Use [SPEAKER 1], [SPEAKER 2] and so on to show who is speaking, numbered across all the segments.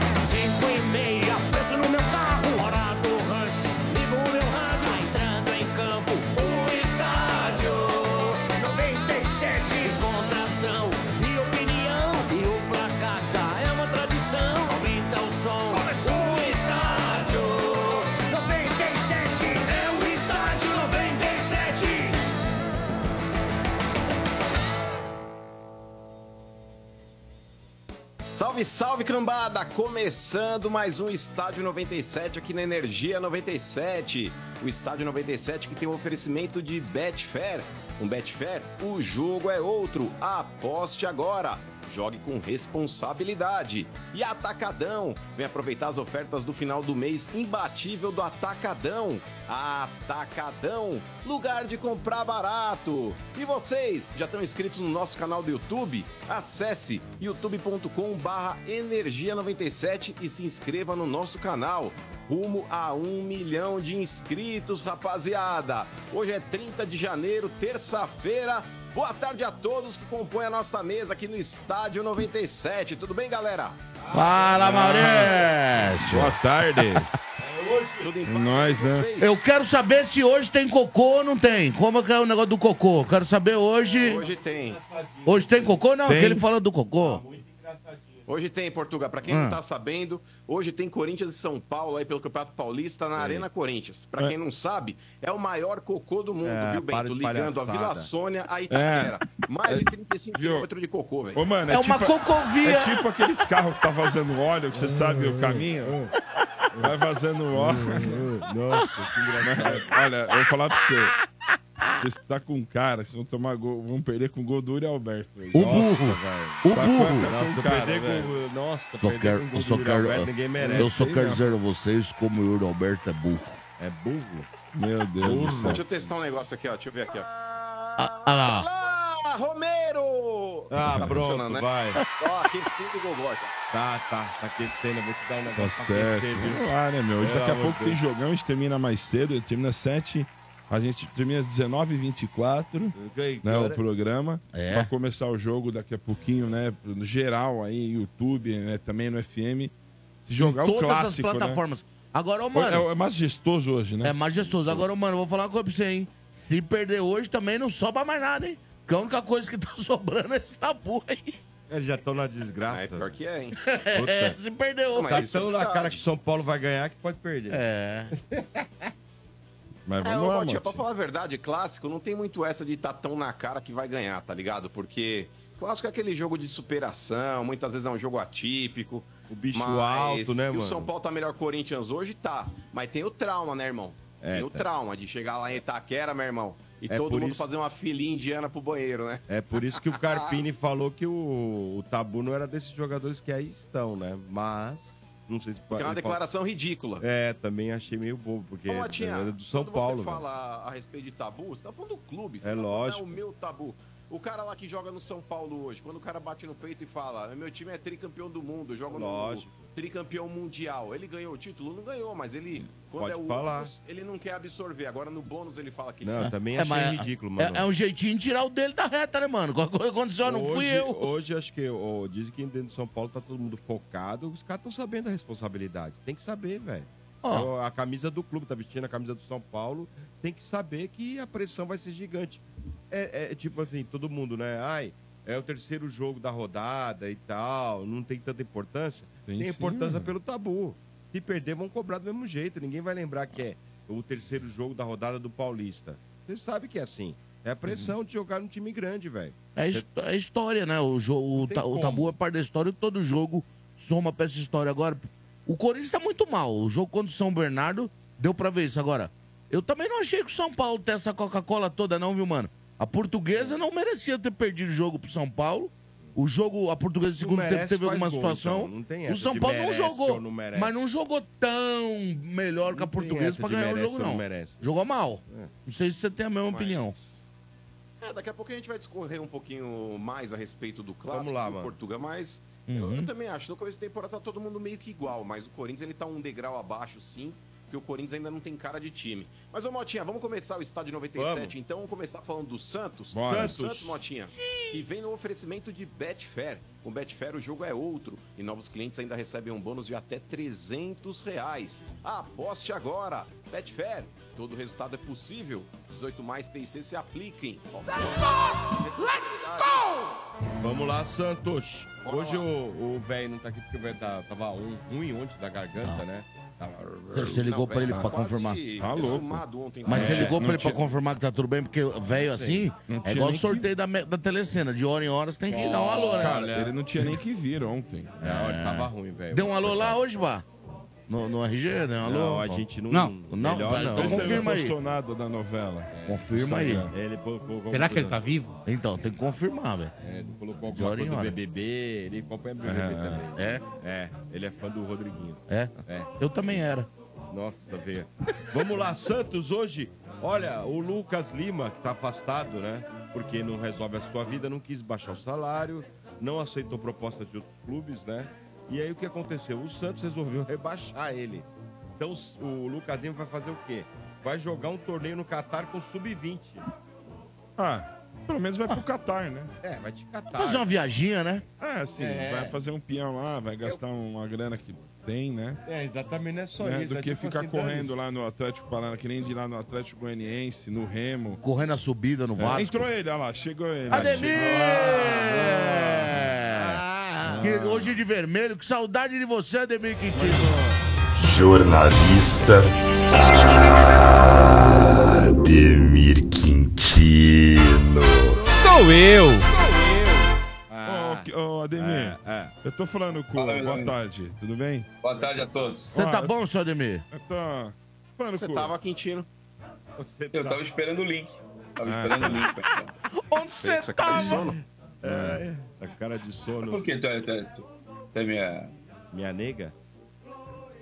[SPEAKER 1] Tá é é
[SPEAKER 2] Salve, salve cambada! Começando mais um Estádio 97 aqui na Energia 97. O Estádio 97 que tem um oferecimento de Betfair. Com Betfair, o jogo é outro. Aposte agora. Jogue com responsabilidade. E Atacadão, vem aproveitar as ofertas do final do mês imbatível do Atacadão. Atacadão, lugar de comprar barato. E vocês, já estão inscritos no nosso canal do YouTube? Acesse youtube.com/energia97 e se inscreva no nosso canal rumo a um milhão de inscritos, rapaziada. Hoje é 30 de janeiro, terça-feira. Boa tarde a todos que compõem a nossa mesa aqui no Estádio 97. Tudo bem, galera?
[SPEAKER 3] Fala, Maurício!
[SPEAKER 4] Boa tarde.
[SPEAKER 2] Tudo em paz?
[SPEAKER 4] Nós, né?
[SPEAKER 2] Vocês?
[SPEAKER 3] Eu quero saber se hoje tem cocô ou não tem. Como é que é o negócio do cocô? Quero saber hoje.
[SPEAKER 2] Hoje tem.
[SPEAKER 3] Hoje tem cocô? Não,
[SPEAKER 4] Tem.
[SPEAKER 3] aquele fala do cocô.
[SPEAKER 2] Hoje tem, Portugal. Pra quem
[SPEAKER 5] Ah.
[SPEAKER 2] não tá sabendo, hoje tem Corinthians e São Paulo aí pelo Campeonato Paulista na Arena Corinthians. Pra quem não sabe, é o maior cocô do mundo,
[SPEAKER 5] É,
[SPEAKER 2] viu,
[SPEAKER 5] para
[SPEAKER 2] Bento?
[SPEAKER 5] de
[SPEAKER 2] Ligando a
[SPEAKER 5] palhaçada. É.
[SPEAKER 2] Vila Sônia a Itaquera. Mais de 35
[SPEAKER 4] Viu?
[SPEAKER 2] quilômetros de cocô, velho.
[SPEAKER 4] Ô, mano,
[SPEAKER 3] É uma cocovia.
[SPEAKER 4] tipo É tipo aqueles carros que tá vazando óleo,
[SPEAKER 5] Hum,
[SPEAKER 4] que você sabe o caminho. Vai vazando óleo.
[SPEAKER 5] hum, Nossa, que engraçado.
[SPEAKER 4] Olha, eu vou falar pra você. Você tá com cara, se não tomar gol, vão perder com o gol do Uri Alberto.
[SPEAKER 3] O burro. O
[SPEAKER 4] Tá
[SPEAKER 3] burro.
[SPEAKER 4] com- tá
[SPEAKER 5] Nossa,
[SPEAKER 4] com cara,
[SPEAKER 5] perder
[SPEAKER 4] velho.
[SPEAKER 5] com. Nossa,
[SPEAKER 3] Só
[SPEAKER 5] perder
[SPEAKER 3] quero-
[SPEAKER 5] com
[SPEAKER 3] eu
[SPEAKER 5] o
[SPEAKER 3] só
[SPEAKER 5] Gil
[SPEAKER 3] quero,
[SPEAKER 5] Alberto, ninguém merece.
[SPEAKER 3] eu só
[SPEAKER 5] hein,
[SPEAKER 3] quero
[SPEAKER 5] meu?
[SPEAKER 3] dizer a vocês como o Yuri Alberto é burro.
[SPEAKER 5] É burro?
[SPEAKER 4] Meu
[SPEAKER 5] Tá
[SPEAKER 4] Deus do céu.
[SPEAKER 2] Deixa eu testar um negócio aqui, ó. Deixa eu ver aqui, ó.
[SPEAKER 3] Ah, ah lá.
[SPEAKER 2] Olá, Romero!
[SPEAKER 5] Ah, pronto,
[SPEAKER 2] funcionando, né?
[SPEAKER 5] vai.
[SPEAKER 2] Ó, aquecido o gogó. cara.
[SPEAKER 5] Tá, tá, tá aquecendo. Eu vou te dar um negócio
[SPEAKER 4] Tá
[SPEAKER 5] pra
[SPEAKER 4] certo.
[SPEAKER 5] aquecer, viu?
[SPEAKER 4] Vamos lá, né, meu? Hoje
[SPEAKER 5] Pelo
[SPEAKER 4] daqui a
[SPEAKER 5] amor
[SPEAKER 4] pouco
[SPEAKER 5] de
[SPEAKER 4] tem
[SPEAKER 5] Deus.
[SPEAKER 4] jogão, a gente termina mais cedo, termina às 7, a gente termina às 19h24.
[SPEAKER 5] Ok,
[SPEAKER 4] né, o
[SPEAKER 5] agora-
[SPEAKER 4] programa.
[SPEAKER 3] É.
[SPEAKER 4] Pra começar o jogo daqui a pouquinho, né? No geral aí, YouTube, né, também no FM. Se jogar o
[SPEAKER 3] Todas as
[SPEAKER 4] É um clássico, né?
[SPEAKER 3] plataformas. Agora, ô,
[SPEAKER 4] Hoje
[SPEAKER 3] mano,
[SPEAKER 4] É, é majestoso hoje, né?
[SPEAKER 3] é majestoso. Agora, ô, mano, eu vou falar uma coisa pra você, hein? Se perder hoje também não sobra mais nada, hein? Porque a única coisa que tá sobrando é esse tabu aí.
[SPEAKER 5] Eles já estão na
[SPEAKER 2] Ah, É
[SPEAKER 5] desgraça.
[SPEAKER 2] pior que é, hein?
[SPEAKER 3] É, se perder hoje.
[SPEAKER 2] mas-
[SPEAKER 5] Tá
[SPEAKER 2] isso
[SPEAKER 5] tão
[SPEAKER 2] é
[SPEAKER 5] na
[SPEAKER 2] verdade.
[SPEAKER 5] cara que São Paulo vai ganhar que pode perder.
[SPEAKER 3] É.
[SPEAKER 4] Mas
[SPEAKER 2] É,
[SPEAKER 4] vamos lá,
[SPEAKER 2] ô, Motinha,
[SPEAKER 4] Motinha.
[SPEAKER 2] pra falar a verdade, clássico não tem muito essa de tá tão na cara que vai ganhar, tá ligado? Porque clássico é aquele jogo de superação, muitas vezes é um jogo atípico.
[SPEAKER 5] O bicho alto, né,
[SPEAKER 2] que
[SPEAKER 5] mano?
[SPEAKER 2] O São Paulo tá melhor que o Corinthians hoje, tá. Mas tem o trauma, né, irmão?
[SPEAKER 5] É,
[SPEAKER 2] tem o
[SPEAKER 5] tá.
[SPEAKER 2] trauma de chegar lá em Itaquera, meu irmão, e
[SPEAKER 5] É
[SPEAKER 2] todo
[SPEAKER 5] por
[SPEAKER 2] mundo
[SPEAKER 5] isso-
[SPEAKER 2] fazer uma filinha indiana pro banheiro, né?
[SPEAKER 5] É por isso que o Carpini falou que o, o tabu não era desses jogadores que aí estão, né? Mas, não sei se
[SPEAKER 2] Que
[SPEAKER 5] pode.
[SPEAKER 2] é uma declaração ridícula.
[SPEAKER 5] É, também achei meio bobo, porque
[SPEAKER 2] Ô, Motinha,
[SPEAKER 5] é do São
[SPEAKER 2] quando
[SPEAKER 5] Paulo.
[SPEAKER 2] você
[SPEAKER 5] velho.
[SPEAKER 2] fala a respeito de tabu, você tá falando do clube. Você tá
[SPEAKER 5] É
[SPEAKER 2] falando,
[SPEAKER 5] lógico.
[SPEAKER 2] "Ah, o meu tabu. O cara lá que joga no São Paulo hoje, quando o cara bate no peito e fala, meu time é tricampeão do mundo, joga
[SPEAKER 5] Lógico.
[SPEAKER 2] no tricampeão mundial. Ele ganhou o título? Não ganhou, mas ele, quando
[SPEAKER 5] Pode
[SPEAKER 2] é o
[SPEAKER 5] falar.
[SPEAKER 2] ônus, ele não quer absorver. Agora no bônus ele fala que
[SPEAKER 5] Não, eu também achei
[SPEAKER 3] mas-
[SPEAKER 5] ridículo,
[SPEAKER 3] é-
[SPEAKER 5] mano.
[SPEAKER 3] É, um jeitinho de tirar o dele da reta, né, mano? Qual coisa aconteceu? Eu Não fui
[SPEAKER 5] Hoje-
[SPEAKER 3] eu.
[SPEAKER 5] Hoje, acho que ó, dizem que dentro de São Paulo tá todo mundo focado. Os caras estão sabendo da responsabilidade. Tem que saber, velho.
[SPEAKER 3] Ó.
[SPEAKER 5] Então, A camisa do clube, tá vestindo a camisa do São Paulo. Tem que saber que a pressão vai ser gigante. É, é tipo assim, todo mundo, né? Ai, é o terceiro jogo da rodada e tal. Não tem tanta importância.
[SPEAKER 4] Tem
[SPEAKER 5] Tem,
[SPEAKER 4] sim,
[SPEAKER 5] importância
[SPEAKER 3] é.
[SPEAKER 4] mano.
[SPEAKER 5] pelo tabu. Se perder, vão cobrar do mesmo jeito. Ninguém vai lembrar que é o terceiro jogo da rodada do Paulista. Você sabe que é assim. É a
[SPEAKER 3] Uhum.
[SPEAKER 5] pressão de jogar num time grande, velho.
[SPEAKER 3] É, his- é história, né? O, jo- o,
[SPEAKER 5] tem
[SPEAKER 3] ta- o
[SPEAKER 5] como.
[SPEAKER 3] tabu é parte da história e todo jogo soma pra essa história. Agora, o Corinthians tá muito mal. O jogo contra o São Bernardo deu pra ver isso. Agora, eu também não achei que o São Paulo tem essa Coca-Cola toda, não, viu, mano? A portuguesa não merecia ter perdido o jogo pro São Paulo. O jogo, a portuguesa do
[SPEAKER 5] Não
[SPEAKER 3] segundo tempo
[SPEAKER 5] merece,
[SPEAKER 3] teve
[SPEAKER 5] faz
[SPEAKER 3] alguma
[SPEAKER 5] gol,
[SPEAKER 3] situação.
[SPEAKER 5] então. Não tem
[SPEAKER 3] o
[SPEAKER 5] essa
[SPEAKER 3] São
[SPEAKER 5] de
[SPEAKER 3] Paulo não
[SPEAKER 5] merece
[SPEAKER 3] jogou,
[SPEAKER 5] ou não merece.
[SPEAKER 3] mas não jogou tão melhor que a
[SPEAKER 5] Não tem
[SPEAKER 3] portuguesa
[SPEAKER 5] essa
[SPEAKER 3] pra
[SPEAKER 5] de
[SPEAKER 3] ganhar o
[SPEAKER 5] merece
[SPEAKER 3] jogo,
[SPEAKER 5] ou não
[SPEAKER 3] não.
[SPEAKER 5] merece.
[SPEAKER 3] Jogou mal.
[SPEAKER 5] É.
[SPEAKER 3] Não sei se você tem a mesma opinião.
[SPEAKER 2] É, daqui a pouco a gente vai discorrer um pouquinho mais a respeito do clássico
[SPEAKER 5] Vamos lá,
[SPEAKER 2] do
[SPEAKER 5] mano. Uhum.
[SPEAKER 2] Portugal, mas eu, eu também acho. No começo da temporada tá todo mundo meio que igual, mas o Corinthians ele tá um degrau abaixo, sim, porque o Corinthians ainda não tem cara de time. Mas, ô Motinha, vamos começar o estádio 97,
[SPEAKER 5] Vamos.
[SPEAKER 2] então vamos começar falando do Santos.
[SPEAKER 4] Bora.
[SPEAKER 2] O Santos, Motinha. E vem no oferecimento de Betfair. Com Betfair o jogo é outro e novos clientes ainda recebem um bônus de até 300 reais. Aposte agora. Betfair, todo resultado é possível. 18 mais TIC se apliquem.
[SPEAKER 5] Vamos lá, Santos.
[SPEAKER 2] Bora
[SPEAKER 5] Hoje
[SPEAKER 2] lá.
[SPEAKER 5] um o o velho não tá aqui porque o velho tá- tava um, ruim ontem da garganta, né?
[SPEAKER 3] Você ligou pra ele pra confirmar.
[SPEAKER 2] Tá louco. Ontem,
[SPEAKER 3] Mas você
[SPEAKER 2] É.
[SPEAKER 3] ligou
[SPEAKER 2] Não
[SPEAKER 3] pra ele pra confirmar que tá tudo bem, porque velho assim,
[SPEAKER 4] Não
[SPEAKER 3] é
[SPEAKER 4] tinha
[SPEAKER 3] igual
[SPEAKER 4] nem
[SPEAKER 3] sorteio da, me- da telecena, de hora em hora você tem que ir dar um alô, né?
[SPEAKER 4] Cara, é ele não tinha nem que vir ontem.
[SPEAKER 5] Não, ele É, tava ruim, velho.
[SPEAKER 3] Deu um alô lá hoje, Bá? No, no RG, né? Um alô?
[SPEAKER 5] Não, a gente não-
[SPEAKER 3] Não, não,
[SPEAKER 5] melhor
[SPEAKER 3] pá,
[SPEAKER 5] não.
[SPEAKER 3] então
[SPEAKER 5] Esse aí
[SPEAKER 3] confirma
[SPEAKER 4] não
[SPEAKER 3] aí.
[SPEAKER 4] postou nada da novela.
[SPEAKER 3] Confirma aí.
[SPEAKER 4] né?
[SPEAKER 5] Ele colocou alguma
[SPEAKER 3] Será que ele
[SPEAKER 5] coisa-
[SPEAKER 3] tá vivo? Então, tem que confirmar, velho.
[SPEAKER 5] É, ele colocou
[SPEAKER 3] De
[SPEAKER 5] alguma
[SPEAKER 3] hora em
[SPEAKER 5] coisa do
[SPEAKER 3] hora.
[SPEAKER 5] BBB, ele acompanha o BBB também.
[SPEAKER 3] É?
[SPEAKER 5] É, ele é fã do Rodriguinho.
[SPEAKER 3] É?
[SPEAKER 5] É.
[SPEAKER 3] Eu também era.
[SPEAKER 5] Nossa, velho. Vamos lá, Santos, hoje. Olha, o Lucas Lima, que tá afastado, né? Porque não resolve a sua vida, não quis baixar o salário, não aceitou proposta de outros clubes, né? E aí o que aconteceu? O Santos resolveu rebaixar ele. Então o Lucas Lima vai fazer o quê? Vai jogar um torneio no Catar com sub-20.
[SPEAKER 4] Ah, pelo menos vai pro Catar, né?
[SPEAKER 5] É, vai te catar.
[SPEAKER 4] Ah.
[SPEAKER 3] Fazer uma viaginha, né?
[SPEAKER 4] É, assim,
[SPEAKER 5] É.
[SPEAKER 4] vai fazer um peão lá, vai gastar uma grana que tem, né?
[SPEAKER 5] É, exatamente, não é só
[SPEAKER 4] Né?
[SPEAKER 5] isso.
[SPEAKER 4] Do
[SPEAKER 5] é
[SPEAKER 4] que
[SPEAKER 5] tipo
[SPEAKER 4] ficar
[SPEAKER 5] assim,
[SPEAKER 4] correndo
[SPEAKER 5] dane-se.
[SPEAKER 4] lá no Atlético Paraná, que nem de ir lá no Atlético Goianiense, no Remo.
[SPEAKER 3] Correndo a subida no
[SPEAKER 4] É,
[SPEAKER 3] Vasco.
[SPEAKER 4] entrou ele, olha lá, chegou ele.
[SPEAKER 3] Ademir!
[SPEAKER 4] Chegou. Ah.
[SPEAKER 3] Que hoje é de vermelho, que saudade de você, Ademir Quintino.
[SPEAKER 6] Jornalista Ah, Ademir Quintino.
[SPEAKER 7] Sou eu!
[SPEAKER 4] Ô,
[SPEAKER 3] Ah,
[SPEAKER 5] Ah,
[SPEAKER 4] que- ô,
[SPEAKER 5] é,
[SPEAKER 3] é.
[SPEAKER 4] Ademir, eu tô falando com.
[SPEAKER 8] Fala, meu
[SPEAKER 4] Boa
[SPEAKER 8] amigo.
[SPEAKER 4] tarde, tudo bem?
[SPEAKER 8] Boa tarde a todos.
[SPEAKER 3] Você tá bom, seu Ademir?
[SPEAKER 4] Eu tô falando
[SPEAKER 2] Você
[SPEAKER 4] com.
[SPEAKER 2] tava né? Quintino.
[SPEAKER 5] Você tá
[SPEAKER 8] Eu tava esperando o link. Tava esperando o link. cara.
[SPEAKER 3] Onde você
[SPEAKER 2] Você tá de
[SPEAKER 3] tava?
[SPEAKER 2] sono?
[SPEAKER 5] É, tá com cara de sono.
[SPEAKER 8] Por que tu é, tu é, tu tu é minha.
[SPEAKER 5] Minha nega?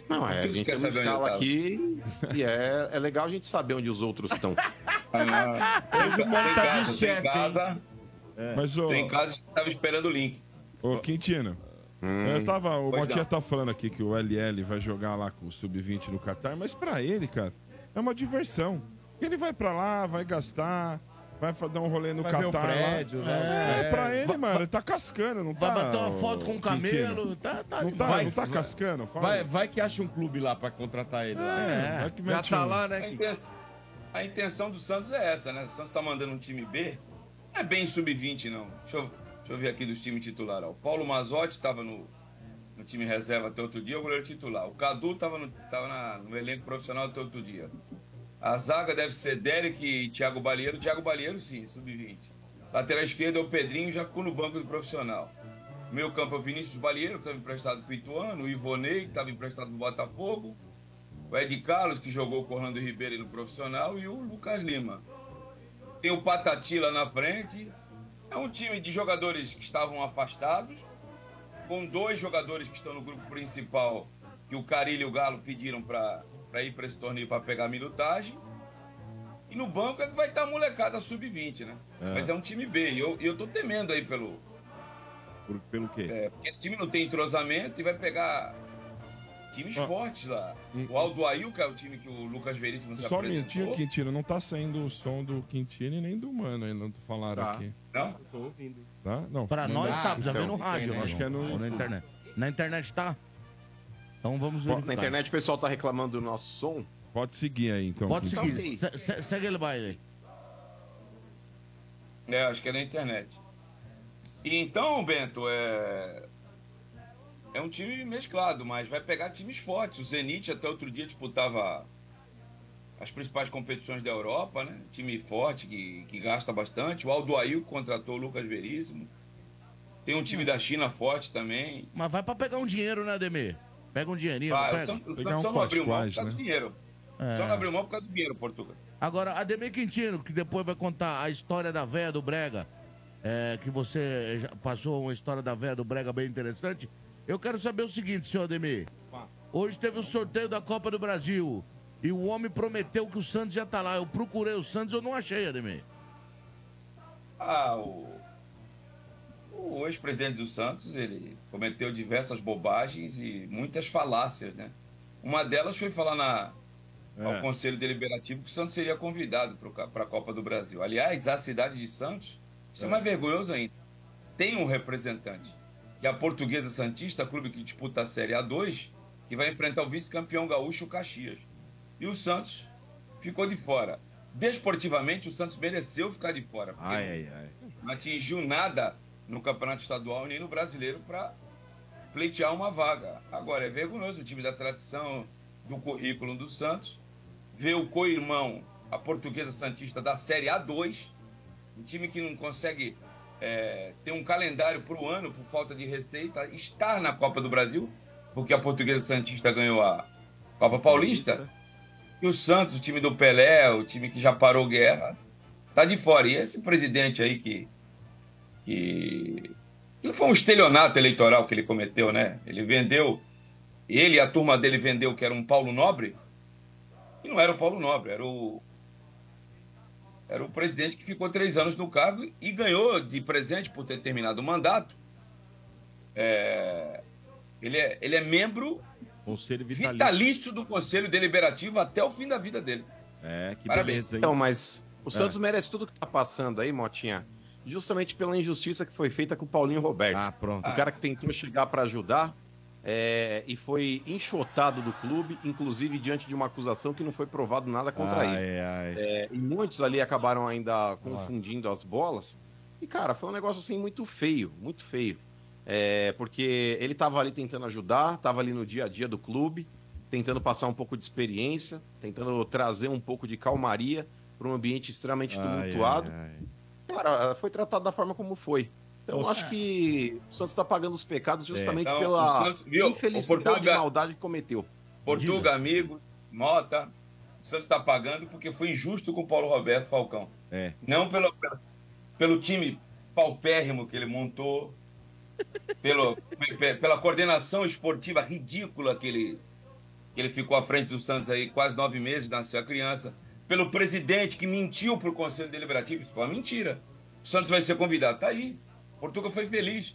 [SPEAKER 2] Não, é, a gente tem
[SPEAKER 8] Quer
[SPEAKER 2] uma
[SPEAKER 8] saber onde eu
[SPEAKER 2] escala
[SPEAKER 8] tava?
[SPEAKER 2] aqui e é, é legal a gente saber onde os outros estão.
[SPEAKER 8] Ah, tô em
[SPEAKER 5] monta de
[SPEAKER 8] casa, tô
[SPEAKER 5] chefe, hein?
[SPEAKER 8] em casa,
[SPEAKER 4] Mas, ô,
[SPEAKER 8] tô em casa e tava esperando o link.
[SPEAKER 4] ô, Quintino.
[SPEAKER 3] Hum.
[SPEAKER 4] Eu tava, o
[SPEAKER 8] Pois
[SPEAKER 4] Motinha
[SPEAKER 8] não.
[SPEAKER 4] tá falando aqui que o LL vai jogar lá com o Sub-20 no Catar, mas pra ele, cara, é uma diversão. Ele vai pra lá, vai gastar, vai fa- dar um rolê no
[SPEAKER 5] Vai ver
[SPEAKER 4] Catar.
[SPEAKER 5] o
[SPEAKER 4] lá.
[SPEAKER 5] prédio, né?
[SPEAKER 4] é,
[SPEAKER 5] É.
[SPEAKER 4] pra ele,
[SPEAKER 3] Vai-
[SPEAKER 4] mano, ele tá cascando, não
[SPEAKER 3] Vai
[SPEAKER 4] tá.
[SPEAKER 3] bater uma
[SPEAKER 4] ô,
[SPEAKER 3] foto com um
[SPEAKER 4] Quintino?
[SPEAKER 3] camelo. Tá, tá
[SPEAKER 4] Não tá,
[SPEAKER 3] demais.
[SPEAKER 4] não tá cascando? Fala.
[SPEAKER 5] Vai, vai que acha um clube lá pra contratar ele. lá.
[SPEAKER 4] É, vai que
[SPEAKER 5] Já
[SPEAKER 4] mete
[SPEAKER 5] tá
[SPEAKER 4] um-
[SPEAKER 5] lá,
[SPEAKER 8] A
[SPEAKER 5] né? Que...
[SPEAKER 8] intenção, a intenção do Santos é essa, né? O Santos tá mandando um time B. Não é bem sub-20, não. Deixa eu, deixa eu ver aqui dos times titular. ó. O Paulo Mazotti tava no, no time reserva até outro dia, o goleiro titular. O Cadu tava no, tava na- no elenco profissional até outro dia. A zaga deve ser Derek e Thiago Balheiro. Thiago Balheiro, sim, sub-20. Lateral esquerda é o Pedrinho, já ficou no banco do profissional. Meio campo é o Vinícius Balheiro, que estava emprestado para o Ituano. O Ivonei, que estava emprestado no Botafogo o Ed Carlos, que jogou com o Orlando Ribeiro no profissional, e o Lucas Lima. Tem o Patati lá na frente. É um time de jogadores que estavam afastados, com dois jogadores que estão no grupo principal, que o Carilho e o Galo pediram para ir para esse torneio para pegar minutagem. E no banco é que vai estar a molecada sub-20, né? Mas é um time B. E eu, e eu tô temendo aí pelo,
[SPEAKER 5] Por- pelo quê?
[SPEAKER 8] é, porque esse time não tem entrosamento e vai pegar times
[SPEAKER 4] Ah.
[SPEAKER 8] fortes lá. O Aldo Ail, que é o time que o Lucas Veríssimo se
[SPEAKER 4] Só um minutinho,
[SPEAKER 8] apresentou.
[SPEAKER 4] Quintino, não tá saindo o som do Quintino e nem do Mano ainda, não falaram
[SPEAKER 5] Tá.
[SPEAKER 4] aqui.
[SPEAKER 8] Não?
[SPEAKER 5] Tô ouvindo.
[SPEAKER 4] Tá? Não.
[SPEAKER 3] Pra
[SPEAKER 4] Manda-
[SPEAKER 3] nós tá, já vem no
[SPEAKER 2] então,
[SPEAKER 3] rádio.
[SPEAKER 4] acho
[SPEAKER 3] né?
[SPEAKER 4] que é no
[SPEAKER 3] Ou na
[SPEAKER 4] YouTube.
[SPEAKER 3] internet. Na internet tá? Então vamos
[SPEAKER 2] Bom,
[SPEAKER 3] verificar.
[SPEAKER 2] Na internet o pessoal tá reclamando do nosso som.
[SPEAKER 4] Pode seguir aí, então.
[SPEAKER 3] Pode
[SPEAKER 4] Quintino.
[SPEAKER 3] seguir.
[SPEAKER 2] Então
[SPEAKER 3] Se- se- segue ele, vai. ele.
[SPEAKER 8] É, acho que é na internet. E então, Bento, é. É um time mesclado, mas vai pegar times fortes. O Zenit até outro dia disputava as principais competições da Europa, né? Time forte que, que gasta bastante. O Aldo Ail contratou o Lucas Veríssimo. Tem um
[SPEAKER 4] Hum.
[SPEAKER 8] time da China forte também.
[SPEAKER 3] Mas vai pra pegar um dinheiro, né, Ademir? Pega um dinheirinho,
[SPEAKER 8] Ah,
[SPEAKER 3] não
[SPEAKER 8] o Santos-
[SPEAKER 3] pega.
[SPEAKER 8] o
[SPEAKER 4] Pegar
[SPEAKER 8] Santos
[SPEAKER 4] um
[SPEAKER 8] só não abriu mão por
[SPEAKER 4] quais,
[SPEAKER 8] causa do
[SPEAKER 4] né?
[SPEAKER 8] dinheiro.
[SPEAKER 3] É.
[SPEAKER 8] Só não abriu mão por causa do dinheiro, Portugal.
[SPEAKER 3] Agora, Ademir Quintino, que depois vai contar a história da véia do Brega, é, que você já passou uma história da véia do Brega bem interessante. Eu quero saber o seguinte, senhor Ademir. Hoje teve o sorteio da Copa do Brasil e o homem prometeu que o Santos já tá lá. Eu procurei o Santos, eu não achei, Ademir.
[SPEAKER 8] Ah, o, o ex-presidente do Santos, ele cometeu diversas bobagens e muitas falácias, né? Uma delas foi falar na, ao Conselho Deliberativo que o Santos seria convidado para a Copa do Brasil. Aliás, a cidade de Santos, isso é mais vergonhoso ainda, tem um representante, que é a Portuguesa Santista, clube que disputa a Série A2, que vai enfrentar o vice-campeão gaúcho, o Caxias. E o Santos ficou de fora. Desportivamente, o Santos mereceu ficar de fora. porque
[SPEAKER 5] Ai, ai, ai.
[SPEAKER 8] não atingiu nada no campeonato estadual nem no brasileiro para pleitear uma vaga. Agora é vergonhoso o time da tradição, do currículo do Santos. Veio o co-irmão, a portuguesa Santista, da Série A2. Um time que não consegue é, ter um calendário para o ano, por falta de receita, estar na Copa do Brasil, porque a portuguesa Santista ganhou a Copa Paulista. E o Santos, o time do Pelé, o time que já parou guerra, tá de fora. E esse presidente aí que. que que foi um estelionato eleitoral que ele cometeu, né? Ele vendeu. Ele e a turma dele vendeu que era um Paulo Nobre. E não era o Paulo Nobre, era o. Era o presidente que ficou três anos no cargo e ganhou de presente por ter terminado o mandato. É, ele, é, ele é membro
[SPEAKER 5] Conselho vitalício.
[SPEAKER 8] vitalício do Conselho Deliberativo até o fim da vida dele.
[SPEAKER 5] É, que
[SPEAKER 8] Parabéns.
[SPEAKER 5] beleza, hein?
[SPEAKER 2] Então, mas o Santos merece tudo que tá passando aí, Motinha. Justamente pela injustiça que foi feita com o Paulinho Roberto.
[SPEAKER 5] Ah, pronto.
[SPEAKER 2] O cara que tentou chegar para ajudar é, e foi enxotado do clube, inclusive diante de uma acusação que não foi provado nada contra ele.
[SPEAKER 5] Ai, ai.
[SPEAKER 2] É, e muitos ali acabaram ainda confundindo as bolas. E, cara, foi um negócio assim muito feio, muito feio. É, porque ele tava ali tentando ajudar, tava ali no dia a dia do clube, tentando passar um pouco de experiência, tentando trazer um pouco de calmaria para um ambiente extremamente
[SPEAKER 5] Ai,
[SPEAKER 2] tumultuado.
[SPEAKER 5] ai, ai.
[SPEAKER 2] Cara, foi tratado da forma como foi. Então, eu acho que o Santos está pagando os
[SPEAKER 5] É.
[SPEAKER 2] pecados justamente
[SPEAKER 8] Então,
[SPEAKER 2] pela
[SPEAKER 8] o Santos- viu? O
[SPEAKER 2] infelicidade e
[SPEAKER 8] Portuga-
[SPEAKER 2] maldade que cometeu.
[SPEAKER 8] Portuga, amigo, Mota, o Santos está pagando porque foi injusto com o Paulo Roberto Falcão.
[SPEAKER 5] É.
[SPEAKER 8] Não pelo, pelo, pelo time paupérrimo que ele montou, pelo, pe- pe- pela coordenação esportiva ridícula que ele, que ele ficou à frente do Santos aí quase nove meses, nasceu a criança, pelo presidente que mentiu para o Conselho Deliberativo, isso foi uma mentira. O Santos vai ser convidado, tá aí. Portuga foi feliz.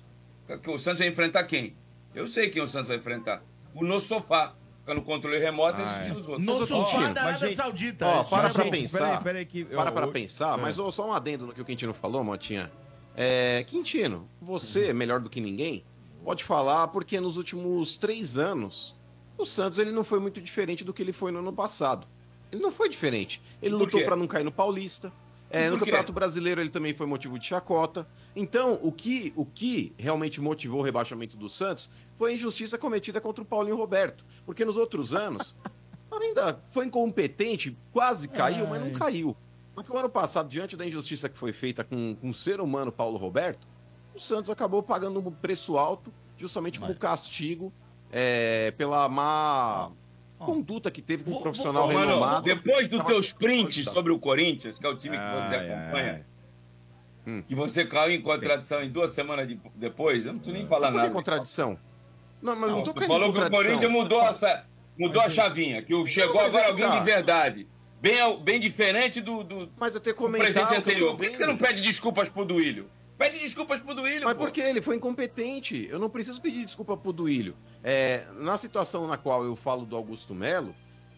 [SPEAKER 8] O Santos vai enfrentar quem? Eu sei quem o Santos vai enfrentar. O no sofá, fica no controle remoto e
[SPEAKER 5] Ah, é.
[SPEAKER 8] assistindo os outros.
[SPEAKER 3] No
[SPEAKER 2] Mas,
[SPEAKER 3] sofá
[SPEAKER 2] Quintino,
[SPEAKER 3] da
[SPEAKER 5] mas,
[SPEAKER 3] Arábia
[SPEAKER 5] gente,
[SPEAKER 3] Saudita.
[SPEAKER 2] ó,
[SPEAKER 3] Isso
[SPEAKER 2] para
[SPEAKER 3] é
[SPEAKER 2] pra
[SPEAKER 3] bom.
[SPEAKER 2] pensar.
[SPEAKER 5] Peraí, peraí que... eu-
[SPEAKER 2] Para para
[SPEAKER 5] eu-
[SPEAKER 2] pensar,
[SPEAKER 5] é.
[SPEAKER 2] mas ô, só um adendo no que o Quintino falou, Motinha. É, Quintino,
[SPEAKER 5] Uhum.
[SPEAKER 2] você, melhor do que ninguém, pode falar porque nos últimos três anos, o Santos ele não foi muito diferente do que ele foi no ano passado. Ele não foi diferente. Ele
[SPEAKER 8] Por
[SPEAKER 2] lutou
[SPEAKER 8] quê?
[SPEAKER 2] para não cair no Paulista. É,
[SPEAKER 8] Por
[SPEAKER 2] no
[SPEAKER 8] quê?
[SPEAKER 2] Campeonato Brasileiro ele também foi motivo de chacota. Então, o que, o que realmente motivou o rebaixamento do Santos foi a injustiça cometida contra o Paulinho Roberto. Porque nos outros anos, ainda foi incompetente, quase caiu, mas
[SPEAKER 3] É.
[SPEAKER 2] não caiu. Porque o ano passado, diante da injustiça que foi feita com, com o ser humano Paulo Roberto, o Santos acabou pagando um preço alto, justamente com o castigo é, pela má conduta que teve com um
[SPEAKER 3] Vou-
[SPEAKER 2] profissional
[SPEAKER 3] vou-
[SPEAKER 8] Mano,
[SPEAKER 2] renomado.
[SPEAKER 8] depois dos
[SPEAKER 2] Tava
[SPEAKER 8] teus
[SPEAKER 2] sendo
[SPEAKER 8] prints
[SPEAKER 2] contratado.
[SPEAKER 8] sobre o Corinthians, que é o time que você
[SPEAKER 5] Ai,
[SPEAKER 8] acompanha,
[SPEAKER 5] ai.
[SPEAKER 2] Hum.
[SPEAKER 8] que você caiu em contradição em duas semanas de- depois, eu não preciso nem falar
[SPEAKER 2] Não foi
[SPEAKER 8] nada.
[SPEAKER 2] Hum. contradição. Não, mas não,
[SPEAKER 8] Não,
[SPEAKER 2] tô
[SPEAKER 8] tu
[SPEAKER 2] caindo em
[SPEAKER 8] falou que o
[SPEAKER 2] contradição.
[SPEAKER 8] Corinthians é mudou, essa, mudou a chavinha, que o- chegou
[SPEAKER 2] mas
[SPEAKER 8] agora
[SPEAKER 2] é que
[SPEAKER 8] alguém
[SPEAKER 2] tá.
[SPEAKER 8] de verdade. Bem, ao- bem diferente do, do, do
[SPEAKER 2] Mas eu tenho que
[SPEAKER 8] um presidente
[SPEAKER 2] comentar o que eu
[SPEAKER 8] anterior. Por
[SPEAKER 2] tô
[SPEAKER 8] que
[SPEAKER 2] vendo.
[SPEAKER 8] você não pede desculpas pro Duílio? Pede desculpas pro Duílio,
[SPEAKER 2] Mas
[SPEAKER 8] pô.
[SPEAKER 2] porque ele foi incompetente. Eu não preciso pedir desculpa pro Duílio. É, na situação na qual eu falo do Augusto Melo,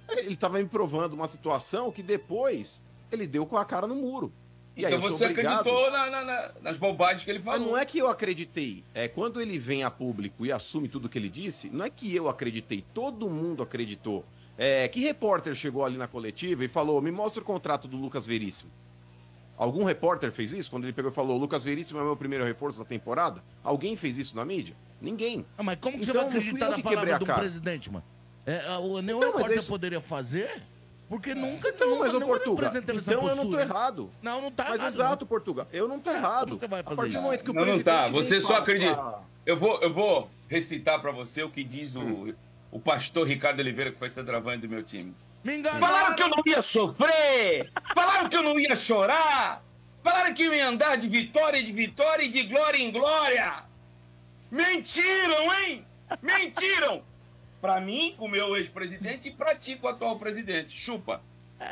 [SPEAKER 2] ele tava me provando uma situação que depois ele deu com a cara no muro. E aí
[SPEAKER 8] Então
[SPEAKER 2] eu sou
[SPEAKER 8] você
[SPEAKER 2] obrigado-
[SPEAKER 8] acreditou na- na- na- nas bobagens que ele
[SPEAKER 2] Mas
[SPEAKER 8] falou.
[SPEAKER 2] não é que eu acreditei. É quando ele vem a público e assume tudo que ele disse, não é que eu acreditei, todo mundo acreditou. É, que repórter chegou ali na coletiva e falou: "Me mostra o contrato do Lucas Veríssimo". Algum repórter fez isso quando ele pegou e falou: "Lucas Veríssimo é meu primeiro reforço da temporada"? Alguém fez isso na mídia? Ninguém.
[SPEAKER 3] Ah, mas como que você
[SPEAKER 2] Então,
[SPEAKER 3] vai
[SPEAKER 2] não fui
[SPEAKER 3] acreditar
[SPEAKER 2] eu
[SPEAKER 3] na
[SPEAKER 2] que quebrei
[SPEAKER 3] palavra
[SPEAKER 2] a
[SPEAKER 3] do
[SPEAKER 2] cara.
[SPEAKER 3] presidente, mano? É, a- o- nenhum
[SPEAKER 2] Então, mas
[SPEAKER 3] repórter
[SPEAKER 2] isso-
[SPEAKER 3] poderia fazer, porque nunca
[SPEAKER 2] Então,
[SPEAKER 3] nunca,
[SPEAKER 2] mas o
[SPEAKER 3] nenhum
[SPEAKER 2] Portuga,
[SPEAKER 3] é representante dessa
[SPEAKER 2] então eu não tô
[SPEAKER 3] postura.
[SPEAKER 2] errado.
[SPEAKER 3] Não, não tá
[SPEAKER 2] Mas
[SPEAKER 3] errado,
[SPEAKER 2] exato, Portuga, eu não tô errado.
[SPEAKER 3] Você vai
[SPEAKER 2] A
[SPEAKER 3] fazer
[SPEAKER 2] partir do
[SPEAKER 3] isso.
[SPEAKER 2] momento que o
[SPEAKER 8] Não, não tá.
[SPEAKER 2] presidente
[SPEAKER 8] Você
[SPEAKER 2] vem "Ah,
[SPEAKER 8] só
[SPEAKER 2] falar-
[SPEAKER 8] acredita. Eu vou, eu vou recitar pra você o que diz o, o pastor Ricardo Oliveira, que foi centroavante do meu time.
[SPEAKER 3] né? Me enganaram.
[SPEAKER 8] Falaram que eu não ia sofrer! Falaram que eu não ia chorar! Falaram que eu ia andar de vitória em vitória e de glória em glória! Mentiram, hein? Mentiram! Pra mim, o meu ex-presidente, e pra ti, com o atual presidente. Chupa!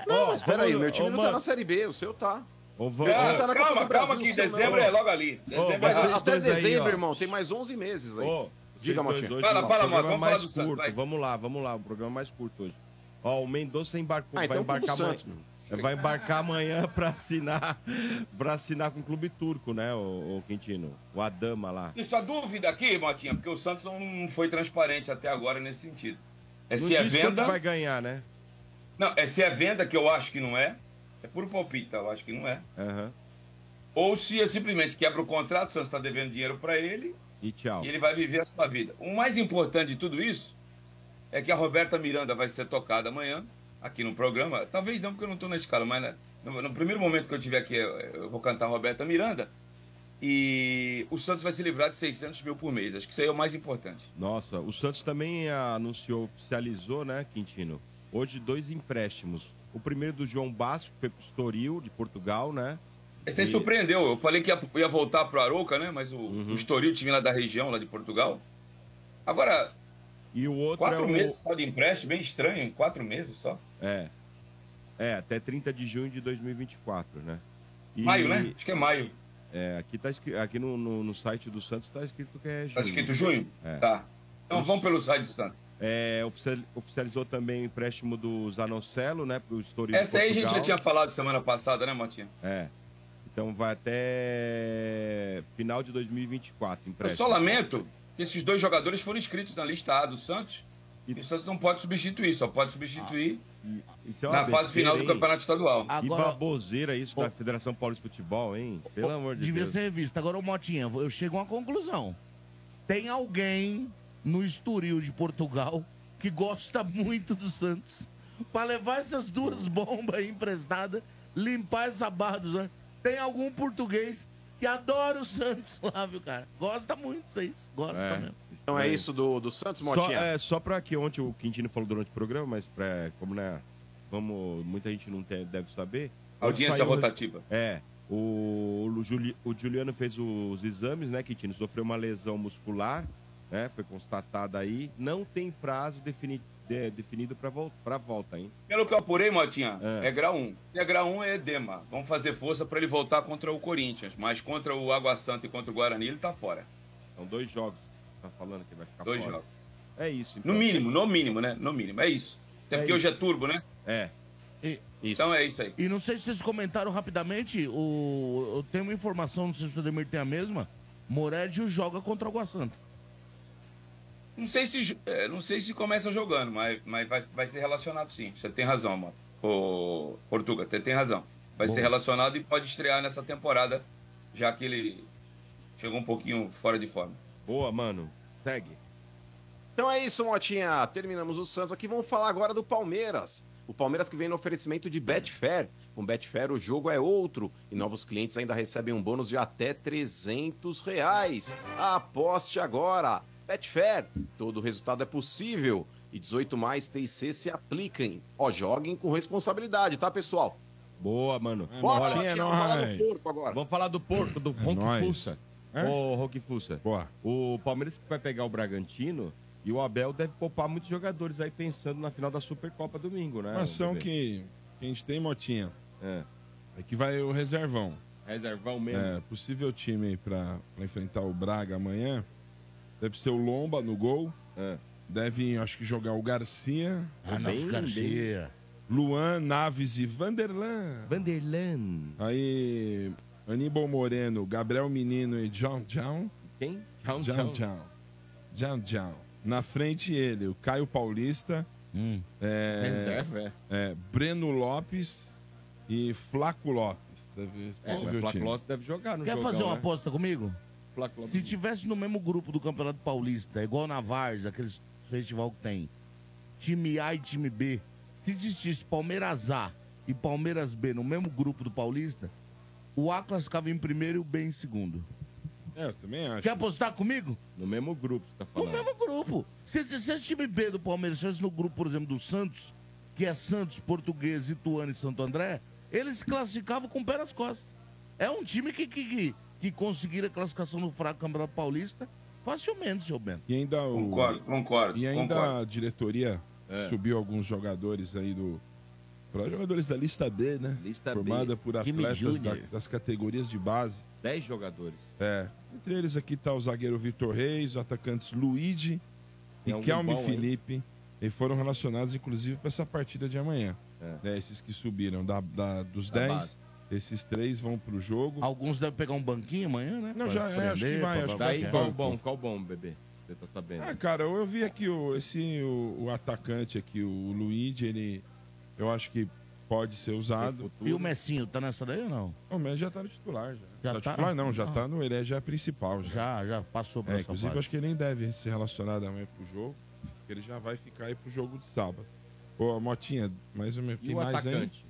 [SPEAKER 2] Não,
[SPEAKER 5] Ó,
[SPEAKER 2] mas peraí,
[SPEAKER 5] vamos-
[SPEAKER 2] meu time
[SPEAKER 5] ô,
[SPEAKER 2] não tá
[SPEAKER 5] mano.
[SPEAKER 2] na Série B, o seu tá.
[SPEAKER 5] Ô, vamos-
[SPEAKER 2] Cara,
[SPEAKER 8] Calma,
[SPEAKER 2] já tá na Copa
[SPEAKER 8] calma,
[SPEAKER 2] do Brasil,
[SPEAKER 8] que
[SPEAKER 2] seu
[SPEAKER 8] dezembro
[SPEAKER 2] não.
[SPEAKER 8] é logo ali. Dezembro
[SPEAKER 5] Mas
[SPEAKER 8] é
[SPEAKER 5] vocês
[SPEAKER 8] ali.
[SPEAKER 2] Até
[SPEAKER 5] dois aí,
[SPEAKER 2] dezembro,
[SPEAKER 5] ó.
[SPEAKER 2] irmão, tem mais 11 meses aí.
[SPEAKER 5] Ô,
[SPEAKER 2] Diga,
[SPEAKER 5] vocês dois
[SPEAKER 2] Motinha.
[SPEAKER 5] hoje,
[SPEAKER 8] Fala,
[SPEAKER 5] ó,
[SPEAKER 8] fala,
[SPEAKER 5] programa
[SPEAKER 8] Motinha, vamos
[SPEAKER 5] mais
[SPEAKER 8] falar do Santos,
[SPEAKER 5] curto.
[SPEAKER 8] vai.
[SPEAKER 5] Vamos lá, vamos lá. O programa mais curto hoje. Ó, o Mendonça embarcou,
[SPEAKER 2] Ah,
[SPEAKER 5] vai
[SPEAKER 2] então
[SPEAKER 5] embarcar
[SPEAKER 2] culpa do
[SPEAKER 5] amanhã.
[SPEAKER 2] Santos, meu.
[SPEAKER 5] Vai embarcar amanhã pra assinar, pra assinar com o clube turco, né, o, Quintino? O Adama lá.
[SPEAKER 8] Isso a dúvida aqui, Motinha, porque o Santos não foi transparente até agora nesse sentido. É
[SPEAKER 5] Não
[SPEAKER 8] se é
[SPEAKER 5] diz quanto
[SPEAKER 8] venda.
[SPEAKER 5] vai ganhar, né?
[SPEAKER 8] Não, é se é venda, que eu acho que não é. É puro palpite, tá? Eu acho que não é.
[SPEAKER 5] Aham.
[SPEAKER 8] Ou se é simplesmente quebra o contrato, o Santos tá está devendo dinheiro para ele
[SPEAKER 5] E tchau.
[SPEAKER 8] e ele vai viver a sua vida. O mais importante de tudo isso é que a Roberta Miranda vai ser tocada amanhã, aqui no programa. Talvez não, porque eu não estou na escala, mas né, no, no primeiro momento que eu tiver aqui, eu, eu vou cantar a Roberta Miranda. E o Santos vai se livrar de 600 mil por mês. Acho que isso aí é o mais importante.
[SPEAKER 5] Nossa, o Santos também anunciou, oficializou, né, Quintino? Hoje, dois empréstimos. O primeiro do João Basco, que foi pro Estoril, de Portugal, né?
[SPEAKER 8] Esse aí
[SPEAKER 5] E-
[SPEAKER 8] surpreendeu. Eu falei que ia, ia voltar pro Aroca, né? Mas o,
[SPEAKER 5] Uhum.
[SPEAKER 8] o Estoril, time lá da região, lá de Portugal. Agora,
[SPEAKER 5] E o outro
[SPEAKER 8] quatro
[SPEAKER 5] é o...
[SPEAKER 8] meses só de empréstimo, bem estranho, em quatro meses só.
[SPEAKER 5] É. É, até 30 de junho de 2024, né? E-
[SPEAKER 8] Maio, né? Acho que é maio.
[SPEAKER 5] É, aqui, tá, escri- aqui no, no- no site do Santos tá escrito que é junho.
[SPEAKER 8] Tá escrito junho?
[SPEAKER 5] É.
[SPEAKER 8] Tá. Então vamos pelo site do Santos.
[SPEAKER 5] É, oficial- oficializou também o empréstimo do Zanocelo, né? Pro Estoril de
[SPEAKER 8] Essa aí a gente já
[SPEAKER 5] Portugal.
[SPEAKER 8] tinha falado semana passada, né, Motinha?
[SPEAKER 5] É. Então vai até final de 2024,
[SPEAKER 8] Eu
[SPEAKER 5] empréstimo.
[SPEAKER 8] só lamento que esses dois jogadores foram inscritos na lista A do Santos. E, o Santos não pode substituir, só pode substituir
[SPEAKER 5] Isso é uma
[SPEAKER 8] na fase
[SPEAKER 5] besteira,
[SPEAKER 8] final do
[SPEAKER 5] hein? Ah,
[SPEAKER 8] Campeonato Estadual.
[SPEAKER 5] Que
[SPEAKER 3] Agora,
[SPEAKER 5] baboseira isso da Federação Paulista de Futebol, hein? Pelo amor de
[SPEAKER 3] devia
[SPEAKER 5] Deus.
[SPEAKER 3] ser revista. Agora, ô Motinha, eu chego a uma conclusão. Tem alguém no Estoril de Portugal que gosta muito do Santos pra levar essas duas bombas aí emprestadas, limpar essa barra do Santos. Tem algum português que adora o Santos lá, viu, cara? Gosta muito, vocês. Gosta
[SPEAKER 5] É.
[SPEAKER 3] mesmo.
[SPEAKER 2] Então é isso do, do Santos,
[SPEAKER 5] Só,
[SPEAKER 2] Motinha?
[SPEAKER 5] é, só pra que ontem o Quintino falou durante o programa, mas pra, como né, vamos, muita gente não tem- deve saber.
[SPEAKER 8] Audiência
[SPEAKER 5] Saiu o
[SPEAKER 8] rotativa.
[SPEAKER 5] É. O, o Juli- o Juliano fez os exames, né, Quintino? Sofreu uma lesão muscular, né? Foi constatada aí. Não tem prazo defini- de- definido pra vol- pra volta, hein?
[SPEAKER 8] Pelo que eu apurei, Motinha,
[SPEAKER 5] É.
[SPEAKER 8] é, grau 1. Se é grau 1, é edema. Vamos fazer força pra ele voltar contra o Corinthians. Mas contra o Água Santa e contra o Guarani, ele tá fora.
[SPEAKER 5] São dois jogos. Tá falando que vai ficar
[SPEAKER 8] Dois
[SPEAKER 5] fora.
[SPEAKER 8] jogos.
[SPEAKER 5] É isso.
[SPEAKER 8] No
[SPEAKER 5] então.
[SPEAKER 8] mínimo, no mínimo, né? No mínimo. É isso. Até
[SPEAKER 5] É
[SPEAKER 8] porque hoje é
[SPEAKER 5] isso.
[SPEAKER 8] turbo, né?
[SPEAKER 5] É.
[SPEAKER 8] Então é isso aí.
[SPEAKER 3] E não sei se vocês comentaram rapidamente, o, eu tenho uma informação, não sei se o Demir tem a mesma. Moredio joga contra o Água Santa.
[SPEAKER 8] Não sei se, é, não sei se começa jogando, mas, mas vai, vai ser relacionado sim. Você tem razão, mano. Ô, Portuga, você tem razão. Vai ser relacionado e pode estrear nessa temporada, já que ele chegou um pouquinho fora de forma.
[SPEAKER 5] Boa, mano. Segue.
[SPEAKER 2] Então é isso, Motinha. Terminamos o Santos aqui. Vamos falar agora do Palmeiras. O Palmeiras que vem no oferecimento de Betfair. Com Betfair o jogo é outro e novos clientes ainda recebem um bônus de até 300 reais. Aposte agora. Betfair, todo resultado é possível. E 18 mais TC se apliquem. Ó, joguem com responsabilidade, tá, pessoal?
[SPEAKER 5] Boa, mano.
[SPEAKER 4] É
[SPEAKER 2] Bora,
[SPEAKER 4] nóis. É
[SPEAKER 2] Motinha, vamos falar do
[SPEAKER 4] nóis.
[SPEAKER 2] corpo agora.
[SPEAKER 5] Vamos falar do Porto, do Ronk
[SPEAKER 4] nóis.
[SPEAKER 5] Fussa.
[SPEAKER 4] É?
[SPEAKER 5] Ô, Ronk Fussa.
[SPEAKER 4] Boa.
[SPEAKER 5] O Palmeiras que vai pegar o Bragantino e o Abel deve poupar muitos jogadores aí pensando na final da Supercopa domingo, né?
[SPEAKER 4] Uma ação
[SPEAKER 5] bebê?
[SPEAKER 4] que que a gente tem, Motinha,
[SPEAKER 5] É.
[SPEAKER 4] é que vai o reservão.
[SPEAKER 5] Reservão mesmo.
[SPEAKER 4] É, possível time aí pra, pra enfrentar o Braga amanhã. Deve ser o Lomba no gol.
[SPEAKER 5] É.
[SPEAKER 4] Deve, acho que, jogar o Garcia,
[SPEAKER 3] Ah, não,
[SPEAKER 5] Bem,
[SPEAKER 3] Garcia.
[SPEAKER 4] Luan, Naves e Vanderlan.
[SPEAKER 5] Vanderlan.
[SPEAKER 4] Aí, Aníbal Moreno, Gabriel Menino e John John.
[SPEAKER 5] Quem?
[SPEAKER 4] John John. John John. Na frente ele, o Caio Paulista,
[SPEAKER 3] Hum.
[SPEAKER 4] é,
[SPEAKER 5] Reserva, é.
[SPEAKER 4] é, Breno Lopes e Flaco Lopes. Deve
[SPEAKER 5] É,
[SPEAKER 4] deve
[SPEAKER 5] mas o
[SPEAKER 4] o time.
[SPEAKER 5] Flacloss deve jogar no
[SPEAKER 3] Quer
[SPEAKER 5] jogão,
[SPEAKER 3] fazer uma
[SPEAKER 5] né?
[SPEAKER 3] aposta comigo?
[SPEAKER 5] Flaco Lopes.
[SPEAKER 3] Se tivesse no mesmo grupo do Campeonato Paulista, igual na Vars, aqueles festival que tem, time A e time B, se existisse Palmeiras A e Palmeiras B no mesmo grupo do Paulista, o A classificava em primeiro e o B em segundo.
[SPEAKER 4] É, eu também acho.
[SPEAKER 3] Quer apostar comigo?
[SPEAKER 5] No mesmo grupo, você tá
[SPEAKER 3] No
[SPEAKER 5] falando.
[SPEAKER 3] mesmo grupo. Se existisse time B do Palmeiras, se fosse no grupo, por exemplo, do Santos, que é Santos, Português, Ituano e Santo André, eles se classificavam com o pé nas costas. É um time que, que, que, que conseguiria a classificação no fraco Campeonato Paulista facilmente, seu Bento.
[SPEAKER 4] E ainda o.
[SPEAKER 8] Concordo, concordo.
[SPEAKER 4] E ainda
[SPEAKER 8] concordo.
[SPEAKER 4] a diretoria
[SPEAKER 5] É.
[SPEAKER 4] subiu alguns jogadores aí do. Para jogadores da lista B, né?
[SPEAKER 5] Lista B.
[SPEAKER 4] Formada por
[SPEAKER 3] Time
[SPEAKER 4] atletas da-
[SPEAKER 3] Júnior.
[SPEAKER 4] das categorias de base.
[SPEAKER 5] 10 jogadores.
[SPEAKER 4] É. Entre eles aqui tá o zagueiro Vitor Reis, os atacantes Luigi,
[SPEAKER 5] Tem algum
[SPEAKER 4] Riquelme
[SPEAKER 5] É um bom aí?
[SPEAKER 4] e Felipe. E foram relacionados, inclusive, para essa partida de amanhã. Né, esses que subiram da, da- dos
[SPEAKER 5] É. Da
[SPEAKER 4] 10,
[SPEAKER 5] base.
[SPEAKER 4] esses três vão pro jogo.
[SPEAKER 3] Alguns devem pegar um banquinho amanhã, né?
[SPEAKER 4] Não, já é, acho que vai, acho que vai
[SPEAKER 5] Daí,
[SPEAKER 4] pro
[SPEAKER 5] qual
[SPEAKER 4] banco.
[SPEAKER 5] o bom? Qual o bom, bebê? Você tá sabendo?
[SPEAKER 4] Ah, cara, eu vi aqui o, esse, o, o atacante aqui, o Luigi, ele. Eu acho que pode ser usado.
[SPEAKER 3] E o Messinho, tá nessa daí ou não?
[SPEAKER 4] O Messi já tá no titular, já.
[SPEAKER 3] Já tá?
[SPEAKER 4] titular não, já
[SPEAKER 3] Ah.
[SPEAKER 4] tá no. Ele é já é principal, já.
[SPEAKER 3] Já, já passou pra
[SPEAKER 4] É,
[SPEAKER 3] essa
[SPEAKER 4] inclusive,
[SPEAKER 3] parte.
[SPEAKER 4] acho que ele nem deve ser relacionado amanhã pro jogo. que ele já vai ficar aí pro jogo de sábado. Ô, Motinha, mais ou menos.
[SPEAKER 5] E
[SPEAKER 4] tem
[SPEAKER 5] o
[SPEAKER 4] mais
[SPEAKER 5] atacante?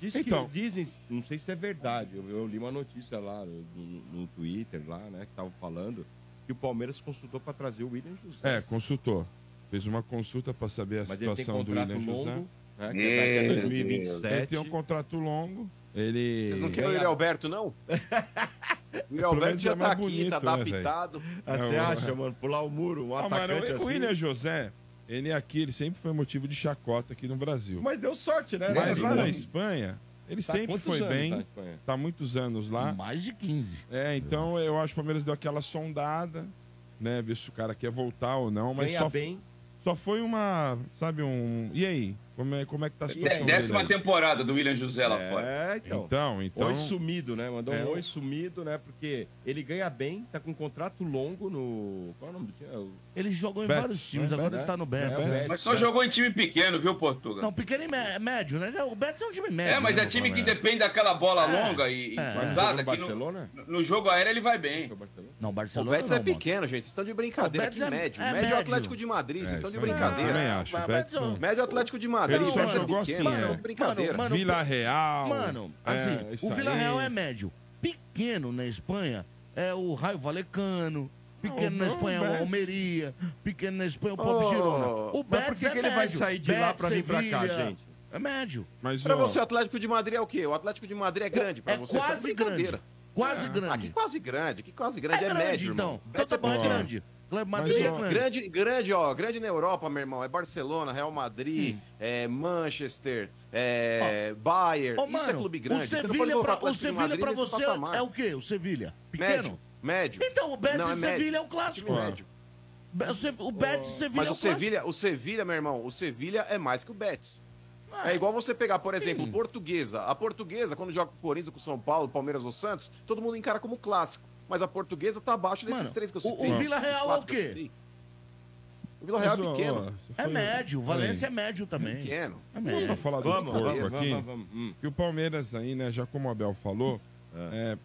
[SPEAKER 5] Diz que-
[SPEAKER 4] Então.
[SPEAKER 5] dizem, não sei se é verdade, eu, eu li uma notícia lá no, no- no Twitter, lá, né, que estavam falando, que o Palmeiras consultou para trazer o William José.
[SPEAKER 4] É, consultou. Fez uma consulta para saber a
[SPEAKER 5] Mas ele tem
[SPEAKER 4] situação do
[SPEAKER 5] contrato
[SPEAKER 4] William
[SPEAKER 5] longo,
[SPEAKER 4] José.
[SPEAKER 5] né, que é daqui a
[SPEAKER 8] Meu
[SPEAKER 5] 2027.
[SPEAKER 4] Ele tem um contrato longo. Ele.
[SPEAKER 2] Vocês não queriam o Yuri Alberto, não? O Yuri Alberto
[SPEAKER 4] menos
[SPEAKER 2] já
[SPEAKER 4] é
[SPEAKER 2] tá
[SPEAKER 4] mais
[SPEAKER 2] aqui,
[SPEAKER 4] bonito,
[SPEAKER 2] tá
[SPEAKER 4] né,
[SPEAKER 2] adaptado.
[SPEAKER 5] Ah, você acha, mano, pular o muro, um
[SPEAKER 4] É, Ah, mano,
[SPEAKER 5] atacante
[SPEAKER 4] o
[SPEAKER 5] assim?
[SPEAKER 4] William José, ele aqui, ele sempre foi motivo de chacota aqui no Brasil.
[SPEAKER 5] Mas deu sorte, né?
[SPEAKER 4] Mas lá
[SPEAKER 5] Ele-
[SPEAKER 4] na Espanha, ele
[SPEAKER 5] Tá
[SPEAKER 4] sempre
[SPEAKER 5] quantos
[SPEAKER 4] foi
[SPEAKER 5] anos
[SPEAKER 4] bem.
[SPEAKER 5] na
[SPEAKER 4] Tá,
[SPEAKER 5] Espanha?
[SPEAKER 4] há muitos anos lá.
[SPEAKER 3] Mais de 15.
[SPEAKER 4] É, então eu acho que o Palmeiras deu aquela sondada, né? Ver se o cara quer voltar ou não, mas
[SPEAKER 5] Ganha
[SPEAKER 4] só,
[SPEAKER 5] bem.
[SPEAKER 4] só foi uma, sabe, um. E aí? Como é, como é que tá a situação?
[SPEAKER 8] Décima
[SPEAKER 4] dele aí?
[SPEAKER 8] temporada do William José lá fora.
[SPEAKER 5] É, então.
[SPEAKER 4] Então, então.
[SPEAKER 5] Oi sumido, né? Mandou
[SPEAKER 4] É,
[SPEAKER 5] um
[SPEAKER 4] o-
[SPEAKER 5] oi sumido, né? Porque ele ganha bem, tá com um contrato longo no. Qual é o nome do time? É o-
[SPEAKER 3] Ele jogou em
[SPEAKER 4] Betis,
[SPEAKER 3] vários times,
[SPEAKER 4] né?
[SPEAKER 3] agora
[SPEAKER 4] Betis,
[SPEAKER 3] ele tá no
[SPEAKER 5] é,
[SPEAKER 3] Betis.
[SPEAKER 5] o
[SPEAKER 3] né?
[SPEAKER 5] Betis.
[SPEAKER 8] Mas só jogou em time pequeno, viu, Portugal?
[SPEAKER 3] Não, pequeno e mé- médio, né? O Betis é um time médio.
[SPEAKER 8] É, mas
[SPEAKER 3] né?
[SPEAKER 8] é time que depende daquela bola longa e e
[SPEAKER 5] Mas
[SPEAKER 8] cruzada.
[SPEAKER 5] jogou
[SPEAKER 8] que
[SPEAKER 5] no
[SPEAKER 8] no,
[SPEAKER 5] Barcelona?
[SPEAKER 8] no jogo aéreo ele vai bem.
[SPEAKER 5] Foi o Barcelona?
[SPEAKER 3] Não, o
[SPEAKER 2] O
[SPEAKER 3] Barcelona
[SPEAKER 2] Betis
[SPEAKER 3] não,
[SPEAKER 2] é
[SPEAKER 3] mano.
[SPEAKER 2] pequeno, gente. Vocês estão de
[SPEAKER 3] O
[SPEAKER 2] brincadeira.
[SPEAKER 3] Betis
[SPEAKER 2] Que
[SPEAKER 3] é-
[SPEAKER 2] médio.
[SPEAKER 3] é
[SPEAKER 2] médio é
[SPEAKER 3] médio.
[SPEAKER 2] o Atlético de Madrid. Vocês
[SPEAKER 4] É,
[SPEAKER 2] estão de
[SPEAKER 4] isso aí. Também
[SPEAKER 2] brincadeira.
[SPEAKER 4] acho.
[SPEAKER 3] Mas-
[SPEAKER 4] o Betis
[SPEAKER 3] mas-
[SPEAKER 4] não.
[SPEAKER 2] Médio é o Atlético de Madrid.
[SPEAKER 3] Não,
[SPEAKER 2] o Betis é
[SPEAKER 3] mano,
[SPEAKER 2] pequeno.
[SPEAKER 4] mano,
[SPEAKER 2] Vocês estão
[SPEAKER 3] mano,
[SPEAKER 2] de brincadeira.
[SPEAKER 3] mano,
[SPEAKER 4] Vila Real.
[SPEAKER 3] Mano,
[SPEAKER 4] é,
[SPEAKER 3] assim,
[SPEAKER 4] isso
[SPEAKER 3] o Vila
[SPEAKER 4] aí.
[SPEAKER 3] Real é médio. Pequeno na Espanha é o Raio Valecano. Pequeno
[SPEAKER 4] Não,
[SPEAKER 3] na
[SPEAKER 4] o-
[SPEAKER 3] Espanha é
[SPEAKER 4] o
[SPEAKER 3] o
[SPEAKER 4] Betis.
[SPEAKER 3] Almeria. Pequeno na Espanha é o próprio
[SPEAKER 2] Oh,
[SPEAKER 3] Girona. O
[SPEAKER 5] mas
[SPEAKER 3] Betis
[SPEAKER 5] por que
[SPEAKER 3] é
[SPEAKER 5] que ele vai
[SPEAKER 3] médio.
[SPEAKER 5] sair de lá
[SPEAKER 3] Betis,
[SPEAKER 5] pra vir pra cá,
[SPEAKER 3] Sevilha,
[SPEAKER 5] gente?
[SPEAKER 3] É médio.
[SPEAKER 4] Mas,
[SPEAKER 2] Pra
[SPEAKER 4] ó,
[SPEAKER 2] você, o Atlético de Madrid é o quê? O Atlético de Madrid é grande pra
[SPEAKER 3] é
[SPEAKER 2] você. Isso
[SPEAKER 3] quase
[SPEAKER 2] brincadeira.
[SPEAKER 3] grande. Quase
[SPEAKER 2] Ah, que
[SPEAKER 3] grande.
[SPEAKER 2] quase grande, que quase grande. É, médio,
[SPEAKER 3] então.
[SPEAKER 2] irmão.
[SPEAKER 3] Então
[SPEAKER 2] Betis
[SPEAKER 3] tá
[SPEAKER 2] é
[SPEAKER 3] bom, é
[SPEAKER 4] Ó.
[SPEAKER 3] grande. Madrid é
[SPEAKER 4] ó,
[SPEAKER 3] grande.
[SPEAKER 2] Grande, grande, ó, grande na Europa, meu irmão. É Barcelona, Real Madrid,
[SPEAKER 3] Hum.
[SPEAKER 2] é Manchester, é Bayern.
[SPEAKER 3] Ô,
[SPEAKER 2] isso é clube grande.
[SPEAKER 3] O
[SPEAKER 2] Você não pode
[SPEAKER 3] Sevilha,
[SPEAKER 2] colocar
[SPEAKER 3] pra, o
[SPEAKER 2] Atlético de
[SPEAKER 3] Sevilha
[SPEAKER 2] Madrid
[SPEAKER 3] pra
[SPEAKER 2] nesse
[SPEAKER 3] você
[SPEAKER 2] patamar.
[SPEAKER 3] é o quê? O Sevilha? Pequeno?
[SPEAKER 2] médio. Médio.
[SPEAKER 3] Então, o Betis
[SPEAKER 2] Não,
[SPEAKER 3] e
[SPEAKER 2] é médio.
[SPEAKER 3] Sevilha é o
[SPEAKER 2] Time
[SPEAKER 3] clássico.
[SPEAKER 2] médio.
[SPEAKER 3] Be- O, Se- o Betis e Sevilha
[SPEAKER 2] Mas
[SPEAKER 3] é o
[SPEAKER 2] o
[SPEAKER 3] clássico.
[SPEAKER 2] Sevilha, o Sevilha, meu irmão, o Sevilha é mais que o Betis.
[SPEAKER 3] Ah,
[SPEAKER 2] É igual você pegar, por exemplo, Portuguesa. A Portuguesa, quando joga com o Corinthians, com o São Paulo, Palmeiras ou Santos, todo mundo encara como clássico. Mas a Portuguesa tá abaixo desses
[SPEAKER 3] Mano,
[SPEAKER 2] três que eu
[SPEAKER 3] o-
[SPEAKER 2] citei.
[SPEAKER 3] o Vila Real é o
[SPEAKER 2] Quatro que eu
[SPEAKER 3] quê?
[SPEAKER 2] citei. O Vila Real
[SPEAKER 4] mas,
[SPEAKER 2] é
[SPEAKER 4] ó,
[SPEAKER 2] pequeno.
[SPEAKER 4] ó,
[SPEAKER 3] É
[SPEAKER 4] foi-
[SPEAKER 3] médio. O Valência é
[SPEAKER 4] Foi.
[SPEAKER 3] médio também.
[SPEAKER 2] Pequeno.
[SPEAKER 3] É
[SPEAKER 4] Vamos pra
[SPEAKER 3] médio.
[SPEAKER 4] falar do
[SPEAKER 5] Vamos,
[SPEAKER 4] corpo
[SPEAKER 5] vamos,
[SPEAKER 4] aqui?
[SPEAKER 5] vamos, vamos. Hum.
[SPEAKER 4] que o Palmeiras aí, né, já como o Abel falou, é.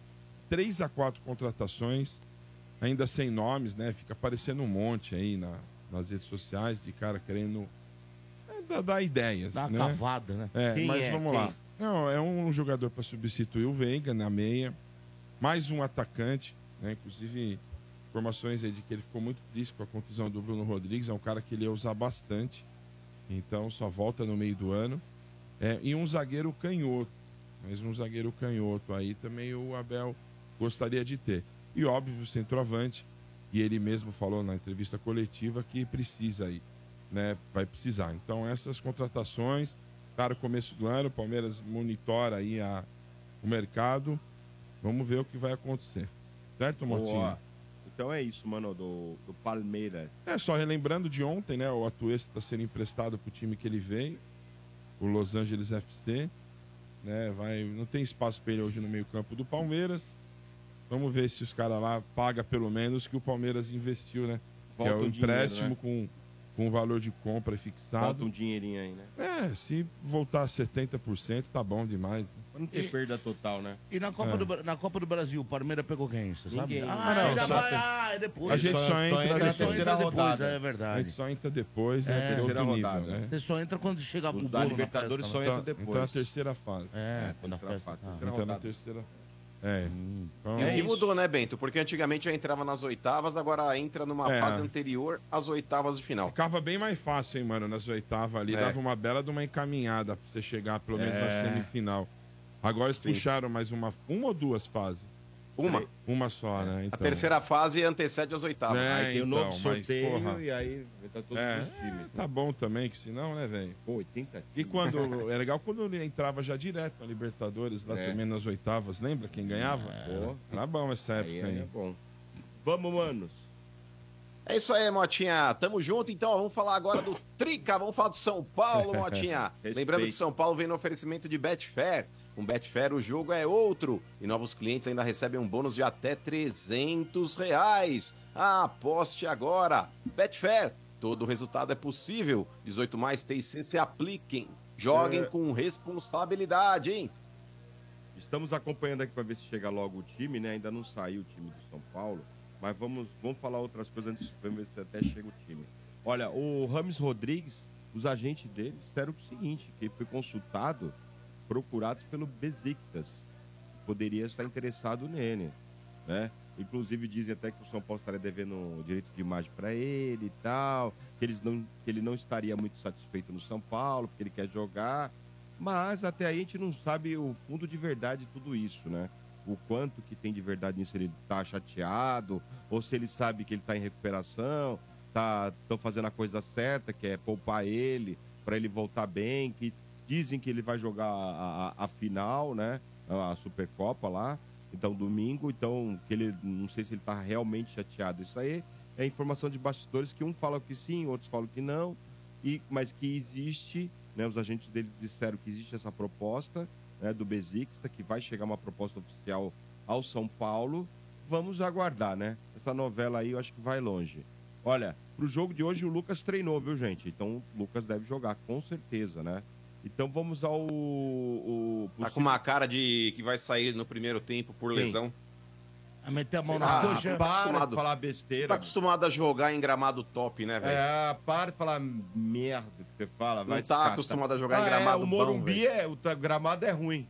[SPEAKER 4] 3 a 4 contratações, ainda sem nomes, né? Fica aparecendo um monte aí na- nas redes sociais de cara querendo é, dar, dar ideias,
[SPEAKER 3] Dá uma
[SPEAKER 4] né?
[SPEAKER 3] cavada, né?
[SPEAKER 4] É,
[SPEAKER 5] Quem
[SPEAKER 4] mas
[SPEAKER 5] é?
[SPEAKER 4] vamos
[SPEAKER 5] Quem?
[SPEAKER 4] lá. Não, é um jogador para substituir o Veiga na meia, mais um atacante, né? Inclusive, informações aí de que ele ficou muito triste com a contusão do Bruno Rodrigues, é um cara que ele ia usar bastante, então só volta no meio do ano. É, e um zagueiro canhoto, mas um zagueiro canhoto aí também o Abel gostaria de ter. E óbvio, o centroavante, e ele mesmo falou na entrevista coletiva que precisa aí, né? Vai precisar. Então, essas contratações, claro, começo do ano, o Palmeiras monitora aí a, o mercado. Vamos ver o que vai acontecer. Certo,
[SPEAKER 5] Ó,
[SPEAKER 4] Motinho?
[SPEAKER 5] Hum. Então é isso, mano, do, do Palmeiras.
[SPEAKER 4] É, só relembrando de ontem, né? O Atuesta está sendo emprestado para o time que ele veio, o Los Angeles FC. Né, vai, não tem espaço para ele hoje no meio-campo do Palmeiras. Vamos ver se os caras lá pagam pelo menos que o Palmeiras investiu, né? Que é
[SPEAKER 5] Volta
[SPEAKER 4] o
[SPEAKER 5] um dinheiro,
[SPEAKER 4] empréstimo com, com valor de compra
[SPEAKER 5] Falta
[SPEAKER 4] fixado.
[SPEAKER 5] um dinheirinho aí, né?
[SPEAKER 4] É, se voltar a 70%, tá bom demais. Né?
[SPEAKER 5] Pra não ter perda total, né?
[SPEAKER 3] E na Copa,
[SPEAKER 4] É.
[SPEAKER 3] do, Bra- na Copa do Brasil, o Palmeiras pegou quem? Você sabe?
[SPEAKER 5] Ninguém.
[SPEAKER 3] Ah,
[SPEAKER 4] Não,
[SPEAKER 3] ainda
[SPEAKER 4] só
[SPEAKER 3] vai,
[SPEAKER 5] tem-
[SPEAKER 3] ah, é depois.
[SPEAKER 4] A gente só entra
[SPEAKER 3] Só
[SPEAKER 4] na
[SPEAKER 3] entra
[SPEAKER 4] terceira
[SPEAKER 3] depois,
[SPEAKER 5] rodada.
[SPEAKER 3] é
[SPEAKER 4] A gente
[SPEAKER 3] verdade.
[SPEAKER 4] só entra depois, né?
[SPEAKER 3] É.
[SPEAKER 4] que é
[SPEAKER 5] Terceira
[SPEAKER 4] outro
[SPEAKER 5] rodada,
[SPEAKER 4] né?
[SPEAKER 3] Você só entra quando chega pro
[SPEAKER 5] Os
[SPEAKER 3] bolo
[SPEAKER 5] da
[SPEAKER 3] na
[SPEAKER 5] Libertadores
[SPEAKER 3] festa,
[SPEAKER 5] só
[SPEAKER 3] né?
[SPEAKER 4] Então,
[SPEAKER 5] entra depois.
[SPEAKER 4] então a terceira fase.
[SPEAKER 3] É, quando a
[SPEAKER 5] entra na
[SPEAKER 3] festa.
[SPEAKER 5] fase,
[SPEAKER 3] ah.
[SPEAKER 5] terceira
[SPEAKER 4] Entra na
[SPEAKER 5] rodada.
[SPEAKER 4] terceira. É. Então,
[SPEAKER 2] E
[SPEAKER 5] Tá É
[SPEAKER 2] aí
[SPEAKER 5] isso.
[SPEAKER 2] mudou, né, Bento? Porque antigamente já entrava nas oitavas, agora entra numa
[SPEAKER 4] É.
[SPEAKER 2] fase anterior às oitavas de final.
[SPEAKER 5] É,
[SPEAKER 4] Ficava bem mais fácil, hein, mano, nas oitavas ali.
[SPEAKER 2] É.
[SPEAKER 4] Dava uma bela de uma encaminhada pra você chegar, pelo menos, na
[SPEAKER 5] É.
[SPEAKER 4] semifinal. Agora eles
[SPEAKER 2] Sim.
[SPEAKER 4] puxaram mais uma, uma ou duas fases?
[SPEAKER 2] Uma.
[SPEAKER 5] então.
[SPEAKER 2] É.
[SPEAKER 4] Uma só, né?
[SPEAKER 2] A
[SPEAKER 4] Então,
[SPEAKER 2] terceira fase antecede as oitavas.
[SPEAKER 4] É,
[SPEAKER 5] Aí tem o
[SPEAKER 4] então,
[SPEAKER 5] novo
[SPEAKER 4] mas,
[SPEAKER 5] sorteio
[SPEAKER 4] porra.
[SPEAKER 5] e aí entra todos
[SPEAKER 4] É.
[SPEAKER 5] os times. né?
[SPEAKER 4] Tá bom também, que senão, né, velho?
[SPEAKER 5] Pô, 80
[SPEAKER 4] E
[SPEAKER 5] times.
[SPEAKER 4] quando. É legal quando ele entrava já direto na Libertadores, lá
[SPEAKER 5] É.
[SPEAKER 4] também nas oitavas, lembra quem ganhava?
[SPEAKER 5] Pô.
[SPEAKER 4] Era bom essa
[SPEAKER 5] Aí,
[SPEAKER 4] época
[SPEAKER 5] aí é
[SPEAKER 4] aí.
[SPEAKER 5] bom. Vamos, manos.
[SPEAKER 2] É isso aí, Motinha. Tamo junto. Então, ó, vamos falar agora do Trica. Vamos falar do São Paulo, Motinha.
[SPEAKER 5] Respeito.
[SPEAKER 2] Lembrando que São Paulo vem no oferecimento de Betfair. Com Betfair o jogo é outro. E novos clientes ainda recebem um bônus de até 300 reais. Aposte agora. Betfair. Todo resultado é possível. 18 mais TIC se apliquem. Joguem
[SPEAKER 5] É.
[SPEAKER 2] com responsabilidade, hein?
[SPEAKER 5] Estamos acompanhando aqui para ver se chega logo o time, né? Ainda não saiu o time do São Paulo, mas vamos, vamos falar outras coisas antes, vamos ver se até chega o time. Olha, o Rames Rodrigues, os agentes dele disseram o seguinte, que ele foi consultado, procurado pelo Besiktas. Poderia estar interessado nele, né? Inclusive dizem até que o São Paulo estaria devendo um direito de imagem para ele e tal, que, eles não, que ele não estaria muito satisfeito no São Paulo, porque ele quer jogar. Mas até aí a gente não sabe o fundo de verdade de tudo isso, né? O quanto que tem de verdade nisso, ele tá chateado, ou se ele sabe que ele tá em recuperação, tá tão fazendo a coisa certa, que é poupar ele, para ele voltar bem, que dizem que ele vai jogar a, a- a final, né? A Supercopa lá, então domingo, então que ele não sei se ele tá realmente chateado. Isso aí é informação de bastidores que um fala que sim, outros falam que não, e mas que existe, né? Os agentes dele disseram que existe essa proposta né, do Besiktas, que vai chegar uma proposta oficial ao São Paulo. Vamos aguardar, né? Essa novela aí eu acho que vai longe. Olha, pro jogo de hoje o Lucas treinou, viu, gente? Então o Lucas deve jogar, com certeza, né? Então vamos ao. O,
[SPEAKER 2] Tá com uma cara de que vai sair no primeiro tempo por
[SPEAKER 5] Quem?
[SPEAKER 2] lesão.
[SPEAKER 3] A meter a mão na
[SPEAKER 2] Ah,
[SPEAKER 3] coxa.
[SPEAKER 2] pá.
[SPEAKER 5] Para
[SPEAKER 2] acostumado.
[SPEAKER 5] de falar
[SPEAKER 2] Tá
[SPEAKER 5] besteira.
[SPEAKER 2] acostumado a jogar em gramado top, né, velho?
[SPEAKER 5] É, para de falar merda que você fala.
[SPEAKER 2] Não
[SPEAKER 5] vai te
[SPEAKER 2] tá
[SPEAKER 5] catar.
[SPEAKER 2] acostumado a jogar
[SPEAKER 5] Ah,
[SPEAKER 2] em
[SPEAKER 5] é,
[SPEAKER 2] gramado
[SPEAKER 5] o
[SPEAKER 2] bom,
[SPEAKER 5] Morumbi
[SPEAKER 2] velho.
[SPEAKER 5] é. O tra- gramado é ruim.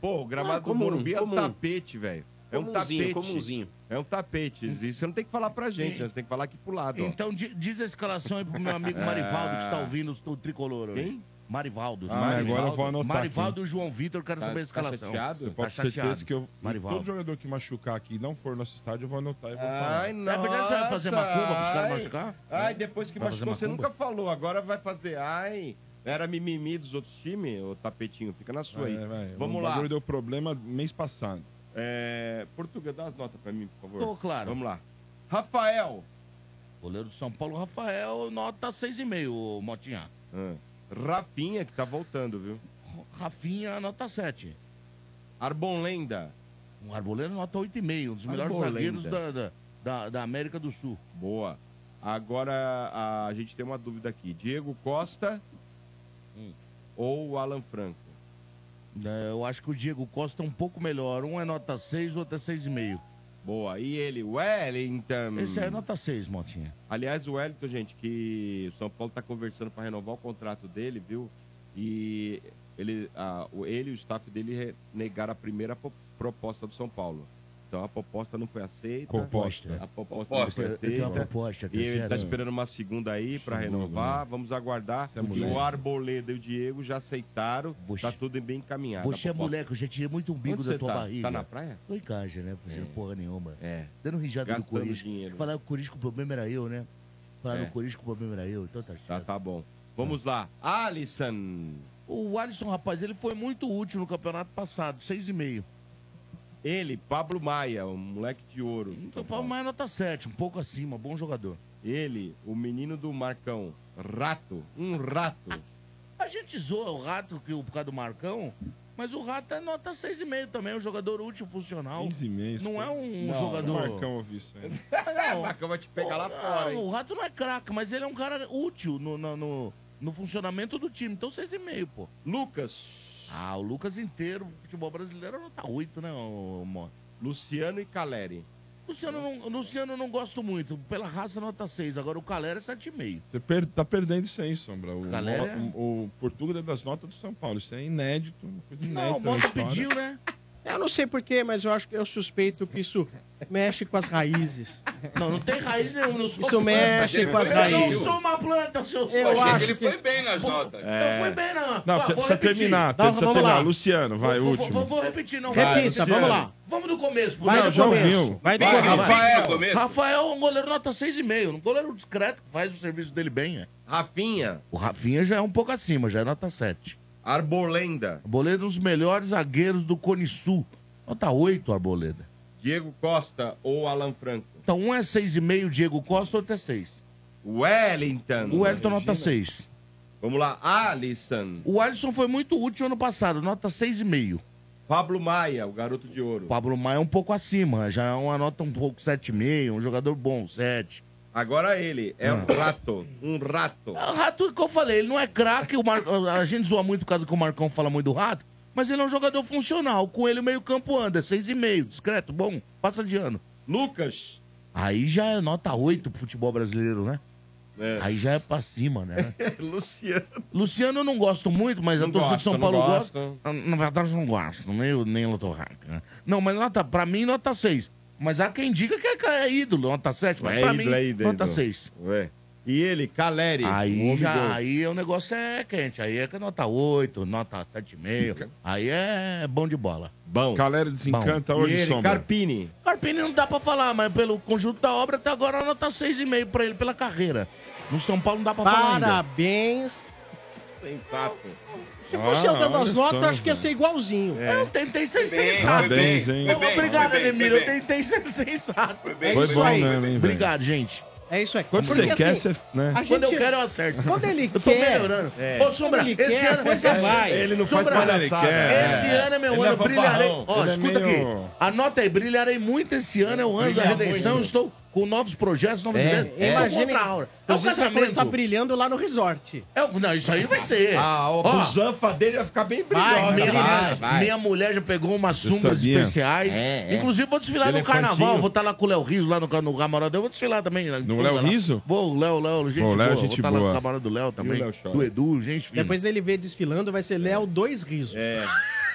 [SPEAKER 5] Pô, o gramado
[SPEAKER 2] Ah, comum,
[SPEAKER 5] do Morumbi é um
[SPEAKER 2] comum.
[SPEAKER 5] tapete, velho. É um
[SPEAKER 2] Comunzinho,
[SPEAKER 5] tapete.
[SPEAKER 2] comunzinho. Hum.
[SPEAKER 5] É um tapete. Isso você não tem que falar pra gente, né? Você tem que falar aqui pro lado. ó.
[SPEAKER 3] Então di- diz a escalação aí pro meu amigo
[SPEAKER 4] Ah.
[SPEAKER 3] Marivaldo que está ouvindo o tricolor hoje.
[SPEAKER 5] Quem?
[SPEAKER 3] Marivaldo.
[SPEAKER 4] Ah,
[SPEAKER 3] Marivaldo.
[SPEAKER 4] agora eu vou anotar
[SPEAKER 3] Marivaldo e João Vitor, eu quero
[SPEAKER 7] Tá-
[SPEAKER 3] saber a
[SPEAKER 7] tá
[SPEAKER 3] escalação.
[SPEAKER 7] chateado?
[SPEAKER 4] Você
[SPEAKER 7] Tá
[SPEAKER 4] pode ter certeza que eu.
[SPEAKER 3] Marivaldo.
[SPEAKER 4] Todo jogador que machucar aqui e não for no nosso estádio, eu vou anotar e vou falar.
[SPEAKER 5] Ai,
[SPEAKER 3] É
[SPEAKER 5] não.
[SPEAKER 3] verdade, você vai fazer macumba pros caras machucar?
[SPEAKER 2] É?
[SPEAKER 5] Ai, depois que
[SPEAKER 3] Vai
[SPEAKER 5] machucou,
[SPEAKER 3] fazer
[SPEAKER 5] você
[SPEAKER 3] macumba?
[SPEAKER 5] nunca falou. Agora vai fazer. Ai, era mimimi dos outros times, o tapetinho. Fica na sua aí.
[SPEAKER 4] É, vai.
[SPEAKER 5] Vamos
[SPEAKER 4] o
[SPEAKER 5] lá.
[SPEAKER 4] bagulho deu problema mês passado.
[SPEAKER 5] É, Portugal, dá as notas pra mim, por favor.
[SPEAKER 3] Tô, claro.
[SPEAKER 5] Vamos lá. Rafael.
[SPEAKER 3] Goleiro do São Paulo, Rafael, nota 6,5, ô, Motinha.
[SPEAKER 5] Ah, Rafinha, que tá voltando, viu?
[SPEAKER 3] Rafinha, nota 7.
[SPEAKER 5] Arbon Lenda.
[SPEAKER 3] Um arboleiro, nota 8,5. Um dos melhores
[SPEAKER 5] Arbolenda.
[SPEAKER 3] zagueiros da, da, da- da América do Sul.
[SPEAKER 5] Boa. Agora a, a gente tem uma dúvida aqui. Diego Costa
[SPEAKER 3] Hum.
[SPEAKER 5] ou Alan Franco?
[SPEAKER 3] É, eu acho que o Diego Costa é um pouco melhor. Um é nota 6, outro é 6,5.
[SPEAKER 5] Boa. E ele, Wellington.
[SPEAKER 3] Esse aí é nota 6, Motinha.
[SPEAKER 5] Aliás, o Wellington, gente, que o São Paulo tá conversando para renovar o contrato dele, viu? E ele, a- o- ele e o staff dele re- negaram a primeira po- proposta do São Paulo. Então a proposta não foi aceita.
[SPEAKER 3] Proposta.
[SPEAKER 5] A proposta não
[SPEAKER 8] Proposta.
[SPEAKER 5] foi
[SPEAKER 3] Eu, eu tenho uma
[SPEAKER 5] aceita.
[SPEAKER 3] proposta aqui,
[SPEAKER 5] um E ele tá
[SPEAKER 3] sério.
[SPEAKER 5] esperando uma segunda aí para
[SPEAKER 4] Isso é moleque,
[SPEAKER 5] renovar.
[SPEAKER 3] né?
[SPEAKER 5] Vamos aguardar.
[SPEAKER 4] Isso é
[SPEAKER 5] E
[SPEAKER 4] moleque.
[SPEAKER 5] o Arboleda e o Diego já aceitaram.
[SPEAKER 3] Você-
[SPEAKER 5] Tá tudo bem encaminhado.
[SPEAKER 3] Você
[SPEAKER 5] a
[SPEAKER 3] é
[SPEAKER 5] proposta.
[SPEAKER 3] moleque, eu já tirei muito umbigo
[SPEAKER 5] Onde
[SPEAKER 3] da
[SPEAKER 5] você
[SPEAKER 3] tua
[SPEAKER 5] tá?
[SPEAKER 3] barriga.
[SPEAKER 5] Tá na praia?
[SPEAKER 3] Tô em casa, né? Fazendo porra nenhuma.
[SPEAKER 5] É.
[SPEAKER 3] Dando risada do
[SPEAKER 5] Gastando
[SPEAKER 3] Corinthians.
[SPEAKER 5] dinheiro.
[SPEAKER 3] Falar que o Corinthians que o problema era eu, né? Falar
[SPEAKER 5] É.
[SPEAKER 3] no Corinthians que o problema era eu, então tá certo.
[SPEAKER 5] Tá, tá bom. Vamos lá. Alisson.
[SPEAKER 3] O Alisson, rapaz, ele foi muito útil no campeonato passado, 6,5.
[SPEAKER 5] Ele, Pablo Maia, um moleque de ouro. do
[SPEAKER 3] Então,
[SPEAKER 5] São
[SPEAKER 3] para
[SPEAKER 5] Paulo.
[SPEAKER 3] mais nota 7, um pouco acima, bom jogador.
[SPEAKER 5] Ele, o menino do Marcão. Rato. Um rato.
[SPEAKER 3] A gente zoa o Rato que, o- por causa do Marcão, mas o Rato é nota 6,5 também, é um jogador útil, funcional.
[SPEAKER 4] 15 meses.
[SPEAKER 3] Não é um
[SPEAKER 4] Não,
[SPEAKER 3] jogador...
[SPEAKER 4] O Marcão ouviu isso ainda.
[SPEAKER 3] Não,
[SPEAKER 5] É, Marcão vai te pegar lá
[SPEAKER 3] não,
[SPEAKER 5] fora, hein?
[SPEAKER 3] o Rato não é craque, mas ele é um cara útil no, no, no, no funcionamento do time, então 6,5, pô.
[SPEAKER 5] Lucas.
[SPEAKER 3] Ah, o Lucas inteiro, o futebol brasileiro é nota 8, né, ô, Mota?
[SPEAKER 5] Luciano e Caleri.
[SPEAKER 3] Luciano não, Luciano não gosto muito. Pela raça, nota 6. Agora o Calera é 7,5.
[SPEAKER 4] Você per- tá perdendo isso aí, Sombra. O,
[SPEAKER 3] Galera-
[SPEAKER 4] mo- o, o Portugal é das notas do São Paulo. Isso é inédito, uma coisa inédita.
[SPEAKER 3] Não, o
[SPEAKER 4] na
[SPEAKER 3] Mota
[SPEAKER 4] então, história.
[SPEAKER 3] pediu, né?
[SPEAKER 9] Eu não sei porquê, mas eu acho que eu suspeito que isso mexe com as raízes.
[SPEAKER 3] Não, não tem raiz nenhuma. Não sou
[SPEAKER 9] Isso mexe com as
[SPEAKER 3] Eu não
[SPEAKER 9] raízes.
[SPEAKER 3] sou uma planta, seu
[SPEAKER 9] Eu
[SPEAKER 3] só-
[SPEAKER 8] Eu
[SPEAKER 9] acho
[SPEAKER 8] acho que ele
[SPEAKER 9] que-
[SPEAKER 8] foi bem nas notas.
[SPEAKER 3] Não fui bem, não.
[SPEAKER 4] Não,
[SPEAKER 3] Ó,
[SPEAKER 4] precisa
[SPEAKER 3] vou
[SPEAKER 4] precisa
[SPEAKER 3] repetir.
[SPEAKER 4] terminar.
[SPEAKER 9] Dá-
[SPEAKER 4] precisa
[SPEAKER 9] vamos
[SPEAKER 4] terminar.
[SPEAKER 9] lá.
[SPEAKER 4] Luciano, vai,
[SPEAKER 3] Vou- vou,
[SPEAKER 4] último.
[SPEAKER 3] vou, vou repetir, não. vai.
[SPEAKER 9] Repita, vamos lá.
[SPEAKER 3] Vamos do começo. pô.
[SPEAKER 9] Vai
[SPEAKER 4] Não,
[SPEAKER 9] do
[SPEAKER 4] já
[SPEAKER 9] começo.
[SPEAKER 4] ouviu.
[SPEAKER 9] Vai do
[SPEAKER 8] Bem que ele
[SPEAKER 9] começo.
[SPEAKER 8] fique
[SPEAKER 5] Rafael.
[SPEAKER 8] no começo.
[SPEAKER 3] Rafael é um goleiro nota 6,5. Um goleiro discreto que faz o serviço dele bem, né?
[SPEAKER 5] Rafinha.
[SPEAKER 3] O Rafinha já é um pouco acima, já é nota 7.
[SPEAKER 5] Arbolenda.
[SPEAKER 3] Arboleda é um dos melhores zagueiros do Cone Sul. Nota 8, Arboleda.
[SPEAKER 5] Diego Costa ou Alan Franco.
[SPEAKER 3] Então, um é 6,5, Diego Costa, outro é 6.
[SPEAKER 5] Wellington.
[SPEAKER 3] O Wellington, nota 6.
[SPEAKER 5] Vamos lá. Alisson.
[SPEAKER 3] O Alisson foi muito útil ano passado, nota 6,5.
[SPEAKER 5] Pablo Maia, o garoto de ouro.
[SPEAKER 3] O Pablo Maia é um pouco acima, já é uma nota um pouco 7,5, um jogador bom, 7.
[SPEAKER 5] Agora ele é um
[SPEAKER 3] Ah.
[SPEAKER 5] rato. Um rato.
[SPEAKER 3] É O Rato, que eu falei, ele não é craque, o Mar- a gente zoa muito por causa que o Marcão fala muito do Rato, mas ele é um jogador funcional, com ele o meio campo anda, 6,5, discreto, bom, passa de ano.
[SPEAKER 5] Lucas.
[SPEAKER 3] Aí já é nota 8 pro futebol brasileiro, né? Aí já é pra cima, né?
[SPEAKER 5] Luciano.
[SPEAKER 3] Luciano eu não gosto muito, mas a
[SPEAKER 5] Não
[SPEAKER 3] torcida de São
[SPEAKER 5] gosta, não
[SPEAKER 3] Paulo
[SPEAKER 5] gosta.
[SPEAKER 3] gosta. Ah, Na verdade, eu não gosto, nem eu, nem o Lotorraca. né? Não, mas nota, pra mim, nota 6. Mas há quem diga que é, é ídolo, nota 7, mas
[SPEAKER 5] É
[SPEAKER 3] pra
[SPEAKER 5] ídolo,
[SPEAKER 3] mim,
[SPEAKER 5] é ídolo.
[SPEAKER 3] nota 6.
[SPEAKER 5] Ué. E ele, Caleri. o
[SPEAKER 3] Aí,
[SPEAKER 5] homem
[SPEAKER 3] já,
[SPEAKER 5] do-
[SPEAKER 3] aí o negócio é quente, aí é que é nota 8, nota 7,5, aí é bom de bola.
[SPEAKER 5] Bom.
[SPEAKER 4] Galera desencanta
[SPEAKER 3] Bom. E
[SPEAKER 4] hoje,
[SPEAKER 3] ele,
[SPEAKER 4] Sombra.
[SPEAKER 5] Carpini.
[SPEAKER 3] Carpini não dá pra falar, mas pelo conjunto da obra até agora nota 6,5 pra ele pela carreira. No São Paulo não dá pra falar ainda.
[SPEAKER 9] Parabéns.
[SPEAKER 5] Sensato.
[SPEAKER 9] Se fosse
[SPEAKER 1] é um
[SPEAKER 4] Ah,
[SPEAKER 9] eu dando
[SPEAKER 4] olha
[SPEAKER 9] as notas,
[SPEAKER 4] só,
[SPEAKER 9] acho que ia ser igualzinho.
[SPEAKER 3] Eu tentei ser
[SPEAKER 8] Foi bem,
[SPEAKER 3] sensato.
[SPEAKER 8] foi bem,
[SPEAKER 4] Parabéns, hein?
[SPEAKER 8] foi bem,
[SPEAKER 3] Obrigado,
[SPEAKER 8] foi bem,
[SPEAKER 3] Ademir. Eu
[SPEAKER 8] foi bem.
[SPEAKER 3] tentei ser sensato.
[SPEAKER 8] Foi bem,
[SPEAKER 9] Foi
[SPEAKER 8] foi
[SPEAKER 9] bom,
[SPEAKER 8] bem,
[SPEAKER 9] né,
[SPEAKER 8] foi bem.
[SPEAKER 3] Obrigado, gente.
[SPEAKER 9] É isso aí.
[SPEAKER 4] Quando
[SPEAKER 9] Porque,
[SPEAKER 4] você quer,
[SPEAKER 9] assim,
[SPEAKER 4] você. Né?
[SPEAKER 9] a gente,
[SPEAKER 3] Quando eu quero, eu acerto.
[SPEAKER 9] Quando ele
[SPEAKER 3] Eu tô
[SPEAKER 9] quer.
[SPEAKER 3] melhorando.
[SPEAKER 5] É.
[SPEAKER 3] Ô, Sombra,
[SPEAKER 9] Quando ele
[SPEAKER 3] esse
[SPEAKER 9] quer,
[SPEAKER 3] ano...
[SPEAKER 9] a coisa
[SPEAKER 3] esse-
[SPEAKER 9] vai.
[SPEAKER 5] Ele não
[SPEAKER 3] Sombra,
[SPEAKER 5] faz palhaçada.
[SPEAKER 4] quer.
[SPEAKER 3] Esse ano é meu
[SPEAKER 5] Ele
[SPEAKER 3] ano,
[SPEAKER 5] é
[SPEAKER 3] eu brilharei.
[SPEAKER 5] fanfarrão.
[SPEAKER 3] Ó,
[SPEAKER 4] Ele é
[SPEAKER 3] escuta
[SPEAKER 4] meio-
[SPEAKER 3] aqui. Anota aí, brilharei muito esse ano, é o ano da
[SPEAKER 5] Brilhar
[SPEAKER 3] redenção.
[SPEAKER 5] muito.
[SPEAKER 3] Estou com novos projetos, novos ideias.
[SPEAKER 9] É, Hum. Imagina.
[SPEAKER 3] É o
[SPEAKER 9] Inclusive, você vai começar
[SPEAKER 3] casamento.
[SPEAKER 9] brilhando lá no resort.
[SPEAKER 3] É o- Não, isso aí vai ser.
[SPEAKER 5] Ah,
[SPEAKER 3] Ó,
[SPEAKER 5] o busanfa dele vai ficar bem
[SPEAKER 9] Vai,
[SPEAKER 5] brilhosa.
[SPEAKER 3] minha,
[SPEAKER 9] vai,
[SPEAKER 3] minha mulher já pegou umas
[SPEAKER 4] Eu
[SPEAKER 3] sungas
[SPEAKER 4] sabia.
[SPEAKER 3] especiais.
[SPEAKER 7] É, é.
[SPEAKER 3] Inclusive, vou desfilar no
[SPEAKER 4] Elefantinho.
[SPEAKER 3] carnaval. Vou estar lá com o Léo Riso, lá no, ca- no camarote. Eu vou desfilar também. lá de
[SPEAKER 4] No
[SPEAKER 3] sunga
[SPEAKER 4] Léo
[SPEAKER 3] lá.
[SPEAKER 4] Riso?
[SPEAKER 3] Vou, o Léo, Léo, gente
[SPEAKER 4] Bom, o Léo é
[SPEAKER 3] boa.
[SPEAKER 4] gente
[SPEAKER 3] vou estar lá
[SPEAKER 4] boa.
[SPEAKER 3] no camarote do Léo também.
[SPEAKER 5] Léo Chora?
[SPEAKER 3] Do Edu, gente fina.
[SPEAKER 9] Depois ele vê desfilando, vai ser Léo dois risos.
[SPEAKER 5] É.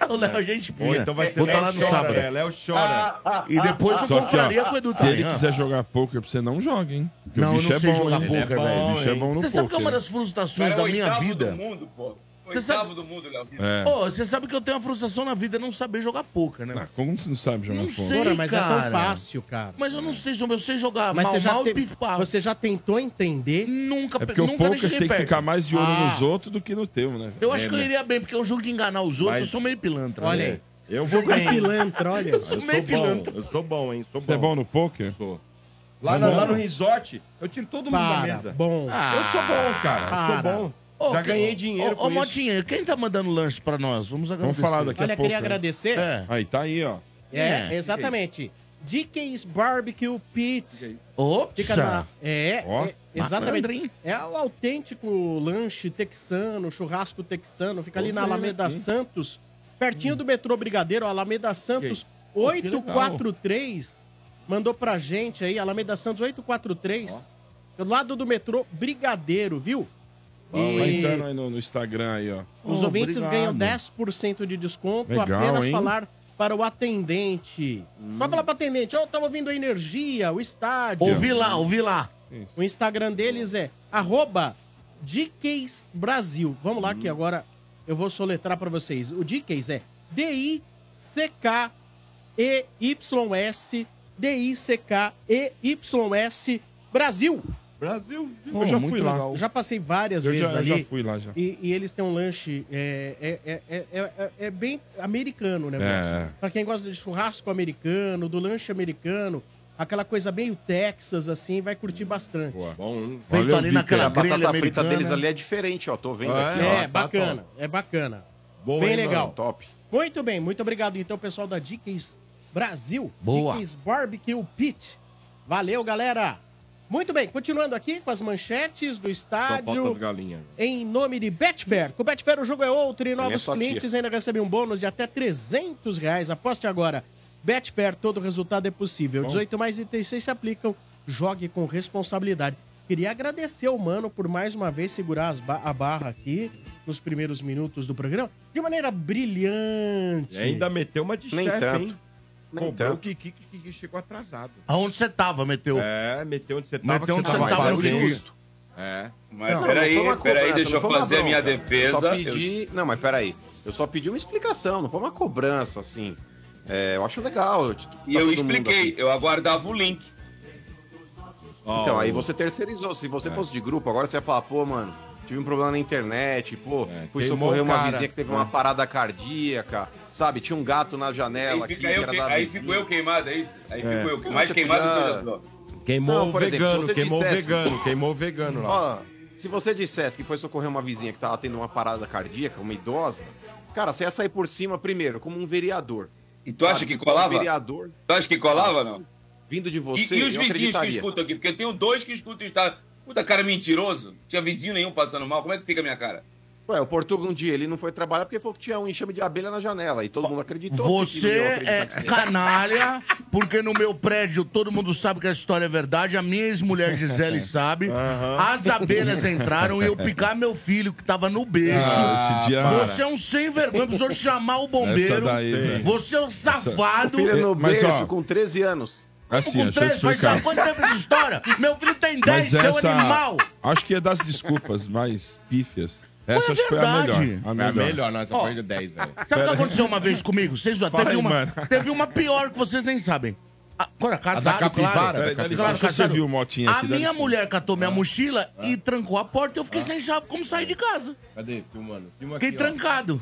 [SPEAKER 3] o Léo, é gente fina.
[SPEAKER 5] Ou então vai ser
[SPEAKER 3] vou estar
[SPEAKER 5] Léo
[SPEAKER 3] lá no
[SPEAKER 5] chora,
[SPEAKER 3] sábado.
[SPEAKER 5] né? Léo chora.
[SPEAKER 2] Ah,
[SPEAKER 3] E depois no
[SPEAKER 4] Só que,
[SPEAKER 3] confraria
[SPEAKER 4] ó,
[SPEAKER 3] com o Edu
[SPEAKER 4] Se ele
[SPEAKER 3] também, ó.
[SPEAKER 4] quiser jogar poker pra você, não joga, hein? Porque
[SPEAKER 3] Não,
[SPEAKER 4] o
[SPEAKER 3] eu
[SPEAKER 4] bicho
[SPEAKER 3] não
[SPEAKER 4] é
[SPEAKER 3] sei
[SPEAKER 4] bom,
[SPEAKER 3] jogar
[SPEAKER 4] hein?
[SPEAKER 3] poker,
[SPEAKER 5] Ele é
[SPEAKER 3] velho.
[SPEAKER 5] bom,
[SPEAKER 4] O bicho é bom no
[SPEAKER 3] Você
[SPEAKER 4] poker.
[SPEAKER 3] sabe que é uma das
[SPEAKER 8] Cara,
[SPEAKER 3] frustrações
[SPEAKER 8] é
[SPEAKER 3] da
[SPEAKER 8] o
[SPEAKER 3] minha
[SPEAKER 8] oitavo do
[SPEAKER 3] vida?
[SPEAKER 8] mundo, pô.
[SPEAKER 3] Você sabe-
[SPEAKER 8] Oitavo do mundo, Léo. Riso.
[SPEAKER 4] É.
[SPEAKER 3] Ô, você sabe que eu tenho uma frustração na vida, é não saber jogar poker, né?
[SPEAKER 4] Ah, como você não sabe jogar
[SPEAKER 3] Não
[SPEAKER 4] poker?
[SPEAKER 3] sei.
[SPEAKER 9] Porra, mas é
[SPEAKER 3] cara.
[SPEAKER 9] tão fácil, cara.
[SPEAKER 3] Mas eu não sei, se eu sei jogar
[SPEAKER 9] Mas
[SPEAKER 3] mal,
[SPEAKER 9] você, já
[SPEAKER 3] mal
[SPEAKER 9] te-
[SPEAKER 3] e pif-pau.
[SPEAKER 9] você já tentou entender?
[SPEAKER 3] Nunca,
[SPEAKER 4] É porque o
[SPEAKER 3] nunca
[SPEAKER 4] poker
[SPEAKER 3] deixei
[SPEAKER 4] você tem que
[SPEAKER 3] perto.
[SPEAKER 4] ficar mais de olho
[SPEAKER 9] Ah.
[SPEAKER 4] nos outros do que no teu, né?
[SPEAKER 3] Eu acho
[SPEAKER 5] É,
[SPEAKER 3] que eu
[SPEAKER 5] né?
[SPEAKER 3] iria bem, porque é um jogo de enganar os outros,
[SPEAKER 5] Mas-
[SPEAKER 3] eu sou meio pilantra.
[SPEAKER 9] Olha aí.
[SPEAKER 5] É. Eu vou
[SPEAKER 9] Jogo de
[SPEAKER 5] bem.
[SPEAKER 9] pilantra, olha.
[SPEAKER 3] Eu sou
[SPEAKER 5] Eu
[SPEAKER 3] meio
[SPEAKER 5] sou bom.
[SPEAKER 3] pilantra.
[SPEAKER 5] Eu sou bom, hein? Sou bom.
[SPEAKER 4] Você é bom no poker?
[SPEAKER 5] Sou. Lá, na- lá no resort, eu tiro todo mundo da
[SPEAKER 9] Para,
[SPEAKER 5] mesa.
[SPEAKER 9] bom.
[SPEAKER 5] Eu sou bom, cara.
[SPEAKER 9] Para.
[SPEAKER 5] Eu sou bom.
[SPEAKER 3] Ô,
[SPEAKER 5] Já
[SPEAKER 3] que-
[SPEAKER 5] ganhei dinheiro
[SPEAKER 3] Ô,
[SPEAKER 5] com
[SPEAKER 3] ô
[SPEAKER 5] isso.
[SPEAKER 3] Motinha, quem tá mandando lanche pra nós? Vamos agradecer.
[SPEAKER 4] Vamos falar daqui
[SPEAKER 9] Olha,
[SPEAKER 4] a pouco.
[SPEAKER 9] queria agradecer.
[SPEAKER 3] É.
[SPEAKER 4] Aí, tá aí, ó.
[SPEAKER 9] É, exatamente. DK's Barbecue Pit. Fica na.
[SPEAKER 3] Opa!
[SPEAKER 9] É,
[SPEAKER 4] Ó,
[SPEAKER 9] é, exatamente.
[SPEAKER 3] malandro, hein?
[SPEAKER 9] É o autêntico lanche texano, churrasco texano. Fica ali
[SPEAKER 4] Tô
[SPEAKER 9] na
[SPEAKER 4] vendo
[SPEAKER 9] Alameda
[SPEAKER 4] aqui. Hum.
[SPEAKER 9] Santos, pertinho do metrô Brigadeiro, Alameda Santos 843. Mandou pra gente aí, Alameda Santos 843. Do lado do metrô Brigadeiro, viu?
[SPEAKER 4] Vai entrando aí no, no Instagram aí, ó.
[SPEAKER 9] Os
[SPEAKER 3] Oh,
[SPEAKER 9] ouvintes
[SPEAKER 3] obrigado.
[SPEAKER 9] ganham 10% de desconto,
[SPEAKER 4] Legal,
[SPEAKER 9] apenas
[SPEAKER 4] hein? Hum.
[SPEAKER 9] falar para o atendente. Só falar para o atendente, ó, eu tava ouvindo a energia, o estádio.
[SPEAKER 3] Ouvi lá, ouvi lá.
[SPEAKER 9] O Instagram deles é arroba DKs Brasil. Vamos lá
[SPEAKER 4] Uhum.
[SPEAKER 9] que agora eu vou soletrar para vocês. O DKs é D-I-C-K-E-Y-S, D-I-C-K-E-Y-S Brasil.
[SPEAKER 5] Brasil.
[SPEAKER 4] eu já fui lá.
[SPEAKER 9] Já passei várias
[SPEAKER 4] Eu
[SPEAKER 9] vezes
[SPEAKER 4] já, eu
[SPEAKER 9] ali.
[SPEAKER 4] já fui lá já.
[SPEAKER 9] E, e eles têm um lanche. É, é- é, é, é, é- é bem americano, né?
[SPEAKER 4] É.
[SPEAKER 9] É. Pra quem gosta de churrasco americano, do lanche americano, aquela coisa meio Texas, assim, vai curtir bastante.
[SPEAKER 4] Boa.
[SPEAKER 5] Bom, hein?
[SPEAKER 3] Feito
[SPEAKER 4] Olha o
[SPEAKER 3] ali
[SPEAKER 4] bico
[SPEAKER 2] A
[SPEAKER 3] naquela grelha
[SPEAKER 2] batata frita
[SPEAKER 3] americana.
[SPEAKER 2] deles ali é diferente, ó. Tô vendo
[SPEAKER 5] Ah,
[SPEAKER 2] aqui, ó.
[SPEAKER 9] É,
[SPEAKER 5] tá
[SPEAKER 9] bacana, é bacana.
[SPEAKER 5] Bom,
[SPEAKER 9] bem
[SPEAKER 5] hein,
[SPEAKER 9] legal.
[SPEAKER 2] Top.
[SPEAKER 9] Muito bem, muito obrigado então, pessoal da Dickies Brasil.
[SPEAKER 3] Boa.
[SPEAKER 9] Dickies Barbecue Pit. Valeu, galera. Muito bem, continuando aqui com as manchetes do
[SPEAKER 5] Só Então, falta as
[SPEAKER 9] estádio.
[SPEAKER 5] galinhas.
[SPEAKER 9] em nome de Betfair. Com Betfair o jogo é outro e novos
[SPEAKER 2] sua tia.
[SPEAKER 9] clientes ainda recebem um bônus de até 300 reais. Aposte agora. Betfair, todo resultado é possível. 18 mais e 36 se aplicam. Jogue com responsabilidade. Queria agradecer ao Mano por mais uma vez segurar as ba- a barra aqui nos primeiros minutos do programa de maneira brilhante.
[SPEAKER 5] E ainda meteu uma de
[SPEAKER 2] Nem
[SPEAKER 5] chefe,
[SPEAKER 2] tanto.
[SPEAKER 5] hein?
[SPEAKER 2] Nem
[SPEAKER 5] Cobrou o
[SPEAKER 2] tanto.
[SPEAKER 5] Kiki que Kiki chegou atrasado.
[SPEAKER 3] Aonde você tava, meteu?
[SPEAKER 5] É, meteu onde você tava.
[SPEAKER 3] Meteu onde
[SPEAKER 5] que
[SPEAKER 3] você tava no
[SPEAKER 2] Vai fazer
[SPEAKER 5] fazendo.
[SPEAKER 3] discurso.
[SPEAKER 2] justo.
[SPEAKER 5] É.
[SPEAKER 8] Mas
[SPEAKER 2] Não,
[SPEAKER 8] peraí,
[SPEAKER 2] não foi uma
[SPEAKER 8] peraí,
[SPEAKER 2] cobrança,
[SPEAKER 8] deixa
[SPEAKER 2] não
[SPEAKER 8] eu
[SPEAKER 2] foi uma
[SPEAKER 8] fazer a minha
[SPEAKER 2] bronca.
[SPEAKER 8] defesa. Eu-
[SPEAKER 2] Só pedi. Não, mas peraí. Eu só pedi uma explicação, não foi uma cobrança, assim. É, eu acho legal. eu- pra
[SPEAKER 8] E eu
[SPEAKER 2] todo
[SPEAKER 8] expliquei,
[SPEAKER 2] mundo,
[SPEAKER 8] eu aguardava o link.
[SPEAKER 2] assim. Então, aí você terceirizou. Se
[SPEAKER 8] É.
[SPEAKER 2] você fosse de grupo, agora você ia falar, pô, mano, tive um problema na internet, pô,
[SPEAKER 5] É,
[SPEAKER 2] fui
[SPEAKER 5] queimou
[SPEAKER 2] socorrer
[SPEAKER 5] o
[SPEAKER 2] uma
[SPEAKER 5] cara.
[SPEAKER 2] vizinha que teve
[SPEAKER 8] É.
[SPEAKER 2] uma parada cardíaca, sabe? Tinha um gato na
[SPEAKER 8] Aí,
[SPEAKER 2] janela
[SPEAKER 8] fica eu, que- aí fico eu queimado, é isso? Aí fico eu, que- mais
[SPEAKER 2] Você
[SPEAKER 8] queimado
[SPEAKER 2] podia-
[SPEAKER 8] que eu já sou.
[SPEAKER 5] Queimou
[SPEAKER 2] Não,
[SPEAKER 5] o
[SPEAKER 2] por exemplo,
[SPEAKER 5] vegano,
[SPEAKER 2] se você
[SPEAKER 5] queimou o
[SPEAKER 2] dissesse-
[SPEAKER 5] vegano, queimou o vegano lá.
[SPEAKER 2] Ó, se você dissesse que foi socorrer uma vizinha que tava tendo uma parada cardíaca, uma idosa, cara, você ia sair por cima primeiro, como um vereador.
[SPEAKER 8] E tu acha
[SPEAKER 2] Sabe?
[SPEAKER 8] que
[SPEAKER 2] Como
[SPEAKER 8] colava?
[SPEAKER 2] Um vereador,
[SPEAKER 8] Tu acha que colava, não?
[SPEAKER 2] vindo de
[SPEAKER 8] E,
[SPEAKER 2] você,
[SPEAKER 8] e os
[SPEAKER 2] eu
[SPEAKER 8] vizinhos que
[SPEAKER 2] acreditaria.
[SPEAKER 8] escutam aqui? um, tá, Porque eu tenho dois que escutam o estado. Puta cara mentiroso. Tinha vizinho nenhum passando mal. Como é que fica a minha cara?
[SPEAKER 2] Ué, o Portuga um dia ele não foi trabalhar porque falou que tinha um enxame de abelha na janela e todo mundo acreditou. que
[SPEAKER 3] Você
[SPEAKER 2] iriam acreditar
[SPEAKER 3] é
[SPEAKER 2] que sim.
[SPEAKER 3] canalha, porque no meu prédio todo mundo sabe que a história é verdade, a minha ex-mulher Gisele sabe. As abelhas entraram e eu picar meu filho que tava no berço.
[SPEAKER 4] Ah, esse dia-
[SPEAKER 3] Você é um sem vergonha, precisou chamar o bombeiro.
[SPEAKER 4] Essa daí, velho.
[SPEAKER 3] Você é um safado.
[SPEAKER 2] Filha no
[SPEAKER 4] Mas, ó,
[SPEAKER 2] berço com 13 anos.
[SPEAKER 4] Assim,
[SPEAKER 3] com
[SPEAKER 4] deixa eu
[SPEAKER 3] 3, mas
[SPEAKER 4] explicar.
[SPEAKER 3] sabe quanto tempo essa história? Meu filho tem 10, seu é um animal.
[SPEAKER 4] Acho que é das desculpas mais pífias.
[SPEAKER 3] é
[SPEAKER 4] Essa acho que foi a
[SPEAKER 3] verdade.
[SPEAKER 4] melhor. A
[SPEAKER 7] É a
[SPEAKER 4] melhor.
[SPEAKER 7] melhor, nossa,
[SPEAKER 3] Ó.
[SPEAKER 7] foi de 10, velho.
[SPEAKER 3] Sabe o que aconteceu uma vez comigo? Vocês já
[SPEAKER 4] Fala
[SPEAKER 3] teve
[SPEAKER 4] aí,
[SPEAKER 3] uma,
[SPEAKER 4] mano.
[SPEAKER 3] teve uma pior que vocês nem sabem. Agora, casado,
[SPEAKER 7] capivara,
[SPEAKER 3] claro.
[SPEAKER 7] da
[SPEAKER 4] Peraí, dá licença.
[SPEAKER 3] Claro,
[SPEAKER 4] Deixa eu
[SPEAKER 3] casado.
[SPEAKER 4] servir o motinho
[SPEAKER 3] A
[SPEAKER 4] aqui, dá
[SPEAKER 3] minha
[SPEAKER 4] licença.
[SPEAKER 3] mulher catou
[SPEAKER 5] Ah,
[SPEAKER 3] minha mochila e trancou a porta e eu fiquei sem chave como sair de casa.
[SPEAKER 7] Cadê? Filmando. Filma
[SPEAKER 3] Fiquei
[SPEAKER 7] aqui, ó.
[SPEAKER 3] trancado.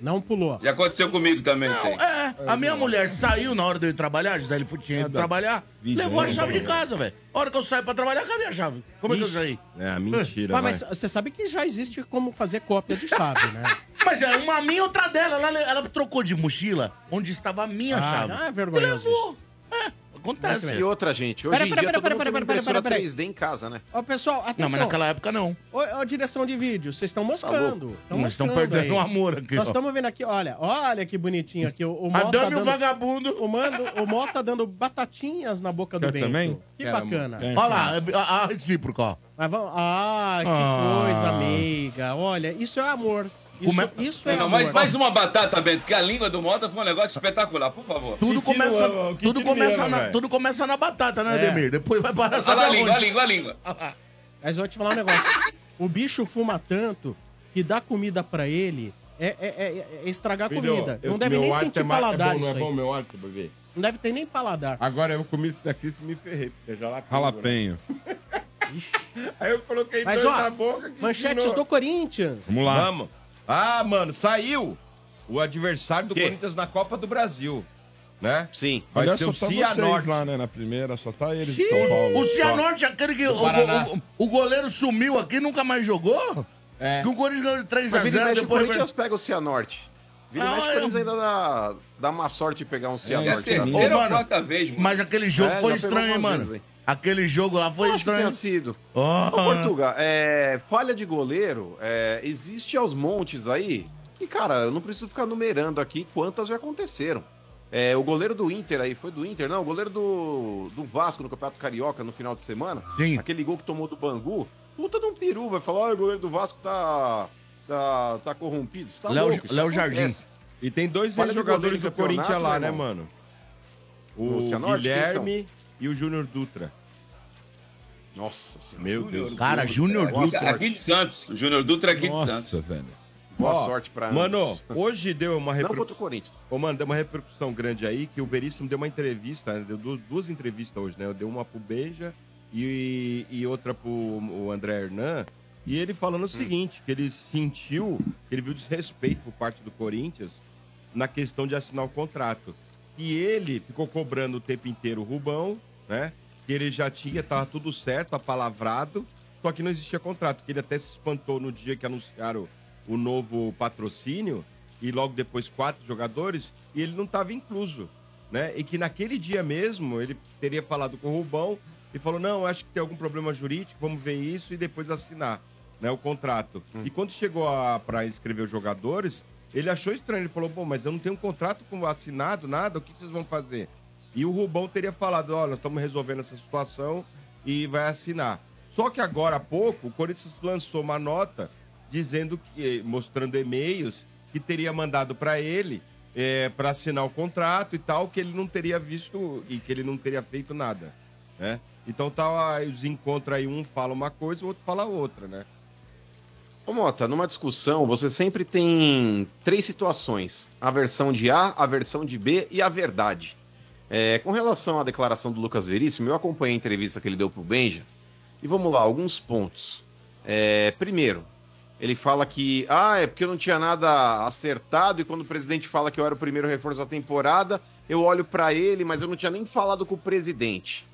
[SPEAKER 9] Não pulou.
[SPEAKER 8] Já aconteceu comigo também, isso aí.
[SPEAKER 3] É, a minha mulher saiu na hora de eu ir trabalhar, Gisele Futinha indo trabalhar,
[SPEAKER 5] né?
[SPEAKER 3] levou a chave de casa, velho. A hora que eu saio pra trabalhar, cadê a chave? Como é que eu saí?
[SPEAKER 5] É, mentira.
[SPEAKER 9] Ué,
[SPEAKER 5] vai.
[SPEAKER 9] mas você sabe que já existe como fazer cópia de chave, né?
[SPEAKER 3] Mas é uma minha e outra dela. Ela, ela trocou de mochila onde estava a minha
[SPEAKER 9] Ah,
[SPEAKER 3] chave.
[SPEAKER 9] ah, é
[SPEAKER 3] e
[SPEAKER 9] vergonhoso
[SPEAKER 3] levou. É, acontece.
[SPEAKER 2] E outra, gente, hoje
[SPEAKER 9] Pera,
[SPEAKER 2] em
[SPEAKER 9] pera,
[SPEAKER 2] dia
[SPEAKER 9] pera,
[SPEAKER 2] todo
[SPEAKER 9] pera,
[SPEAKER 2] mundo
[SPEAKER 9] pera,
[SPEAKER 2] tem uma
[SPEAKER 9] pera,
[SPEAKER 2] impressora
[SPEAKER 9] pera, pera.
[SPEAKER 2] 3D em casa, né?
[SPEAKER 9] Ó, pessoal, atenção.
[SPEAKER 3] Não, mas naquela época não.
[SPEAKER 9] Ô, ô, direção de vídeo, vocês estão moscando. Tão
[SPEAKER 3] Nós estamos
[SPEAKER 9] moscando
[SPEAKER 3] perdendo o
[SPEAKER 9] aí.
[SPEAKER 3] amor aqui.
[SPEAKER 9] Nós
[SPEAKER 3] ó.
[SPEAKER 9] estamos vendo aqui, olha, olha que bonitinho aqui. O, o Mó
[SPEAKER 3] A
[SPEAKER 9] tá
[SPEAKER 3] dama e o
[SPEAKER 9] dando-
[SPEAKER 3] vagabundo.
[SPEAKER 9] O, Mando, o Mó tá dando batatinhas na boca do
[SPEAKER 4] Quer
[SPEAKER 9] Bento.
[SPEAKER 4] também?
[SPEAKER 9] Que
[SPEAKER 7] Quero,
[SPEAKER 9] bacana.
[SPEAKER 5] É,
[SPEAKER 4] quero.
[SPEAKER 3] Olha lá, é, a, a recíproca, ó.
[SPEAKER 9] Mas vamos... Ah, que
[SPEAKER 3] Ah.
[SPEAKER 9] coisa, amiga. Olha, isso é amor. Isso
[SPEAKER 3] Como
[SPEAKER 9] é,
[SPEAKER 3] é-
[SPEAKER 9] isso é
[SPEAKER 8] Não,
[SPEAKER 9] amor.
[SPEAKER 8] mais, um. mais uma batata, Bento, porque a língua do Mota foi um negócio espetacular, por favor.
[SPEAKER 3] Tudo
[SPEAKER 5] Que tiro,
[SPEAKER 3] começa,
[SPEAKER 5] ó, que
[SPEAKER 3] tudo,
[SPEAKER 5] tiro
[SPEAKER 3] começa
[SPEAKER 5] mesmo,
[SPEAKER 3] na,
[SPEAKER 5] velho. É.
[SPEAKER 3] tudo começa na batata, né, Ademir? Depois vai para
[SPEAKER 8] Olha lá a
[SPEAKER 3] sabe
[SPEAKER 8] língua, a
[SPEAKER 3] aonde?
[SPEAKER 8] língua, a língua.
[SPEAKER 2] Ah,
[SPEAKER 9] Mas eu vou te falar um negócio. O bicho fuma tanto que dar comida pra ele é, é- é- é estragar a
[SPEAKER 5] Filho,
[SPEAKER 9] comida.
[SPEAKER 5] eu-
[SPEAKER 9] não deve
[SPEAKER 5] meu
[SPEAKER 9] nem
[SPEAKER 5] arte
[SPEAKER 9] sentir
[SPEAKER 5] é ma-
[SPEAKER 9] paladar
[SPEAKER 5] É bom,
[SPEAKER 9] isso
[SPEAKER 5] não é
[SPEAKER 9] aí.
[SPEAKER 5] bom meu arte, bebê?
[SPEAKER 9] Não deve ter nem paladar.
[SPEAKER 5] Agora eu comi isso daqui e me ferrei, porque é jalapeno.
[SPEAKER 4] Jalapenho.
[SPEAKER 5] né? Aí eu coloquei
[SPEAKER 9] Mas,
[SPEAKER 5] dois
[SPEAKER 9] ó,
[SPEAKER 5] na boca. que
[SPEAKER 9] Manchetes
[SPEAKER 5] de
[SPEAKER 9] do
[SPEAKER 5] novo.
[SPEAKER 9] Corinthians.
[SPEAKER 4] Vamos lá.
[SPEAKER 5] Vamos. Ah, mano, saiu o adversário do
[SPEAKER 2] Que?
[SPEAKER 5] Corinthians na Copa do Brasil, né?
[SPEAKER 2] Sim.
[SPEAKER 5] Vai
[SPEAKER 4] Aliás,
[SPEAKER 5] ser
[SPEAKER 4] só
[SPEAKER 5] o
[SPEAKER 4] tá vocês
[SPEAKER 5] Cianorte.
[SPEAKER 4] lá, né? Na primeira, só tá eles de São Paulo.
[SPEAKER 3] O Cianorte, aquele que o,
[SPEAKER 7] Paraná.
[SPEAKER 3] o- o goleiro sumiu aqui e nunca mais jogou?
[SPEAKER 7] É.
[SPEAKER 3] Que o Corinthians ganhou de
[SPEAKER 9] Tá
[SPEAKER 3] 3
[SPEAKER 2] Mas
[SPEAKER 3] a
[SPEAKER 2] vira e
[SPEAKER 3] 0
[SPEAKER 2] mexe, o
[SPEAKER 3] depois...
[SPEAKER 2] Corinthians pega o Cianorte. Vira e
[SPEAKER 3] Ah,
[SPEAKER 2] mexe, o
[SPEAKER 3] eu-
[SPEAKER 9] é.
[SPEAKER 2] Corinthians ainda dá, dá uma sorte de pegar um
[SPEAKER 8] É a
[SPEAKER 2] Cianorte.
[SPEAKER 4] sim.
[SPEAKER 2] né?
[SPEAKER 3] Ô,
[SPEAKER 8] terceira ou
[SPEAKER 3] mano,
[SPEAKER 8] quarta vez, mano.
[SPEAKER 3] Mas aquele jogo
[SPEAKER 2] É, já
[SPEAKER 3] foi
[SPEAKER 2] pegou
[SPEAKER 3] estranho, hein,
[SPEAKER 2] algumas
[SPEAKER 3] mano?
[SPEAKER 2] vezes, hein?
[SPEAKER 3] Aquele jogo lá foi
[SPEAKER 2] Acho que é assim.
[SPEAKER 3] estranho.
[SPEAKER 2] tenha sido.
[SPEAKER 3] Ó.
[SPEAKER 2] Ô, Portuga, é, falha de goleiro é, existe aos montes aí. E, cara, eu não preciso ficar numerando aqui quantas já aconteceram. É, o goleiro do Inter aí, foi do Inter, não, o goleiro do, do Vasco no Campeonato Carioca no final de semana.
[SPEAKER 3] Sim.
[SPEAKER 2] Aquele gol que tomou do Bangu. Puta de um peru, vai falar, ó, o goleiro do Vasco tá, tá, tá corrompido. Você Tá
[SPEAKER 3] Léo-
[SPEAKER 2] louco, isso
[SPEAKER 3] Léo
[SPEAKER 2] acontece.
[SPEAKER 3] Jardim.
[SPEAKER 5] E tem dois
[SPEAKER 2] Olha de
[SPEAKER 5] jogadores
[SPEAKER 2] goleiro
[SPEAKER 5] do
[SPEAKER 2] do campeonato,
[SPEAKER 5] Corinthians lá,
[SPEAKER 2] meu
[SPEAKER 5] né,
[SPEAKER 2] irmão?
[SPEAKER 5] mano? O
[SPEAKER 2] No Cianorte, quem
[SPEAKER 5] Guilherme e o Júnior Dutra.
[SPEAKER 2] Nossa senhora.
[SPEAKER 5] Meu Deus.
[SPEAKER 3] Cara, Júnior
[SPEAKER 2] Boa
[SPEAKER 3] Dutra.
[SPEAKER 2] sorte.
[SPEAKER 8] Aqui é de Santos, o Júnior Dutra é aqui de Santos.
[SPEAKER 4] Nossa, velho.
[SPEAKER 2] Boa
[SPEAKER 5] Ó,
[SPEAKER 2] sorte pra
[SPEAKER 5] Mano,
[SPEAKER 2] ambos.
[SPEAKER 5] hoje deu uma
[SPEAKER 2] Não
[SPEAKER 5] repercussão.
[SPEAKER 2] contra o Corinthians.
[SPEAKER 5] Ô, mano, deu uma repercussão grande aí que o Veríssimo deu uma entrevista, né? deu du- duas, entrevistas hoje, né? Eu dei uma pro Beija e, e outra pro o André Hernan. E ele falando o seguinte, que ele sentiu, que ele viu desrespeito por parte do Corinthians na questão de assinar o contrato. E ele ficou cobrando o tempo inteiro o Rubão, né? Que ele já tinha, tava tudo certo, apalavrado, só que não existia contrato. Que ele até se espantou no dia que anunciaram o novo patrocínio e logo depois quatro jogadores e ele não estava incluso, né? E que naquele dia mesmo ele teria falado com o Rubão e falou: "Não, acho que tem algum problema jurídico, vamos ver isso e depois assinar, né, o contrato". E quando chegou para inscrever os jogadores, ele achou estranho, ele falou: "Bom, mas eu não tenho um contrato com assinado, nada, o que vocês vão fazer?". E o Rubão teria falado: "Olha, estamos resolvendo essa situação e vai assinar". Só que agora há pouco o Corinthians lançou uma nota dizendo que mostrando e-mails que teria mandado para ele para assinar o contrato e tal que ele não teria visto e que ele não teria feito nada né então tá aí os encontros aí um fala uma coisa o outro fala outra né
[SPEAKER 2] Ô Mota, numa discussão, você sempre tem três situações: a versão de A, a versão de B e a verdade. É, com relação à declaração do Lucas Veríssimo, eu acompanhei a entrevista que ele deu pro Benja. E vamos lá, alguns pontos. É, primeiro, ele fala que, ah, é porque eu não tinha nada acertado e quando o presidente fala que eu era o primeiro reforço da temporada, eu olho pra ele, mas eu não tinha nem falado com o presidente.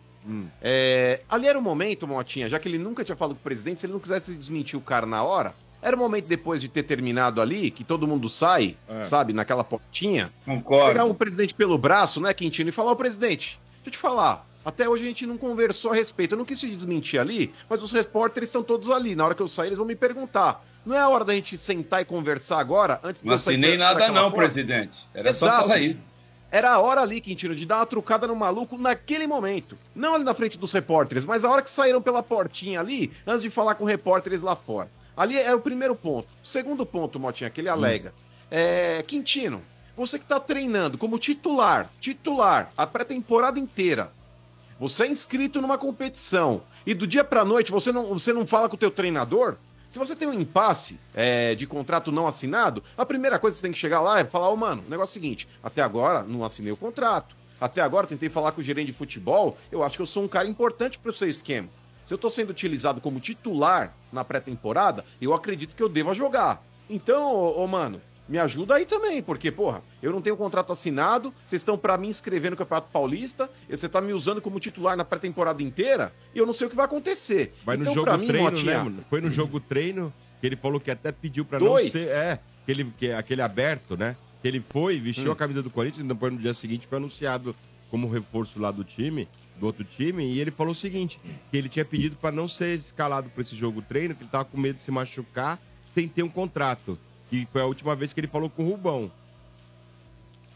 [SPEAKER 2] É, ali era o momento, Motinha, já que ele nunca tinha falado com o presidente, se ele não quisesse desmentir o cara na hora, era o momento depois de ter terminado ali, que todo mundo sai,
[SPEAKER 5] É.
[SPEAKER 2] sabe, naquela portinha, pegar o
[SPEAKER 8] Concordo.
[SPEAKER 2] presidente pelo braço, né, Quintino, e falar, ô presidente, deixa eu te falar, até hoje a gente não conversou a respeito, eu não quis te desmentir ali, mas os repórteres estão todos ali, na hora que eu sair eles vão me perguntar. Não é a hora da gente sentar e conversar agora, antes de
[SPEAKER 8] Não
[SPEAKER 2] eu sair
[SPEAKER 8] assinei
[SPEAKER 2] pra-
[SPEAKER 8] nada
[SPEAKER 2] daquela
[SPEAKER 8] não,
[SPEAKER 2] porta?
[SPEAKER 8] presidente. Era só falar isso.
[SPEAKER 2] Era a hora ali, Quintino, de dar uma trucada no maluco naquele momento. Não ali na frente dos repórteres, mas a hora que saíram pela portinha ali, antes de falar com repórteres lá fora. Ali era o primeiro ponto. O segundo ponto, Motinha, que ele alega. É, Quintino, você que está treinando como titular, titular, a pré-temporada inteira, você é inscrito numa competição e do dia pra noite você não, você não fala com o teu treinador? Se você tem um impasse é, de contrato não assinado, a primeira coisa que você tem que chegar lá é falar, ô mano, o negócio é o seguinte, até agora não assinei o contrato. Até agora eu tentei falar com o gerente de futebol, eu acho que eu sou um cara importante pro seu esquema. Se eu tô sendo utilizado como titular na pré-temporada, eu acredito que eu deva jogar. Então, ô, ô mano, me ajuda aí também, porque, porra, eu não tenho contrato assinado, vocês estão pra mim inscrever no Campeonato Paulista, e você tá me usando como titular na pré-temporada inteira, e eu não sei o que vai acontecer.
[SPEAKER 5] Vai no
[SPEAKER 2] então,
[SPEAKER 5] jogo
[SPEAKER 2] pra mim,
[SPEAKER 5] treino,
[SPEAKER 2] Motinha,
[SPEAKER 5] né, mano? Foi no jogo treino que ele falou que até pediu pra
[SPEAKER 2] Dois.
[SPEAKER 5] não ser. É, que ele, que, aquele aberto, né? Que ele foi,
[SPEAKER 2] Hum.
[SPEAKER 5] vestiu a camisa do Corinthians, depois no dia seguinte foi anunciado como reforço lá do time, do outro time, e ele falou o seguinte: que ele tinha pedido pra não ser escalado pra esse jogo treino, que ele tava com medo de se machucar sem ter um contrato. E foi a última vez que ele falou com o Rubão.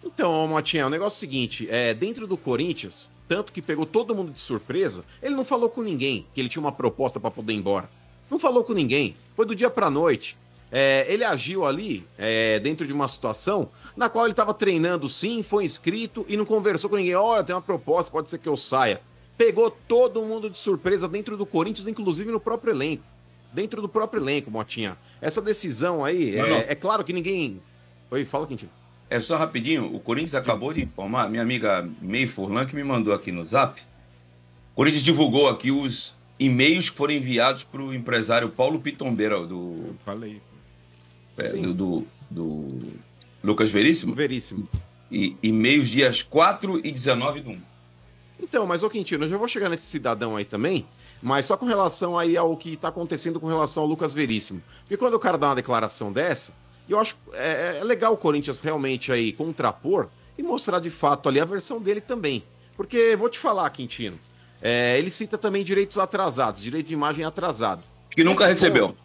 [SPEAKER 2] Então, ô, Motinha, o negócio é o seguinte: é, dentro do Corinthians, tanto que pegou todo mundo de surpresa, ele não falou com ninguém que ele tinha uma proposta pra poder ir embora. Não falou com ninguém. Foi do dia pra noite. É, ele agiu ali, é, dentro de uma situação na qual ele tava treinando sim, foi inscrito e não conversou com ninguém. Olha, tem uma proposta, pode ser que eu saia. Pegou todo mundo de surpresa dentro do Corinthians, inclusive no próprio elenco. Dentro do próprio elenco, Motinha. Essa decisão aí,
[SPEAKER 8] Mano.
[SPEAKER 2] é, é claro que ninguém. Oi, fala, Quintinho.
[SPEAKER 8] É só rapidinho, o Corinthians acabou de informar, minha amiga May Furlan, que me mandou aqui no zap. O Corinthians divulgou aqui os e-mails que foram enviados para o empresário Paulo Pitombeira, do,
[SPEAKER 5] Falei.
[SPEAKER 8] é, do, do- do Lucas Veríssimo.
[SPEAKER 2] Veríssimo.
[SPEAKER 8] E e-mails dias 4 e 19 do 1.
[SPEAKER 2] Então, mas ô Quintino, eu já vou chegar nesse cidadão aí também, mas só com relação aí ao que tá acontecendo com relação ao Lucas Veríssimo. Porque quando o cara dá uma declaração dessa, eu acho é, é legal o Corinthians realmente aí contrapor e mostrar de fato ali a versão dele também. Porque vou te falar, Quintino, é, ele cita também direitos atrasados, direito de imagem atrasado.
[SPEAKER 8] Que nunca
[SPEAKER 2] Esse
[SPEAKER 8] recebeu.
[SPEAKER 2] ponto-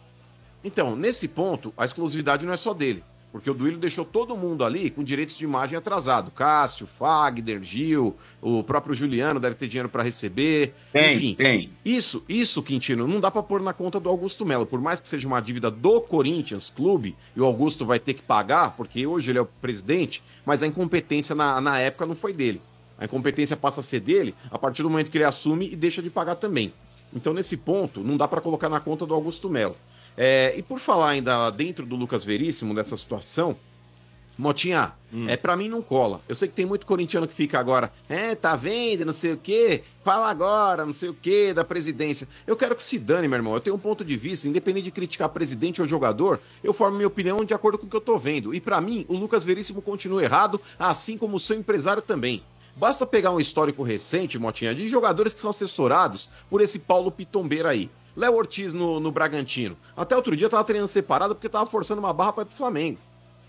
[SPEAKER 2] então, nesse ponto, a exclusividade não é só dele, porque o Duílio deixou todo mundo ali com direitos de imagem atrasado. Cássio, Fagner, Gil, o próprio Juliano deve ter dinheiro para receber.
[SPEAKER 8] Tem, tem.
[SPEAKER 2] Isso, isso, Quintino, não dá pra pôr na conta do Augusto Melo. Por mais que seja uma dívida do Corinthians Clube, e o Augusto vai ter que pagar, porque hoje ele é o presidente, mas a incompetência na, na época não foi dele. A incompetência passa a ser dele a partir do momento que ele assume e deixa de pagar também. Então, nesse ponto, não dá pra colocar na conta do Augusto Melo. É, e por falar ainda dentro do Lucas Veríssimo, dessa situação, Motinha, é pra mim não cola. Eu sei que tem muito corintiano que fica agora, é, tá vendo, não sei o quê, fala agora, não sei o quê, da presidência. Eu quero que se dane, meu irmão. Eu tenho um ponto de vista, independente de criticar presidente ou jogador, eu formo minha opinião de acordo com o que eu tô vendo. E pra mim, o Lucas Veríssimo continua errado, assim como o seu empresário também. Basta pegar um histórico recente, Motinha, de jogadores que são assessorados por esse Paulo Pitombeira aí. Léo Ortiz no, no Bragantino. Até outro dia tava treinando separado porque tava forçando uma barra pra ir pro Flamengo.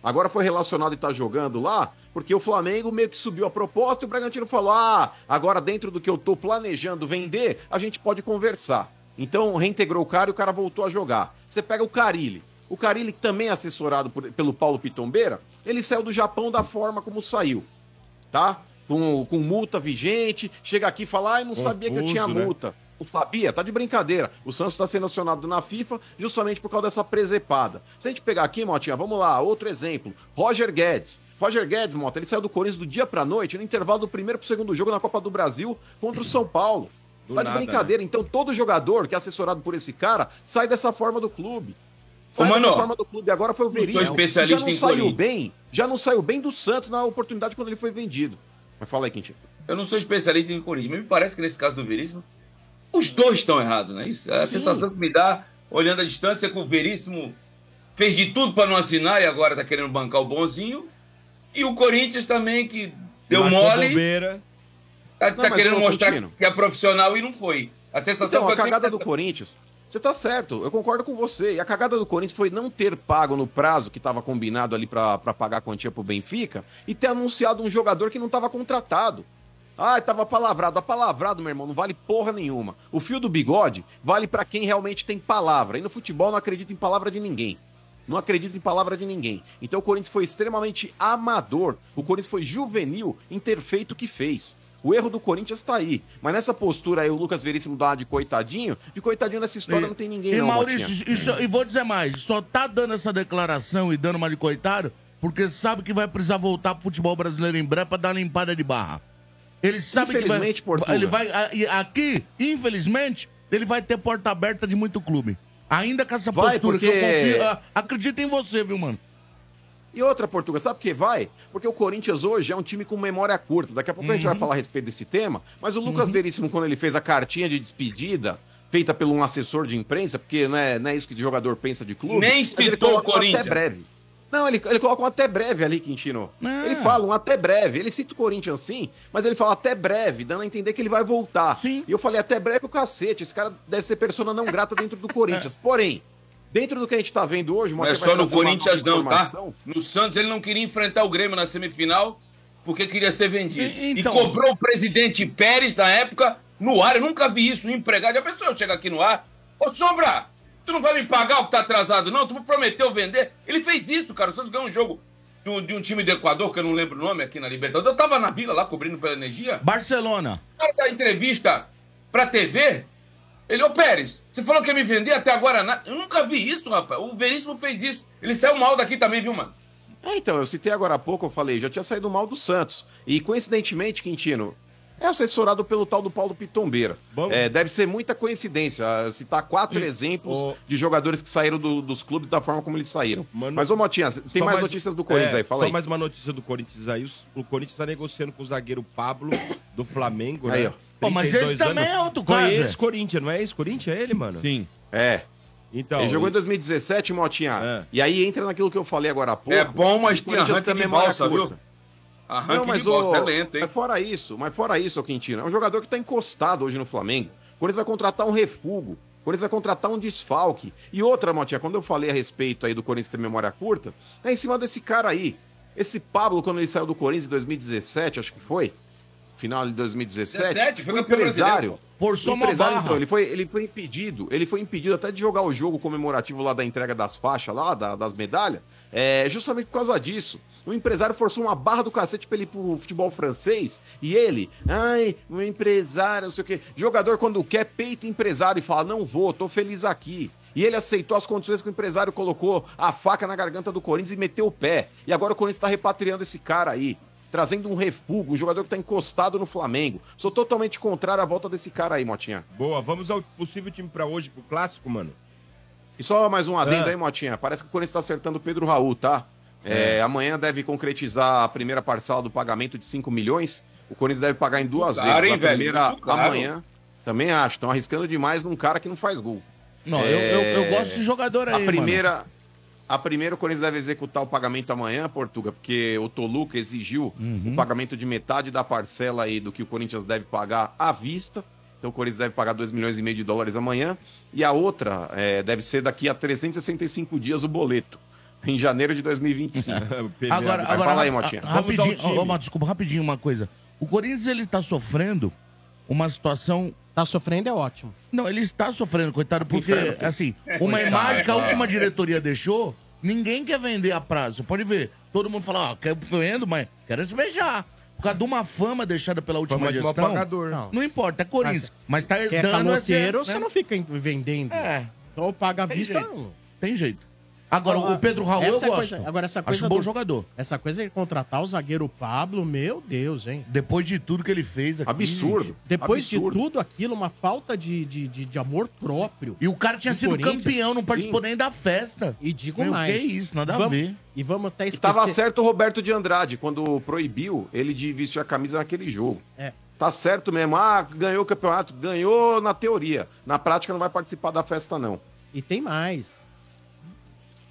[SPEAKER 2] Agora foi relacionado e tá jogando lá, porque o Flamengo meio que subiu a proposta e o Bragantino falou: ah, agora dentro do que eu tô planejando vender, a gente pode conversar. Então reintegrou o cara e o cara voltou a jogar. Você pega o Carilli. O Carilli, que também é assessorado por- pelo Paulo Pitombeira, ele saiu do Japão da forma como saiu, tá? Com, com multa vigente, chega aqui e fala: ai, não sabia que eu tinha
[SPEAKER 5] Confuso, né?
[SPEAKER 2] multa multa. O Sabia, tá de brincadeira. O Santos está sendo acionado na FIFA justamente por causa dessa presepada. Se a gente pegar aqui, Motinha, vamos lá, outro exemplo. Roger Guedes. Roger Guedes, Mota, ele saiu do Corinthians do dia pra noite, no intervalo do primeiro pro segundo jogo na Copa do Brasil contra o São Paulo.
[SPEAKER 5] Do
[SPEAKER 2] tá de
[SPEAKER 5] nada, né?
[SPEAKER 2] brincadeira. Então todo jogador que é assessorado por esse cara sai dessa forma do clube.
[SPEAKER 8] Ô,
[SPEAKER 2] Sai dessa
[SPEAKER 8] Mano,
[SPEAKER 2] forma do clube. Agora foi o
[SPEAKER 8] sou
[SPEAKER 2] Veríssimo. que
[SPEAKER 8] especialista
[SPEAKER 2] já não
[SPEAKER 8] em
[SPEAKER 2] saiu
[SPEAKER 8] Corinthians.
[SPEAKER 2] bem. Já não saiu bem do Santos na oportunidade quando ele foi vendido. Mas fala aí, Quintinho.
[SPEAKER 8] Eu não sou especialista em Corinthians, mas me parece que nesse caso do Veríssimo, os dois estão errados, não é isso? É A sensação que me dá, olhando a distância, é que o Veríssimo fez de tudo para não assinar e agora está querendo bancar o bonzinho. E o Corinthians também, que deu
[SPEAKER 5] Marcou
[SPEAKER 8] mole,
[SPEAKER 5] bobeira.
[SPEAKER 8] está
[SPEAKER 2] Não, mas,
[SPEAKER 8] querendo
[SPEAKER 2] ô,
[SPEAKER 8] mostrar
[SPEAKER 2] Coutinho.
[SPEAKER 8] que é profissional e não foi. A sensação
[SPEAKER 2] Então,
[SPEAKER 8] que
[SPEAKER 2] a
[SPEAKER 8] eu tenho é
[SPEAKER 2] cagada do Corinthians, você tá certo, eu concordo com você. E a cagada do Corinthians foi não ter pago no prazo que tava combinado ali pra pra pagar a quantia pro Benfica e ter anunciado um jogador que não tava contratado. Ah, tava palavrado. A palavrado, meu irmão, não vale porra nenhuma. O fio do bigode vale pra quem realmente tem palavra. E no futebol não acredito em palavra de ninguém. não acredito em palavra de ninguém. Então o Corinthians foi extremamente amador, o Corinthians foi juvenil em ter feito o que fez. O erro do Corinthians tá aí. Mas nessa postura aí, o Lucas Veríssimo dá uma de coitadinho. De coitadinho nessa história não tem ninguém,
[SPEAKER 3] E
[SPEAKER 2] não,
[SPEAKER 3] Maurício,
[SPEAKER 2] Botinha.
[SPEAKER 3] isso- e vou dizer mais, só tá dando essa declaração e dando uma de coitado, porque sabe que vai precisar voltar pro futebol brasileiro em breve pra dar uma limpada de barra. Ele sabe
[SPEAKER 2] Infelizmente,
[SPEAKER 3] que vai,
[SPEAKER 2] Portuga.
[SPEAKER 3] ele vai a- e aqui, infelizmente, ele vai ter porta aberta de muito clube. Ainda com essa
[SPEAKER 2] Vai,
[SPEAKER 3] postura que eu
[SPEAKER 2] porque-
[SPEAKER 3] confio, ah, acredito em você, viu, mano?
[SPEAKER 2] E outra, Portuga, sabe por que vai? Porque o Corinthians hoje é um time com memória curta. Daqui a pouco a gente vai
[SPEAKER 8] Uhum.
[SPEAKER 2] falar a respeito desse tema. Mas o Lucas Veríssimo, quando ele fez a cartinha de despedida, feita por um assessor de imprensa, porque não é, não é isso que o jogador pensa de clube.
[SPEAKER 8] Nem
[SPEAKER 2] mas ele
[SPEAKER 8] citou o
[SPEAKER 2] coloca um
[SPEAKER 8] Corinthians.
[SPEAKER 2] Até breve. Não, ele, ele coloca um até breve ali, Quintino.
[SPEAKER 8] Ah.
[SPEAKER 2] Ele fala um até breve. Ele cita o Corinthians sim, mas ele fala até breve, dando a entender que ele vai voltar.
[SPEAKER 3] Sim.
[SPEAKER 2] E eu falei até breve o cacete. Esse cara deve ser persona não grata dentro do Corinthians. Porém, dentro do que a gente tá vendo hoje,
[SPEAKER 8] Não é
[SPEAKER 2] Motinha vai
[SPEAKER 8] só no
[SPEAKER 2] trazer uma
[SPEAKER 8] Corinthians,
[SPEAKER 2] nova
[SPEAKER 8] não, tá?
[SPEAKER 2] informação.
[SPEAKER 8] No Santos ele não queria enfrentar o Grêmio na semifinal porque queria ser vendido.
[SPEAKER 3] E-
[SPEAKER 8] E
[SPEAKER 3] então-
[SPEAKER 8] cobrou o presidente Pérez na época no ar. Eu nunca vi isso, um empregado. Já pensou eu chegar aqui no ar? Ô Sombra, tu não vai me pagar o que tá atrasado, não? Tu me prometeu vender? Ele fez isso, cara. O Santos ganhou um jogo de um, de um time do Equador, que eu não lembro o nome aqui na Libertadores. Eu tava na vila lá cobrindo pela energia
[SPEAKER 3] Barcelona.
[SPEAKER 8] cara da entrevista pra TV, ele, ô Pérez, você falou que ia me vender até agora. na- Eu nunca vi isso, rapaz. O Veríssimo fez isso. Ele saiu mal daqui também, viu, mano?
[SPEAKER 2] É, então, eu citei agora há pouco, eu falei, já tinha saído mal do Santos. E coincidentemente, Quintino, é assessorado pelo tal do Paulo Pitombeira.
[SPEAKER 5] Bom.
[SPEAKER 2] É, deve ser muita coincidência ah, citar quatro exemplos
[SPEAKER 5] ô.
[SPEAKER 2] de jogadores que saíram do- dos clubes da forma como eles saíram.
[SPEAKER 5] Mano-
[SPEAKER 2] Mas, ô Motinha, tem
[SPEAKER 5] Só
[SPEAKER 2] mais, notícias do Corinthians
[SPEAKER 5] é,
[SPEAKER 2] aí, fala
[SPEAKER 5] só
[SPEAKER 2] aí.
[SPEAKER 5] mais uma notícia do Corinthians aí. os- O Corinthians está negociando com o zagueiro Pablo do Flamengo, né?
[SPEAKER 2] Aí, ó.
[SPEAKER 3] Pô, mas
[SPEAKER 5] 32
[SPEAKER 3] esse também é outro caso,
[SPEAKER 5] Foi
[SPEAKER 3] é.
[SPEAKER 5] ex-Corinthians, não é ex-Corinthians? É ele, mano?
[SPEAKER 4] Sim.
[SPEAKER 2] É,
[SPEAKER 5] Então,
[SPEAKER 2] ele jogou em 2017, Motinha.
[SPEAKER 5] É.
[SPEAKER 2] E aí entra naquilo que eu falei agora há pouco.
[SPEAKER 8] É bom, mas
[SPEAKER 2] O
[SPEAKER 8] tem arranque de
[SPEAKER 2] é memória
[SPEAKER 8] balsa, viu?
[SPEAKER 2] curta.
[SPEAKER 8] Arranque
[SPEAKER 2] Não, mas,
[SPEAKER 8] de bola,
[SPEAKER 2] o...
[SPEAKER 8] é lento, hein?
[SPEAKER 2] mas fora isso, mas fora isso, ô Quintino, é um jogador que tá encostado hoje no Flamengo. O Corinthians vai contratar um refugo. O Corinthians vai contratar um desfalque. E outra, Motinha, quando eu falei a respeito aí do Corinthians ter memória curta, é em cima desse cara aí. Esse Pablo, quando ele saiu do Corinthians em 2017, acho que foi, final de 2017,
[SPEAKER 8] 17, foi
[SPEAKER 2] o
[SPEAKER 8] campeão brasileiro,
[SPEAKER 2] empresário...
[SPEAKER 8] pô.
[SPEAKER 3] Forçou
[SPEAKER 2] o
[SPEAKER 3] uma
[SPEAKER 2] empresário,
[SPEAKER 3] barra.
[SPEAKER 2] então, ele foi, ele foi impedido, ele foi impedido até de jogar o jogo comemorativo lá da entrega das faixas lá, da- das medalhas, é, justamente por causa disso. O empresário forçou uma barra do cacete pra ele ir pro futebol francês e ele, ai, o empresário, não sei o quê. Jogador quando quer, peita empresário e fala, não vou, tô feliz aqui. E ele aceitou as condições que o empresário colocou a faca na garganta do Corinthians e meteu o pé. E agora o Corinthians tá repatriando esse cara aí trazendo um refúgio, um jogador que tá encostado no Flamengo. Sou totalmente contrário à volta desse cara aí, Motinha.
[SPEAKER 5] boa. Vamos ao possível time pra hoje, pro clássico, mano.
[SPEAKER 2] E só mais um adendo
[SPEAKER 5] Ah.
[SPEAKER 2] aí, Motinha. Parece que o Corinthians tá acertando o Pedro Raul, tá? É, Amanhã deve concretizar a primeira parcela do pagamento de 5 milhões. O Corinthians deve pagar em duas
[SPEAKER 8] Claro,
[SPEAKER 2] vezes.
[SPEAKER 8] hein,
[SPEAKER 2] a
[SPEAKER 8] velho?
[SPEAKER 2] primeira
[SPEAKER 8] Muito claro.
[SPEAKER 2] amanhã. Também acho. Estão arriscando demais num cara que não faz gol.
[SPEAKER 3] Não,
[SPEAKER 2] É.
[SPEAKER 3] eu, eu- eu gosto desse jogador aí,
[SPEAKER 2] a primeira, a primeira o Corinthians deve executar o pagamento amanhã, Portuga, porque o Toluca exigiu
[SPEAKER 9] Uhum.
[SPEAKER 2] o pagamento de metade da parcela aí do que o Corinthians deve pagar à vista. Então o Corinthians deve pagar 2 milhões e meio de dólares amanhã. E a outra é, deve ser daqui a 365 dias o boleto, em janeiro de 2025.
[SPEAKER 3] mano. Agora,
[SPEAKER 2] Vai,
[SPEAKER 3] agora
[SPEAKER 2] fala aí, Motinha.
[SPEAKER 3] a- a-
[SPEAKER 5] Vamos ao
[SPEAKER 3] rapidinho,
[SPEAKER 5] time.
[SPEAKER 3] ó, ó, Matos, desculpa, rapidinho uma coisa. O Corinthians ele tá sofrendo uma situação
[SPEAKER 9] Tá sofrendo é ótimo.
[SPEAKER 3] Não, ele está sofrendo, coitado, porque, assim, uma
[SPEAKER 8] coitado,
[SPEAKER 3] imagem que a
[SPEAKER 8] é.
[SPEAKER 3] última diretoria deixou, ninguém quer vender a prazo. Pode ver, todo mundo fala, ó, quero vendo, mas quero se beijar. Por causa de uma fama deixada pela última
[SPEAKER 5] Fama de mau
[SPEAKER 3] gestão.
[SPEAKER 5] pagador.
[SPEAKER 3] Não, não importa, é Corinthians. Mas, tá
[SPEAKER 9] Quer
[SPEAKER 3] herdando esse.
[SPEAKER 9] caloteiro,
[SPEAKER 3] né?
[SPEAKER 9] você não fica em- vendendo.
[SPEAKER 3] É,
[SPEAKER 9] Ou paga à
[SPEAKER 3] Tem
[SPEAKER 9] vista,
[SPEAKER 3] jeito.
[SPEAKER 9] não.
[SPEAKER 3] tem jeito. Agora,
[SPEAKER 9] Agora,
[SPEAKER 3] o Pedro Raul eu
[SPEAKER 9] essa é
[SPEAKER 3] gosto.
[SPEAKER 9] a coisa- agora, essa
[SPEAKER 3] Acho
[SPEAKER 9] coisa
[SPEAKER 3] um bom
[SPEAKER 9] do-
[SPEAKER 3] jogador.
[SPEAKER 9] Essa coisa de contratar o zagueiro Pablo, meu Deus, hein?
[SPEAKER 3] Depois de tudo que ele fez aqui.
[SPEAKER 2] Absurdo.
[SPEAKER 9] Depois
[SPEAKER 2] absurdo.
[SPEAKER 9] de tudo aquilo, uma falta de, de, de, de amor próprio.
[SPEAKER 3] E o cara tinha
[SPEAKER 9] Do
[SPEAKER 3] sido
[SPEAKER 9] Corinthians,
[SPEAKER 3] campeão, não participou nem da festa.
[SPEAKER 9] E digo
[SPEAKER 3] Meu,
[SPEAKER 9] mais.
[SPEAKER 3] que isso, nada a
[SPEAKER 9] vamos-
[SPEAKER 3] ver.
[SPEAKER 9] E vamos até
[SPEAKER 2] E
[SPEAKER 9] esquecer.
[SPEAKER 2] tava certo o Roberto de Andrade quando proibiu ele de vestir a camisa naquele jogo.
[SPEAKER 9] É.
[SPEAKER 2] Tá certo mesmo. Ah, ganhou o campeonato. Ganhou na teoria. Na prática não vai participar da festa, não.
[SPEAKER 9] E tem mais.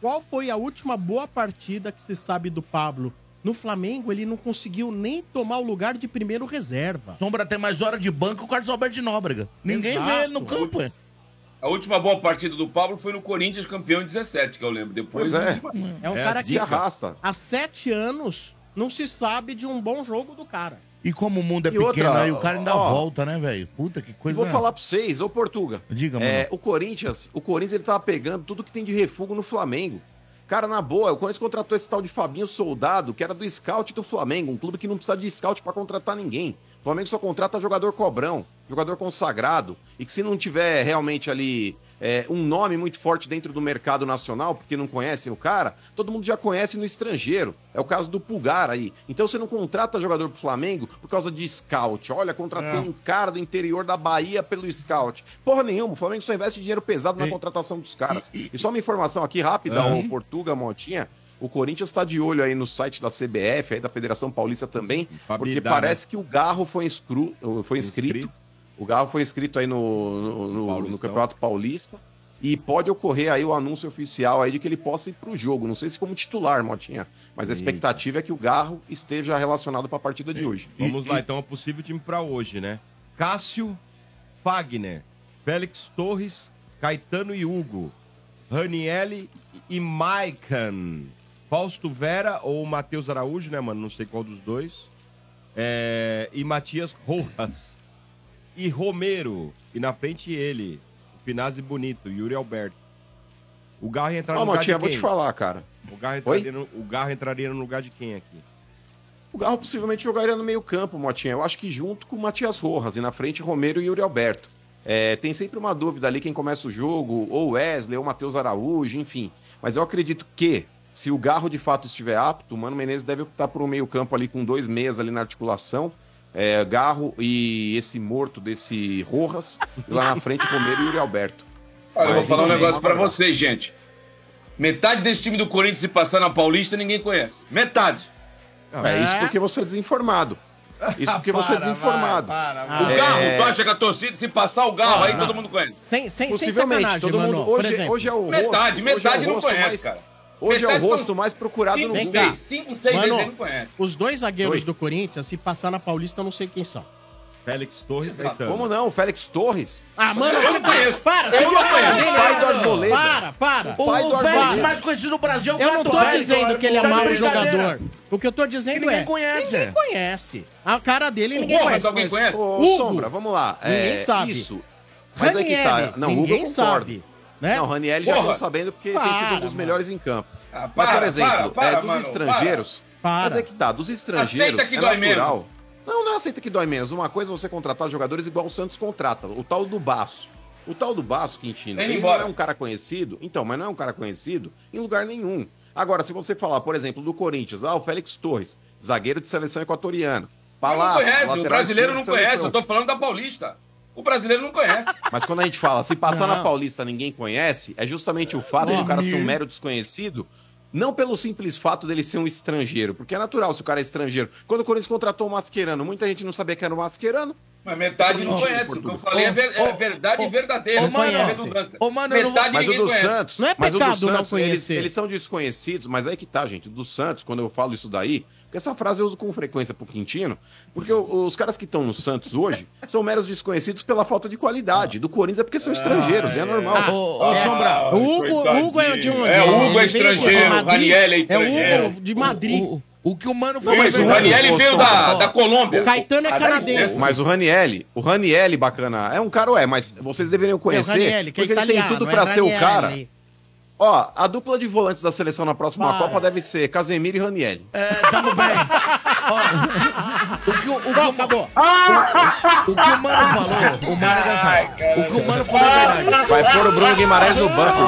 [SPEAKER 9] Qual foi a última boa partida que se sabe do Pablo? No Flamengo, ele não conseguiu nem tomar o lugar de primeiro reserva.
[SPEAKER 3] Sombra tem mais hora de banco que o Carlos Alberto de Nóbrega. Ninguém vê ele no
[SPEAKER 9] Exato.
[SPEAKER 3] campo, é.
[SPEAKER 8] A última boa partida do Pablo foi no Corinthians, campeão em 17, que eu lembro. Depois,
[SPEAKER 2] Pois é.
[SPEAKER 9] É um
[SPEAKER 5] É,
[SPEAKER 9] cara que,
[SPEAKER 2] Se arrasta.
[SPEAKER 9] há sete anos, não se sabe de um bom jogo do cara.
[SPEAKER 3] E como o mundo é
[SPEAKER 2] E
[SPEAKER 3] pequeno,
[SPEAKER 2] outra,
[SPEAKER 3] aí o cara ainda
[SPEAKER 2] ó,
[SPEAKER 3] volta, né, velho? Puta que
[SPEAKER 2] E
[SPEAKER 3] coisa.
[SPEAKER 2] vou falar pra vocês, ô Portuga.
[SPEAKER 3] é. Diga, mano.
[SPEAKER 2] É, o Corinthians, o Corinthians ele tava pegando tudo que tem de refúgio no Flamengo. Cara, na boa, o Corinthians contratou esse tal de Fabinho Soldado, que era do scout do Flamengo, um clube que não precisa de scout pra contratar ninguém. O Flamengo só contrata jogador cobrão, jogador consagrado, e que se não tiver realmente ali é, um nome muito forte dentro do mercado nacional, porque não conhecem o cara, todo mundo já conhece no estrangeiro. É o caso do Pulgar aí. Então você não contrata jogador pro Flamengo por causa de scout. Olha, contratei um cara do interior da Bahia pelo scout. Porra nenhuma, o Flamengo só investe dinheiro pesado na contratação dos caras. E só uma informação aqui rápida,
[SPEAKER 7] Aham.
[SPEAKER 2] ô Portuga, Montinha. O Corinthians está de olho aí no site da CBF, aí da Federação Paulista também, porque
[SPEAKER 5] dá,
[SPEAKER 2] parece que o Garro foi, inscru... foi inscrito. O Garro foi inscrito aí no, no- no- no Campeonato Paulista. E pode ocorrer aí o anúncio oficial aí de que ele possa ir para o jogo. Não sei se como titular, Motinha. Mas a expectativa é que o Garro esteja relacionado para a partida de hoje.
[SPEAKER 5] Vamos lá, então é possível time pra hoje, né? Cássio, Fagner, Félix Torres, Caetano e Hugo, Ranielli e Maicon, Fausto Vera ou Matheus Araújo, né, mano? Não sei qual dos dois. É, E Matias Rojas. E Romero. E na frente ele, o Finazzi Bonito, Yuri Alberto. O Garro ia entrar
[SPEAKER 2] Ó,
[SPEAKER 5] no lugar
[SPEAKER 2] Motinha,
[SPEAKER 5] de
[SPEAKER 2] vou
[SPEAKER 5] quem?
[SPEAKER 2] te falar, cara.
[SPEAKER 5] O Garro, entraria no, o Garro entraria no lugar de quem aqui?
[SPEAKER 2] O Garro possivelmente jogaria no meio-campo, Motinha. Eu acho que junto com o Matias Rojas e na frente Romero e Yuri Alberto. É, tem sempre uma dúvida ali quem começa o jogo, ou Wesley, ou Matheus Araújo, enfim. Mas eu acredito que, se o Garro de fato estiver apto, o Mano Menezes deve optar por um meio-campo ali com dois meias ali na articulação. É, Garro e esse morto desse Rojas, e lá na frente Romero e Yuri Alberto.
[SPEAKER 8] Olha, eu vou
[SPEAKER 2] Mas,
[SPEAKER 8] falar um
[SPEAKER 2] enfim,
[SPEAKER 8] negócio pra
[SPEAKER 2] aguardar.
[SPEAKER 8] vocês, gente. Metade desse time do Corinthians se passar na Paulista, ninguém conhece. Metade.
[SPEAKER 2] É isso porque você é desinformado. Isso porque você é
[SPEAKER 8] Para,
[SPEAKER 2] desinformado.
[SPEAKER 8] O
[SPEAKER 2] É,
[SPEAKER 8] Garro, tu acha que a torcida, se passar o Garro, aí todo mundo conhece.
[SPEAKER 9] Sem, sem, sem
[SPEAKER 2] Possivelmente,
[SPEAKER 9] sacanagem,
[SPEAKER 2] todo
[SPEAKER 9] mano.
[SPEAKER 2] mundo-
[SPEAKER 9] Por
[SPEAKER 2] hoje-
[SPEAKER 9] exemplo,
[SPEAKER 2] hoje é o
[SPEAKER 8] Metade,
[SPEAKER 2] rosto- hoje é o
[SPEAKER 8] metade não
[SPEAKER 2] rosto
[SPEAKER 8] conhece,
[SPEAKER 2] mais-
[SPEAKER 8] cara.
[SPEAKER 2] Hoje é o
[SPEAKER 8] Metade são
[SPEAKER 2] rosto mais procurado
[SPEAKER 8] cinco,
[SPEAKER 2] no
[SPEAKER 9] Vem
[SPEAKER 2] Google.
[SPEAKER 9] cá.
[SPEAKER 8] seis, cinco, seis
[SPEAKER 9] Mano,
[SPEAKER 8] vezes não conhece.
[SPEAKER 9] os dois zagueiros
[SPEAKER 2] Oi.
[SPEAKER 9] do Corinthians, se passar na Paulista, eu não sei quem são.
[SPEAKER 5] Félix Torres e
[SPEAKER 8] Exato.
[SPEAKER 5] Caetano.
[SPEAKER 2] Como não? Félix Torres?
[SPEAKER 9] Ah, mano, você
[SPEAKER 8] conheço.
[SPEAKER 9] para, você
[SPEAKER 8] Eu
[SPEAKER 9] não
[SPEAKER 8] conheço.
[SPEAKER 9] conhece.
[SPEAKER 2] Pai do Arboleda.
[SPEAKER 9] Para, para.
[SPEAKER 3] O,
[SPEAKER 2] pai do
[SPEAKER 3] o Félix
[SPEAKER 2] Arboleda.
[SPEAKER 3] mais conhecido do Brasil é o
[SPEAKER 9] Eu não
[SPEAKER 3] Gato
[SPEAKER 9] tô
[SPEAKER 3] Félix.
[SPEAKER 9] dizendo que ele é
[SPEAKER 3] Tá de
[SPEAKER 9] mau
[SPEAKER 3] brincadeira.
[SPEAKER 9] jogador. O que eu tô dizendo
[SPEAKER 3] Ninguém
[SPEAKER 9] é...
[SPEAKER 3] conhece.
[SPEAKER 9] Ninguém conhece. A cara dele ninguém
[SPEAKER 8] Porra,
[SPEAKER 9] conhece.
[SPEAKER 8] alguém conhece?
[SPEAKER 2] Ô,
[SPEAKER 9] Hugo.
[SPEAKER 2] Sombra, vamos lá. É,
[SPEAKER 9] Ninguém sabe.
[SPEAKER 2] Isso. Mas aí que tá.
[SPEAKER 9] Ranieri,
[SPEAKER 2] Não, Hugo eu
[SPEAKER 9] ninguém
[SPEAKER 2] concordo.
[SPEAKER 9] sabe. Né?
[SPEAKER 2] Não, o Raniel já
[SPEAKER 8] Porra.
[SPEAKER 2] tô sabendo porque
[SPEAKER 9] Para,
[SPEAKER 2] tem sido um dos
[SPEAKER 9] mano.
[SPEAKER 2] melhores em campo.
[SPEAKER 8] Ah,
[SPEAKER 2] Mas, por
[SPEAKER 8] para,
[SPEAKER 2] exemplo,
[SPEAKER 8] para, para,
[SPEAKER 2] é, dos
[SPEAKER 8] mano,
[SPEAKER 2] estrangeiros.
[SPEAKER 9] para.
[SPEAKER 2] Mas é que tá, dos estrangeiros
[SPEAKER 8] Aceita que
[SPEAKER 2] é
[SPEAKER 8] dói
[SPEAKER 2] natural.
[SPEAKER 8] menos.
[SPEAKER 2] Não, não aceita que dói menos. Uma coisa é você contratar jogadores igual o Santos contrata, o tal do Baço. O tal do Baço, Quintino,
[SPEAKER 8] Tá indo
[SPEAKER 2] ele
[SPEAKER 8] embora.
[SPEAKER 2] não é um cara conhecido, então, mas não é um cara conhecido em lugar nenhum. Agora, se você falar, por exemplo, do Corinthians, ah, o Félix Torres, zagueiro de seleção equatoriana.
[SPEAKER 8] Não
[SPEAKER 2] Palácio,
[SPEAKER 8] conhece, o
[SPEAKER 2] lateral
[SPEAKER 8] brasileiro
[SPEAKER 2] esquerdo
[SPEAKER 8] não
[SPEAKER 2] de
[SPEAKER 8] conhece,
[SPEAKER 2] seleção.
[SPEAKER 8] eu tô falando da Paulista. O brasileiro não conhece.
[SPEAKER 2] Mas quando a gente fala, se passar
[SPEAKER 9] Não.
[SPEAKER 2] na Paulista ninguém conhece, é justamente o fato de o cara ser um mero desconhecido, não pelo simples fato dele ser um estrangeiro, porque é natural se o cara é estrangeiro. Quando o Corinthians contratou o Mascherano, muita gente não sabia que era o Mascherano.
[SPEAKER 8] Mas metade não
[SPEAKER 2] Ô,
[SPEAKER 8] conhece. O que eu
[SPEAKER 2] Portugal.
[SPEAKER 8] falei é, ver-
[SPEAKER 3] Ô,
[SPEAKER 8] é verdade
[SPEAKER 3] ô,
[SPEAKER 8] verdadeira.
[SPEAKER 3] ô,
[SPEAKER 8] não é
[SPEAKER 9] mano,
[SPEAKER 8] redundância.
[SPEAKER 3] ô, mano, eu não vou-
[SPEAKER 8] metade
[SPEAKER 2] Mas o
[SPEAKER 8] ninguém
[SPEAKER 2] do
[SPEAKER 8] conhece.
[SPEAKER 2] Santos.
[SPEAKER 9] Não é
[SPEAKER 2] mas o do
[SPEAKER 9] pecado não
[SPEAKER 2] Santos, eles,
[SPEAKER 9] conhecer.
[SPEAKER 2] eles são desconhecidos, mas aí que tá, gente. Do Santos, quando eu falo isso daí, porque essa frase eu uso com frequência pro Quintino, porque o- os caras que estão no Santos hoje são meros desconhecidos pela falta de qualidade. Do Corinthians é porque são estrangeiros, é normal.
[SPEAKER 3] Ô, ô, Sombra,
[SPEAKER 8] Ah,
[SPEAKER 9] O Hugo,
[SPEAKER 8] coitadinho.
[SPEAKER 9] o Hugo é de onde?
[SPEAKER 8] É, o Hugo é
[SPEAKER 9] Ele veio de
[SPEAKER 8] estrangeiro, o
[SPEAKER 9] Madrid.
[SPEAKER 8] Raniel é
[SPEAKER 9] É o
[SPEAKER 8] estrangeiro.
[SPEAKER 9] Hugo de Madrid.
[SPEAKER 3] o, o que o Mano
[SPEAKER 8] Não, mas
[SPEAKER 3] fez-
[SPEAKER 8] o Raniel veio da, da Colômbia.
[SPEAKER 9] O Caetano é
[SPEAKER 8] Ah, dá
[SPEAKER 9] canadense.
[SPEAKER 8] licença.
[SPEAKER 2] Mas o Ranielli, o Ranielli bacana, é um cara, ué, mas vocês deveriam conhecer,
[SPEAKER 9] Ranieri, que é
[SPEAKER 2] porque ele tem
[SPEAKER 9] italiano,
[SPEAKER 2] tudo
[SPEAKER 9] é
[SPEAKER 2] pra ser o
[SPEAKER 9] Ranieri.
[SPEAKER 2] cara. Ó, a dupla de volantes da seleção na próxima
[SPEAKER 9] Para.
[SPEAKER 2] Copa deve ser Casemiro e Ranielli.
[SPEAKER 9] É.
[SPEAKER 3] É, O que o, o, que o, o- o que o Mano falou, o Mano é engraçado. O que o Mano falou é verdade.
[SPEAKER 2] Vai pôr o Bruno Guimarães no banco.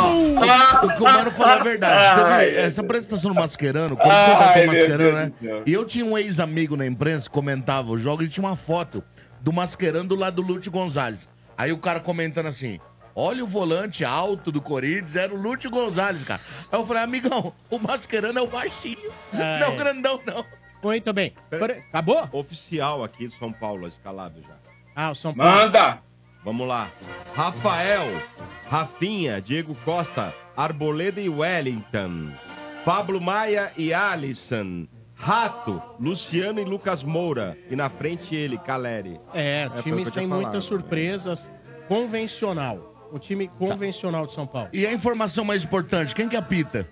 [SPEAKER 3] O que o Mano falou é verdade. Teve essa apresentação do Mascherano, quando contratou
[SPEAKER 8] Ai,
[SPEAKER 3] o
[SPEAKER 8] meu
[SPEAKER 3] Mascherano,
[SPEAKER 8] Deus
[SPEAKER 3] né?
[SPEAKER 8] do céu.
[SPEAKER 3] E eu tinha um ex-amigo na imprensa que comentava o jogo e tinha uma foto do Mascherano do lado do Lúcio Gonzalez. Aí o cara comentando assim: Olha o volante alto do Corinthians, era o Lúcio Gonzalez, cara. Aí eu falei, amigão, o Mascherano é o baixinho.
[SPEAKER 9] Ah,
[SPEAKER 3] não é
[SPEAKER 9] é.
[SPEAKER 3] o grandão, não.
[SPEAKER 9] Muito bem. Por- Acabou?
[SPEAKER 5] Oficial aqui do São Paulo, escalado já.
[SPEAKER 9] Ah, o São Paulo.
[SPEAKER 8] Manda!
[SPEAKER 5] Vamos lá. Rafael, Rafinha, Diego Costa, Arboleda e Wellington. Pablo Maia e Alisson. Rato, Luciano e Lucas Moura. E na frente ele, Caleri.
[SPEAKER 9] É,
[SPEAKER 5] foi o
[SPEAKER 9] time
[SPEAKER 5] que eu
[SPEAKER 9] sem
[SPEAKER 5] tinha falado.
[SPEAKER 9] muitas surpresas. Convencional. O time convencional de São Paulo.
[SPEAKER 3] E a informação mais importante, quem que apita?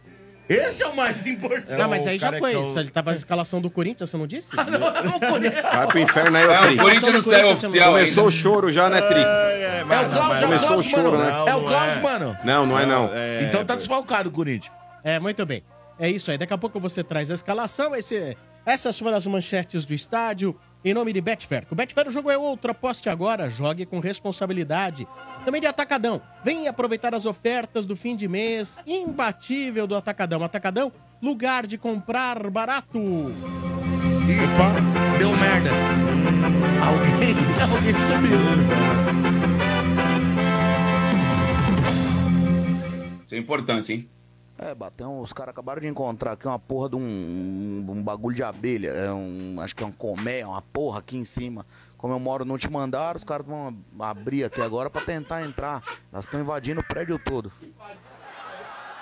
[SPEAKER 3] Esse é o mais importante.
[SPEAKER 9] Não, Tá, mas aí já foi.
[SPEAKER 5] carecão.
[SPEAKER 9] isso. Ele tava na escalação do Corinthians, você não disse?
[SPEAKER 3] Não, eu não conheço.
[SPEAKER 2] Vai pro inferno aí,
[SPEAKER 8] É, o
[SPEAKER 2] ô Tri.
[SPEAKER 8] Corinthians não saiu oficial ainda.
[SPEAKER 2] Começou o choro já, né, Tri?
[SPEAKER 5] É,
[SPEAKER 3] É o Klaus, é o
[SPEAKER 2] Começou o
[SPEAKER 3] Klaus,
[SPEAKER 2] choro,
[SPEAKER 3] mano.
[SPEAKER 2] né?
[SPEAKER 3] É o Klaus, mano.
[SPEAKER 2] Não, não é não.
[SPEAKER 3] Então tá é? desfalcado o Corinthians.
[SPEAKER 9] É, muito bem. É isso aí. Daqui a pouco você traz a escalação. Esse- essas foram as manchetes do estádio. Em nome de Betfair. Com Betfair o jogo é outro. Aposte agora. Jogue com responsabilidade. Também de Atacadão. Vem aproveitar as ofertas do fim de mês. Imbatível do Atacadão. Atacadão, lugar de comprar barato.
[SPEAKER 3] Opa, deu merda. Alguém, alguém subiu.
[SPEAKER 8] Isso é importante, hein?
[SPEAKER 7] É, Batão, os caras acabaram de encontrar aqui uma porra de um, um- um bagulho de abelha. É um, acho que é um colmeia, uma porra aqui em cima. Como eu moro no Te Mandaram, os caras vão abrir aqui agora pra tentar entrar. Elas estão invadindo o prédio todo.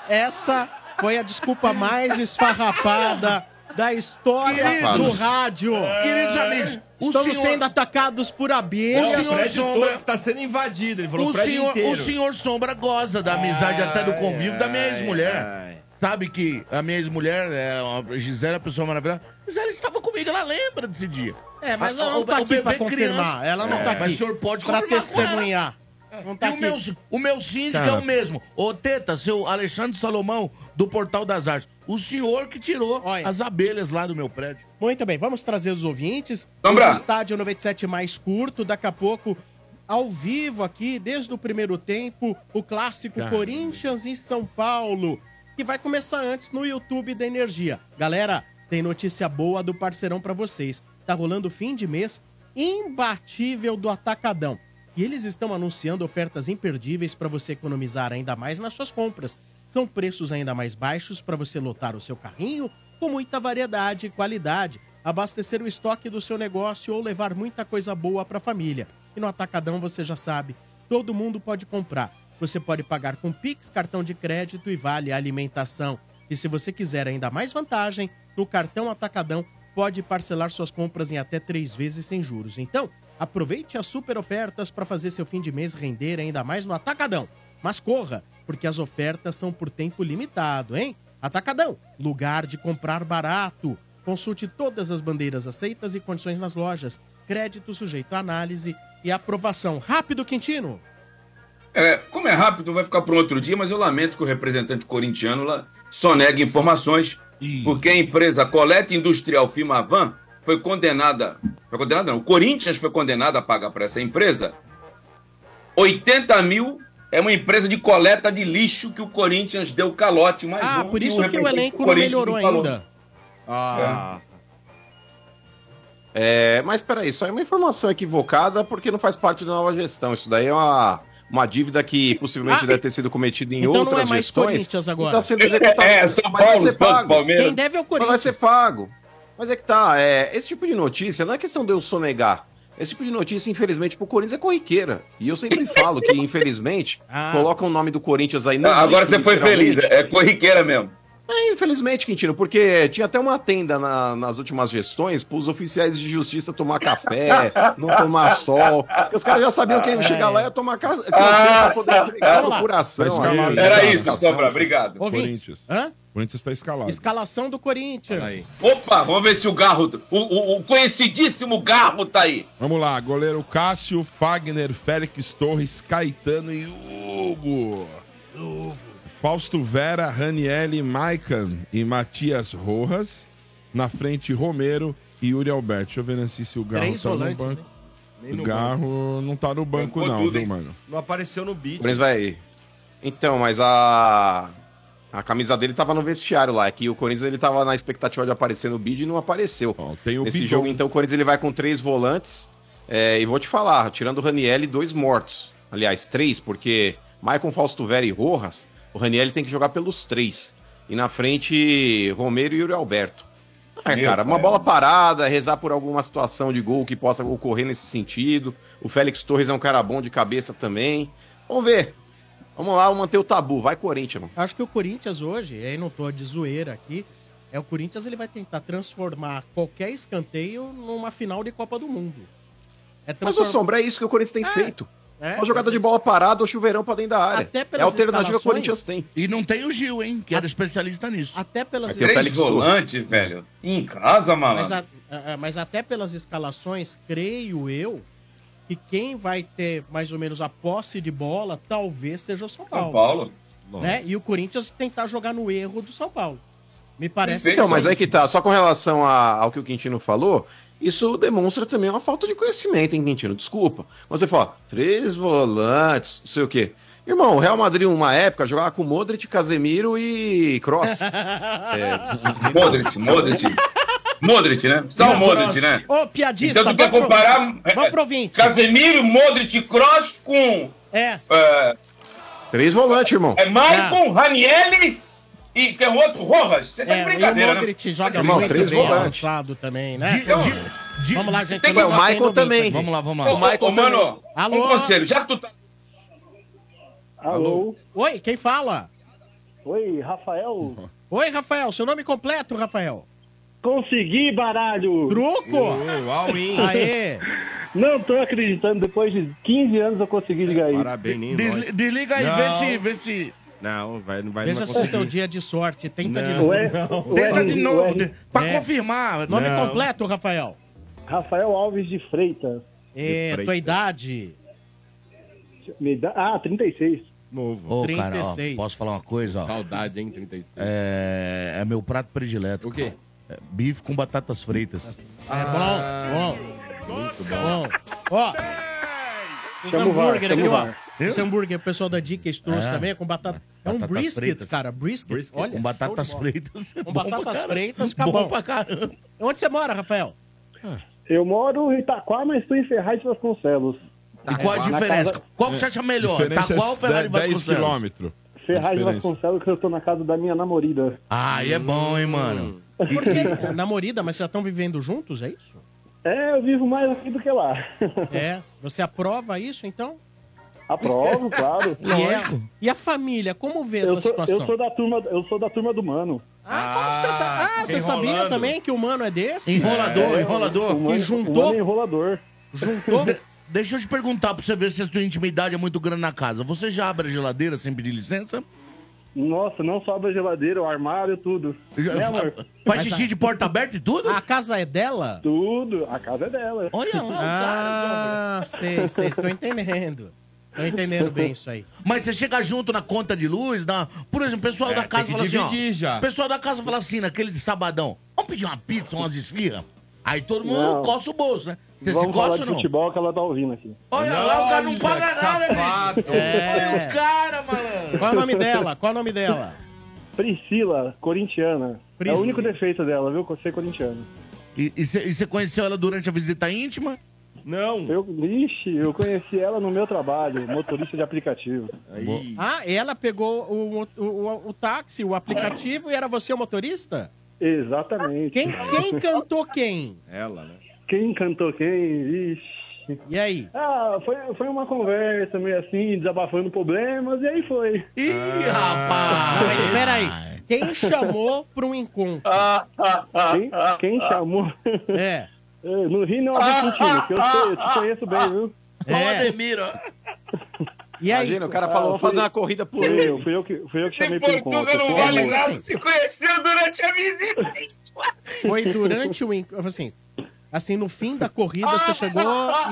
[SPEAKER 9] Essa foi a desculpa mais esfarrapada da história do
[SPEAKER 7] Queridos,
[SPEAKER 9] rádio.
[SPEAKER 3] queridos amigos, o
[SPEAKER 9] estamos
[SPEAKER 3] senhor-
[SPEAKER 9] sendo atacados por
[SPEAKER 3] O
[SPEAKER 9] abelhas.
[SPEAKER 3] senhor Sombra-
[SPEAKER 5] está tá sendo invadido. Ele falou
[SPEAKER 3] O
[SPEAKER 5] né? o prédio
[SPEAKER 3] senhor,
[SPEAKER 5] inteiro.
[SPEAKER 3] o senhor Sombra goza da amizade até do convívio da minha
[SPEAKER 5] ai,
[SPEAKER 3] ex-mulher.
[SPEAKER 5] ai.
[SPEAKER 3] Sabe que a minha ex-mulher, é, a Gisele, é uma pessoa maravilhosa. Mas ela estava comigo, ela lembra desse dia.
[SPEAKER 9] É, mas
[SPEAKER 3] A-
[SPEAKER 9] ela não
[SPEAKER 3] o-
[SPEAKER 9] tá
[SPEAKER 3] o
[SPEAKER 9] aqui pra
[SPEAKER 3] bebê É.
[SPEAKER 9] confirmar. Ela não tá
[SPEAKER 3] Mas
[SPEAKER 9] aqui
[SPEAKER 3] o senhor pode
[SPEAKER 9] pra
[SPEAKER 3] confirmar com ela.
[SPEAKER 9] testemunhar. Não tá
[SPEAKER 3] e o
[SPEAKER 9] aqui.
[SPEAKER 3] meu, o meu síndico
[SPEAKER 4] Cara.
[SPEAKER 3] é o mesmo. Ô, Teta, seu Alexandre Salomão, do Portal das Artes. O senhor que tirou
[SPEAKER 9] Olha.
[SPEAKER 3] as abelhas lá do meu prédio.
[SPEAKER 9] Muito bem, vamos trazer os ouvintes.
[SPEAKER 8] Sombra.
[SPEAKER 9] O estádio 97 mais curto, daqui a pouco, ao vivo aqui, desde o primeiro tempo, o clássico
[SPEAKER 4] Caramba.
[SPEAKER 9] Corinthians e São Paulo, que vai começar antes no YouTube da Energia. Galera, tem notícia boa do parceirão pra vocês. Tá rolando fim de mês imbatível do Atacadão. E eles estão anunciando ofertas imperdíveis para você economizar ainda mais nas suas compras. São preços ainda mais baixos para você lotar o seu carrinho com muita variedade e qualidade, abastecer o estoque do seu negócio ou levar muita coisa boa para a família. E no Atacadão você já sabe, todo mundo pode comprar. Você pode pagar com Pix, cartão de crédito e vale alimentação. E se você quiser ainda mais vantagem, no cartão Atacadão pode parcelar suas compras em até três vezes sem juros. Então, aproveite as super ofertas para fazer seu fim de mês render ainda mais no Atacadão. Mas corra, porque as ofertas são por tempo limitado, hein? Atacadão, lugar de comprar barato. Consulte todas as bandeiras aceitas e condições nas lojas. Crédito sujeito à análise e aprovação. Rápido, Quintino!
[SPEAKER 8] É, como é rápido, vai ficar para um outro dia, mas eu lamento que o representante corintiano lá só nega informações, porque a empresa Coleta Industrial Fimavan foi condenada. Foi condenada não, o Corinthians foi condenado a pagar para essa empresa 80 mil. É uma empresa de coleta de lixo que o Corinthians deu calote
[SPEAKER 2] É
[SPEAKER 8] mais
[SPEAKER 9] Ah,
[SPEAKER 8] um,
[SPEAKER 9] por
[SPEAKER 8] e
[SPEAKER 9] isso que o
[SPEAKER 8] representante do
[SPEAKER 9] elenco não
[SPEAKER 8] Corinthians
[SPEAKER 9] melhorou
[SPEAKER 8] falou.
[SPEAKER 9] ainda.
[SPEAKER 5] Ah,
[SPEAKER 2] É, mas peraí, isso aí é uma informação equivocada porque não faz parte da nova gestão. Isso daí é uma, uma dívida que possivelmente
[SPEAKER 9] Ah,
[SPEAKER 2] deve ter sido cometida em
[SPEAKER 9] então não
[SPEAKER 2] outras
[SPEAKER 9] é mais
[SPEAKER 2] gestões.
[SPEAKER 9] Corinthians agora.
[SPEAKER 2] Está sendo executado.
[SPEAKER 8] É, São
[SPEAKER 2] mas vai
[SPEAKER 8] Paulo,
[SPEAKER 2] ser
[SPEAKER 8] Santos,
[SPEAKER 2] pago.
[SPEAKER 8] Palmeiras.
[SPEAKER 9] Quem deve é o
[SPEAKER 2] Mas vai ser
[SPEAKER 9] Corinthians.
[SPEAKER 2] pago. Mas é que tá, é, esse tipo de notícia não é questão de eu sonegar. Esse tipo de notícia, infelizmente, pro Corinthians é corriqueira. E eu sempre falo que, infelizmente,
[SPEAKER 9] Ah.
[SPEAKER 2] colocam o nome do Corinthians aí. no
[SPEAKER 8] Ah, Agora
[SPEAKER 2] lixo,
[SPEAKER 8] você foi feliz,
[SPEAKER 2] literalmente.
[SPEAKER 8] é corriqueira mesmo.
[SPEAKER 2] É, infelizmente, Quintino, porque tinha até uma tenda na- nas últimas gestões para os oficiais de justiça tomar café, não tomar sol. Porque os caras já sabiam que ia
[SPEAKER 8] Ah.
[SPEAKER 2] chegar lá e ia tomar ca- café para poder pegar a
[SPEAKER 9] vamos lá.
[SPEAKER 2] procuração.
[SPEAKER 4] Mas calma aí.
[SPEAKER 2] aí,
[SPEAKER 8] Era
[SPEAKER 2] a
[SPEAKER 8] isso,
[SPEAKER 2] procuração.
[SPEAKER 8] Sombra, obrigado.
[SPEAKER 9] Ouvintes.
[SPEAKER 4] Corinthians.
[SPEAKER 9] Hã?
[SPEAKER 4] O Corinthians está escalado.
[SPEAKER 9] Escalação
[SPEAKER 5] olha
[SPEAKER 9] do
[SPEAKER 5] aí.
[SPEAKER 9] Corinthians.
[SPEAKER 8] Opa, vamos ver se o Garro, o, o- o conhecidíssimo Garro tá aí.
[SPEAKER 4] Vamos lá, goleiro Cássio, Fagner, Félix Torres, Caetano e Hugo. Fausto Vera, Raniele, Maicon e Matias Rojas. Na frente, Romero e Yuri Alberto. Deixa eu ver Nancy, se o Garro
[SPEAKER 9] Três
[SPEAKER 4] tá no
[SPEAKER 9] volantes,
[SPEAKER 4] banco.
[SPEAKER 5] Nem
[SPEAKER 4] O
[SPEAKER 5] no
[SPEAKER 4] Garro não tá no banco
[SPEAKER 8] Bancou
[SPEAKER 4] não,
[SPEAKER 8] tudo,
[SPEAKER 4] viu,
[SPEAKER 8] hein?
[SPEAKER 4] mano?
[SPEAKER 5] Não apareceu no beat.
[SPEAKER 2] O Corinthians vai. Então, mas a. A camisa dele tava no vestiário lá, é que o Corinthians ele tava na expectativa de aparecer no bid e não apareceu.
[SPEAKER 4] Ó, tem o
[SPEAKER 2] Nesse
[SPEAKER 4] Bidon.
[SPEAKER 2] jogo, então, o Corinthians ele vai com três volantes. é, e vou te falar, tirando o Ranielli, dois mortos. Aliás, três, porque Maicon, Fausto Vera e Rojas, o Ranielli tem que jogar pelos três. E na frente, Romero e Yuri Alberto. Ah,
[SPEAKER 8] Meu
[SPEAKER 2] cara, uma
[SPEAKER 8] pai.
[SPEAKER 2] bola parada, rezar por alguma situação de gol que possa ocorrer nesse sentido. O Félix Torres é um cara bom de cabeça também. Vamos ver. Vamos lá, vamos manter o tabu. Vai, Corinthians, mano.
[SPEAKER 9] Acho que o Corinthians hoje, e aí não tô de zoeira aqui, é o Corinthians ele vai tentar transformar qualquer escanteio numa final de Copa do Mundo. É
[SPEAKER 2] Mas o
[SPEAKER 9] transformar.
[SPEAKER 2] Sombra é isso que o Corinthians tem feito.
[SPEAKER 9] é,
[SPEAKER 2] uma jogada de bola parada ou chuveirão pra dentro da área.
[SPEAKER 9] Até
[SPEAKER 2] é a
[SPEAKER 9] pelas
[SPEAKER 2] alternativa que o
[SPEAKER 9] escalações,
[SPEAKER 2] Corinthians tem.
[SPEAKER 3] E não tem o Gil, hein? Que era especialista nisso.
[SPEAKER 9] Até pelas
[SPEAKER 2] Vai ter o
[SPEAKER 8] Três
[SPEAKER 2] Félix Torres.
[SPEAKER 8] volantes, velho. Em casa,
[SPEAKER 9] Mas,
[SPEAKER 8] malandro.
[SPEAKER 9] a- a- a- mas até pelas escalações, creio eu, que quem vai ter mais ou menos a posse de bola talvez seja o São Paulo.
[SPEAKER 8] São Paulo.
[SPEAKER 9] né? E o Corinthians tentar jogar no erro do São Paulo. Me parece
[SPEAKER 2] Então, mas
[SPEAKER 8] é
[SPEAKER 2] aí que tá, só com relação a- ao que o Quintino falou, isso demonstra também uma falta de conhecimento, hein, Quintino? Desculpa. Quando Você fala, três volantes, não sei o quê. Irmão, o Real Madrid, uma época, jogava com Modric, Casemiro e Cross.
[SPEAKER 8] Modric, Modric. Modric, né? Só o Modric, né?
[SPEAKER 9] um Ô, piadista,
[SPEAKER 8] Então tu quer
[SPEAKER 9] vamos pro-
[SPEAKER 8] comparar
[SPEAKER 9] Vamos
[SPEAKER 8] é,
[SPEAKER 9] pro 20.
[SPEAKER 8] Casemiro, Modric, Kroos com
[SPEAKER 9] É,
[SPEAKER 8] é,
[SPEAKER 2] Três volantes, irmão.
[SPEAKER 8] é Maicon, Ranieri e quem é o outro? Rojas. Você tá
[SPEAKER 9] Ah. é,
[SPEAKER 8] de
[SPEAKER 9] e o
[SPEAKER 8] brincadeira, né?
[SPEAKER 9] Modric joga
[SPEAKER 2] Irmão,
[SPEAKER 9] muito
[SPEAKER 2] três
[SPEAKER 9] bem
[SPEAKER 2] volantes.
[SPEAKER 9] avançado também, né?
[SPEAKER 3] De-
[SPEAKER 8] Então,
[SPEAKER 3] de- de-
[SPEAKER 9] Vamos lá, gente.
[SPEAKER 8] Tem
[SPEAKER 9] agora
[SPEAKER 8] que-
[SPEAKER 9] nós
[SPEAKER 2] o Michael
[SPEAKER 9] temos 20
[SPEAKER 2] também.
[SPEAKER 9] aqui.
[SPEAKER 3] Vamos lá, vamos
[SPEAKER 8] Ô,
[SPEAKER 3] lá.
[SPEAKER 2] O Maicon
[SPEAKER 8] ô, mano,
[SPEAKER 9] Alô?
[SPEAKER 8] um conselho. Já que tu tá
[SPEAKER 10] Alô?
[SPEAKER 9] Oi, quem fala?
[SPEAKER 10] Oi, Rafael?
[SPEAKER 9] Oi, Rafael. Seu nome completo, Rafael.
[SPEAKER 10] Consegui, baralho!
[SPEAKER 9] Truco!
[SPEAKER 5] Ô, all in.
[SPEAKER 9] Aê!
[SPEAKER 10] Não tô acreditando, depois de 15 anos eu consegui ligar aí.
[SPEAKER 5] Parabéns, hein,
[SPEAKER 3] Desli-
[SPEAKER 5] nós.
[SPEAKER 3] Desliga aí,
[SPEAKER 5] Não.
[SPEAKER 3] vê se, vê se.
[SPEAKER 5] Não, vai, não vai, não vai
[SPEAKER 9] Veja se é seu
[SPEAKER 5] conseguir.
[SPEAKER 9] dia de sorte. Tenta de
[SPEAKER 5] Não.
[SPEAKER 9] novo.
[SPEAKER 10] Ué,
[SPEAKER 3] Tenta de novo, de- pra
[SPEAKER 9] É.
[SPEAKER 3] confirmar.
[SPEAKER 9] Nome
[SPEAKER 5] Não.
[SPEAKER 9] completo, Rafael.
[SPEAKER 10] Rafael Alves de Freitas.
[SPEAKER 9] É,
[SPEAKER 5] Freitas.
[SPEAKER 9] tua idade.
[SPEAKER 10] Me dá... Ah, 36.
[SPEAKER 5] Novo.
[SPEAKER 3] Ô, cara, ó,
[SPEAKER 9] 36.
[SPEAKER 3] posso falar uma coisa, ó?
[SPEAKER 5] Saudade, hein, 36.
[SPEAKER 3] É, é meu prato predileto.
[SPEAKER 5] O quê?
[SPEAKER 3] cara. É bife com batatas fritas.
[SPEAKER 9] É bom, bom, bom. Ó, esse
[SPEAKER 10] Chama o VAR,
[SPEAKER 9] hambúrguer
[SPEAKER 10] chama
[SPEAKER 9] aqui,
[SPEAKER 10] o
[SPEAKER 9] ó.
[SPEAKER 10] VAR.
[SPEAKER 9] Esse hambúrguer, o pessoal da Dicas trouxe
[SPEAKER 3] É.
[SPEAKER 9] também, com batata. É um
[SPEAKER 3] Batatas
[SPEAKER 9] brisket,
[SPEAKER 3] fritas.
[SPEAKER 9] cara. Brisket.
[SPEAKER 5] Brisket.
[SPEAKER 9] Olha,
[SPEAKER 3] Com batatas fritas.
[SPEAKER 9] Com
[SPEAKER 3] Bom
[SPEAKER 9] batatas
[SPEAKER 3] pra caramba.
[SPEAKER 9] fritas,
[SPEAKER 10] Tá
[SPEAKER 9] fica bom.
[SPEAKER 3] bom pra caramba.
[SPEAKER 9] Onde você mora, Rafael?
[SPEAKER 10] Eu moro em Itaquá, mas tô em Ferraz de Vasconcelos.
[SPEAKER 3] E qual a
[SPEAKER 10] Tá, Na
[SPEAKER 3] diferença?
[SPEAKER 10] casa-
[SPEAKER 3] Qual que você acha melhor? Tá
[SPEAKER 4] Diferença
[SPEAKER 3] qual ou Ferrari
[SPEAKER 4] de 10
[SPEAKER 3] Vasconcelos?
[SPEAKER 4] quilômetros.
[SPEAKER 10] Ferraz de
[SPEAKER 4] Diferença.
[SPEAKER 10] Vasconcelos, que eu tô na casa da minha namorada.
[SPEAKER 3] Ah, e é bom, hein, mano?
[SPEAKER 9] Porque é namorada, mas já estão vivendo juntos, é isso?
[SPEAKER 10] É, eu vivo mais aqui do que lá.
[SPEAKER 9] É. Você aprova isso, então?
[SPEAKER 10] Aprovo, claro.
[SPEAKER 9] E é- E a família, como vê essa
[SPEAKER 10] Eu sou,
[SPEAKER 9] situação?
[SPEAKER 10] eu sou da turma, eu sou da turma do mano.
[SPEAKER 9] Ah, como você, sa- ah, você sabia
[SPEAKER 5] enrolando.
[SPEAKER 9] também que o mano é desse?
[SPEAKER 3] Enrolador, enrolador.
[SPEAKER 10] O mano,
[SPEAKER 9] juntou?
[SPEAKER 10] o mano é enrolador.
[SPEAKER 9] Juntou?
[SPEAKER 3] De- deixa eu te perguntar pra você ver se a sua intimidade é muito grande na casa. Você já abre a geladeira sem pedir licença?
[SPEAKER 10] Nossa, não sobra geladeira, o armário, tudo.
[SPEAKER 3] Já-
[SPEAKER 10] Né, amor?
[SPEAKER 3] Faz xixi de porta aberta e tudo?
[SPEAKER 10] Ah,
[SPEAKER 9] A casa é dela?
[SPEAKER 10] Tudo. A casa é dela.
[SPEAKER 3] Olha lá.
[SPEAKER 9] Ah, sei, sei. Tô entendendo. Tô entendendo bem isso aí.
[SPEAKER 3] Mas você chega junto na conta de luz, na... por exemplo, o pessoal
[SPEAKER 9] É,
[SPEAKER 3] da casa
[SPEAKER 5] tem que
[SPEAKER 3] fala assim, ó,
[SPEAKER 5] dividir já.
[SPEAKER 3] O pessoal da casa fala assim, naquele de sabadão, vamos pedir uma pizza, umas esfirras? Aí todo mundo
[SPEAKER 10] Não.
[SPEAKER 3] coça o bolso, né? Você se
[SPEAKER 10] Vamos falar
[SPEAKER 3] coça
[SPEAKER 10] de
[SPEAKER 3] ou não?
[SPEAKER 10] futebol que ela tá ouvindo aqui.
[SPEAKER 3] Olha lá, o cara É. não
[SPEAKER 5] Olha,
[SPEAKER 3] paga
[SPEAKER 5] que
[SPEAKER 3] nada, bicho. É.
[SPEAKER 5] safado.
[SPEAKER 9] É.
[SPEAKER 3] Olha o cara, malandro.
[SPEAKER 9] Qual é o nome dela? Qual é o nome dela?
[SPEAKER 10] Priscila, corintiana. É
[SPEAKER 9] Priscila.
[SPEAKER 10] o único defeito dela, viu? Ser corintiana.
[SPEAKER 3] E você conheceu ela durante a visita íntima?
[SPEAKER 5] Não.
[SPEAKER 10] Eu, ixi, eu conheci ela no meu trabalho, motorista de aplicativo.
[SPEAKER 5] Aí.
[SPEAKER 9] Ah, ela pegou o, o, o- o táxi, o aplicativo, e era você o motorista?
[SPEAKER 10] Exatamente.
[SPEAKER 9] Quem, quem cantou quem?
[SPEAKER 5] Ela, né?
[SPEAKER 10] Quem cantou quem? Ixi.
[SPEAKER 9] E aí?
[SPEAKER 10] Ah, foi, foi uma conversa meio assim, desabafando problemas, e aí foi.
[SPEAKER 3] Ih,
[SPEAKER 9] Não,
[SPEAKER 3] rapaz.
[SPEAKER 9] mas espera aí. Quem chamou para um encontro?
[SPEAKER 10] Quem, quem chamou?
[SPEAKER 9] É.
[SPEAKER 10] Eu Não ri não, aqui contigo, que eu, sei, eu te conheço bem, viu?
[SPEAKER 3] Ó, o
[SPEAKER 9] é.
[SPEAKER 3] Ademir, ó.
[SPEAKER 9] E aí?
[SPEAKER 2] Imagina, o cara falou, vamos fazer uma corrida por
[SPEAKER 10] Fui
[SPEAKER 2] ele.
[SPEAKER 10] eu, fui eu que, fui eu que
[SPEAKER 8] Esse
[SPEAKER 10] chamei pro encontro.
[SPEAKER 8] Portuga não
[SPEAKER 10] foi
[SPEAKER 8] vale
[SPEAKER 10] amor.
[SPEAKER 8] nada. Se conheceu durante a visita.
[SPEAKER 9] Foi durante o encontro. Assim, assim, no fim da corrida,
[SPEAKER 3] Ah.
[SPEAKER 9] você chegou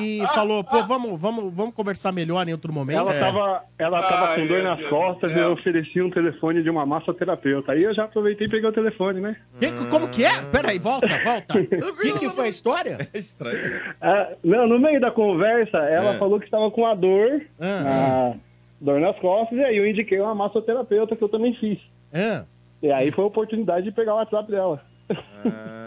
[SPEAKER 9] e falou: pô, vamos, vamos, vamos conversar melhor em outro momento.
[SPEAKER 3] é.
[SPEAKER 10] Ela tava, ela tava
[SPEAKER 8] Ai,
[SPEAKER 10] com dor
[SPEAKER 8] meu
[SPEAKER 10] nas
[SPEAKER 8] Deus do
[SPEAKER 10] costas e
[SPEAKER 8] céu.
[SPEAKER 10] eu ofereci um telefone de uma massoterapeuta. Aí eu já aproveitei e peguei o telefone, né?
[SPEAKER 9] Que- como que é? Peraí, volta, volta. O que, que foi a história?
[SPEAKER 5] É estranho. né?
[SPEAKER 10] Ah, não, no meio da conversa, ela
[SPEAKER 5] É.
[SPEAKER 10] falou que estava com a dor,
[SPEAKER 9] Ah,
[SPEAKER 10] a dor nas costas, e aí eu indiquei uma massoterapeuta que eu também fiz.
[SPEAKER 3] É.
[SPEAKER 9] ah.
[SPEAKER 10] E aí foi a oportunidade de pegar o WhatsApp dela.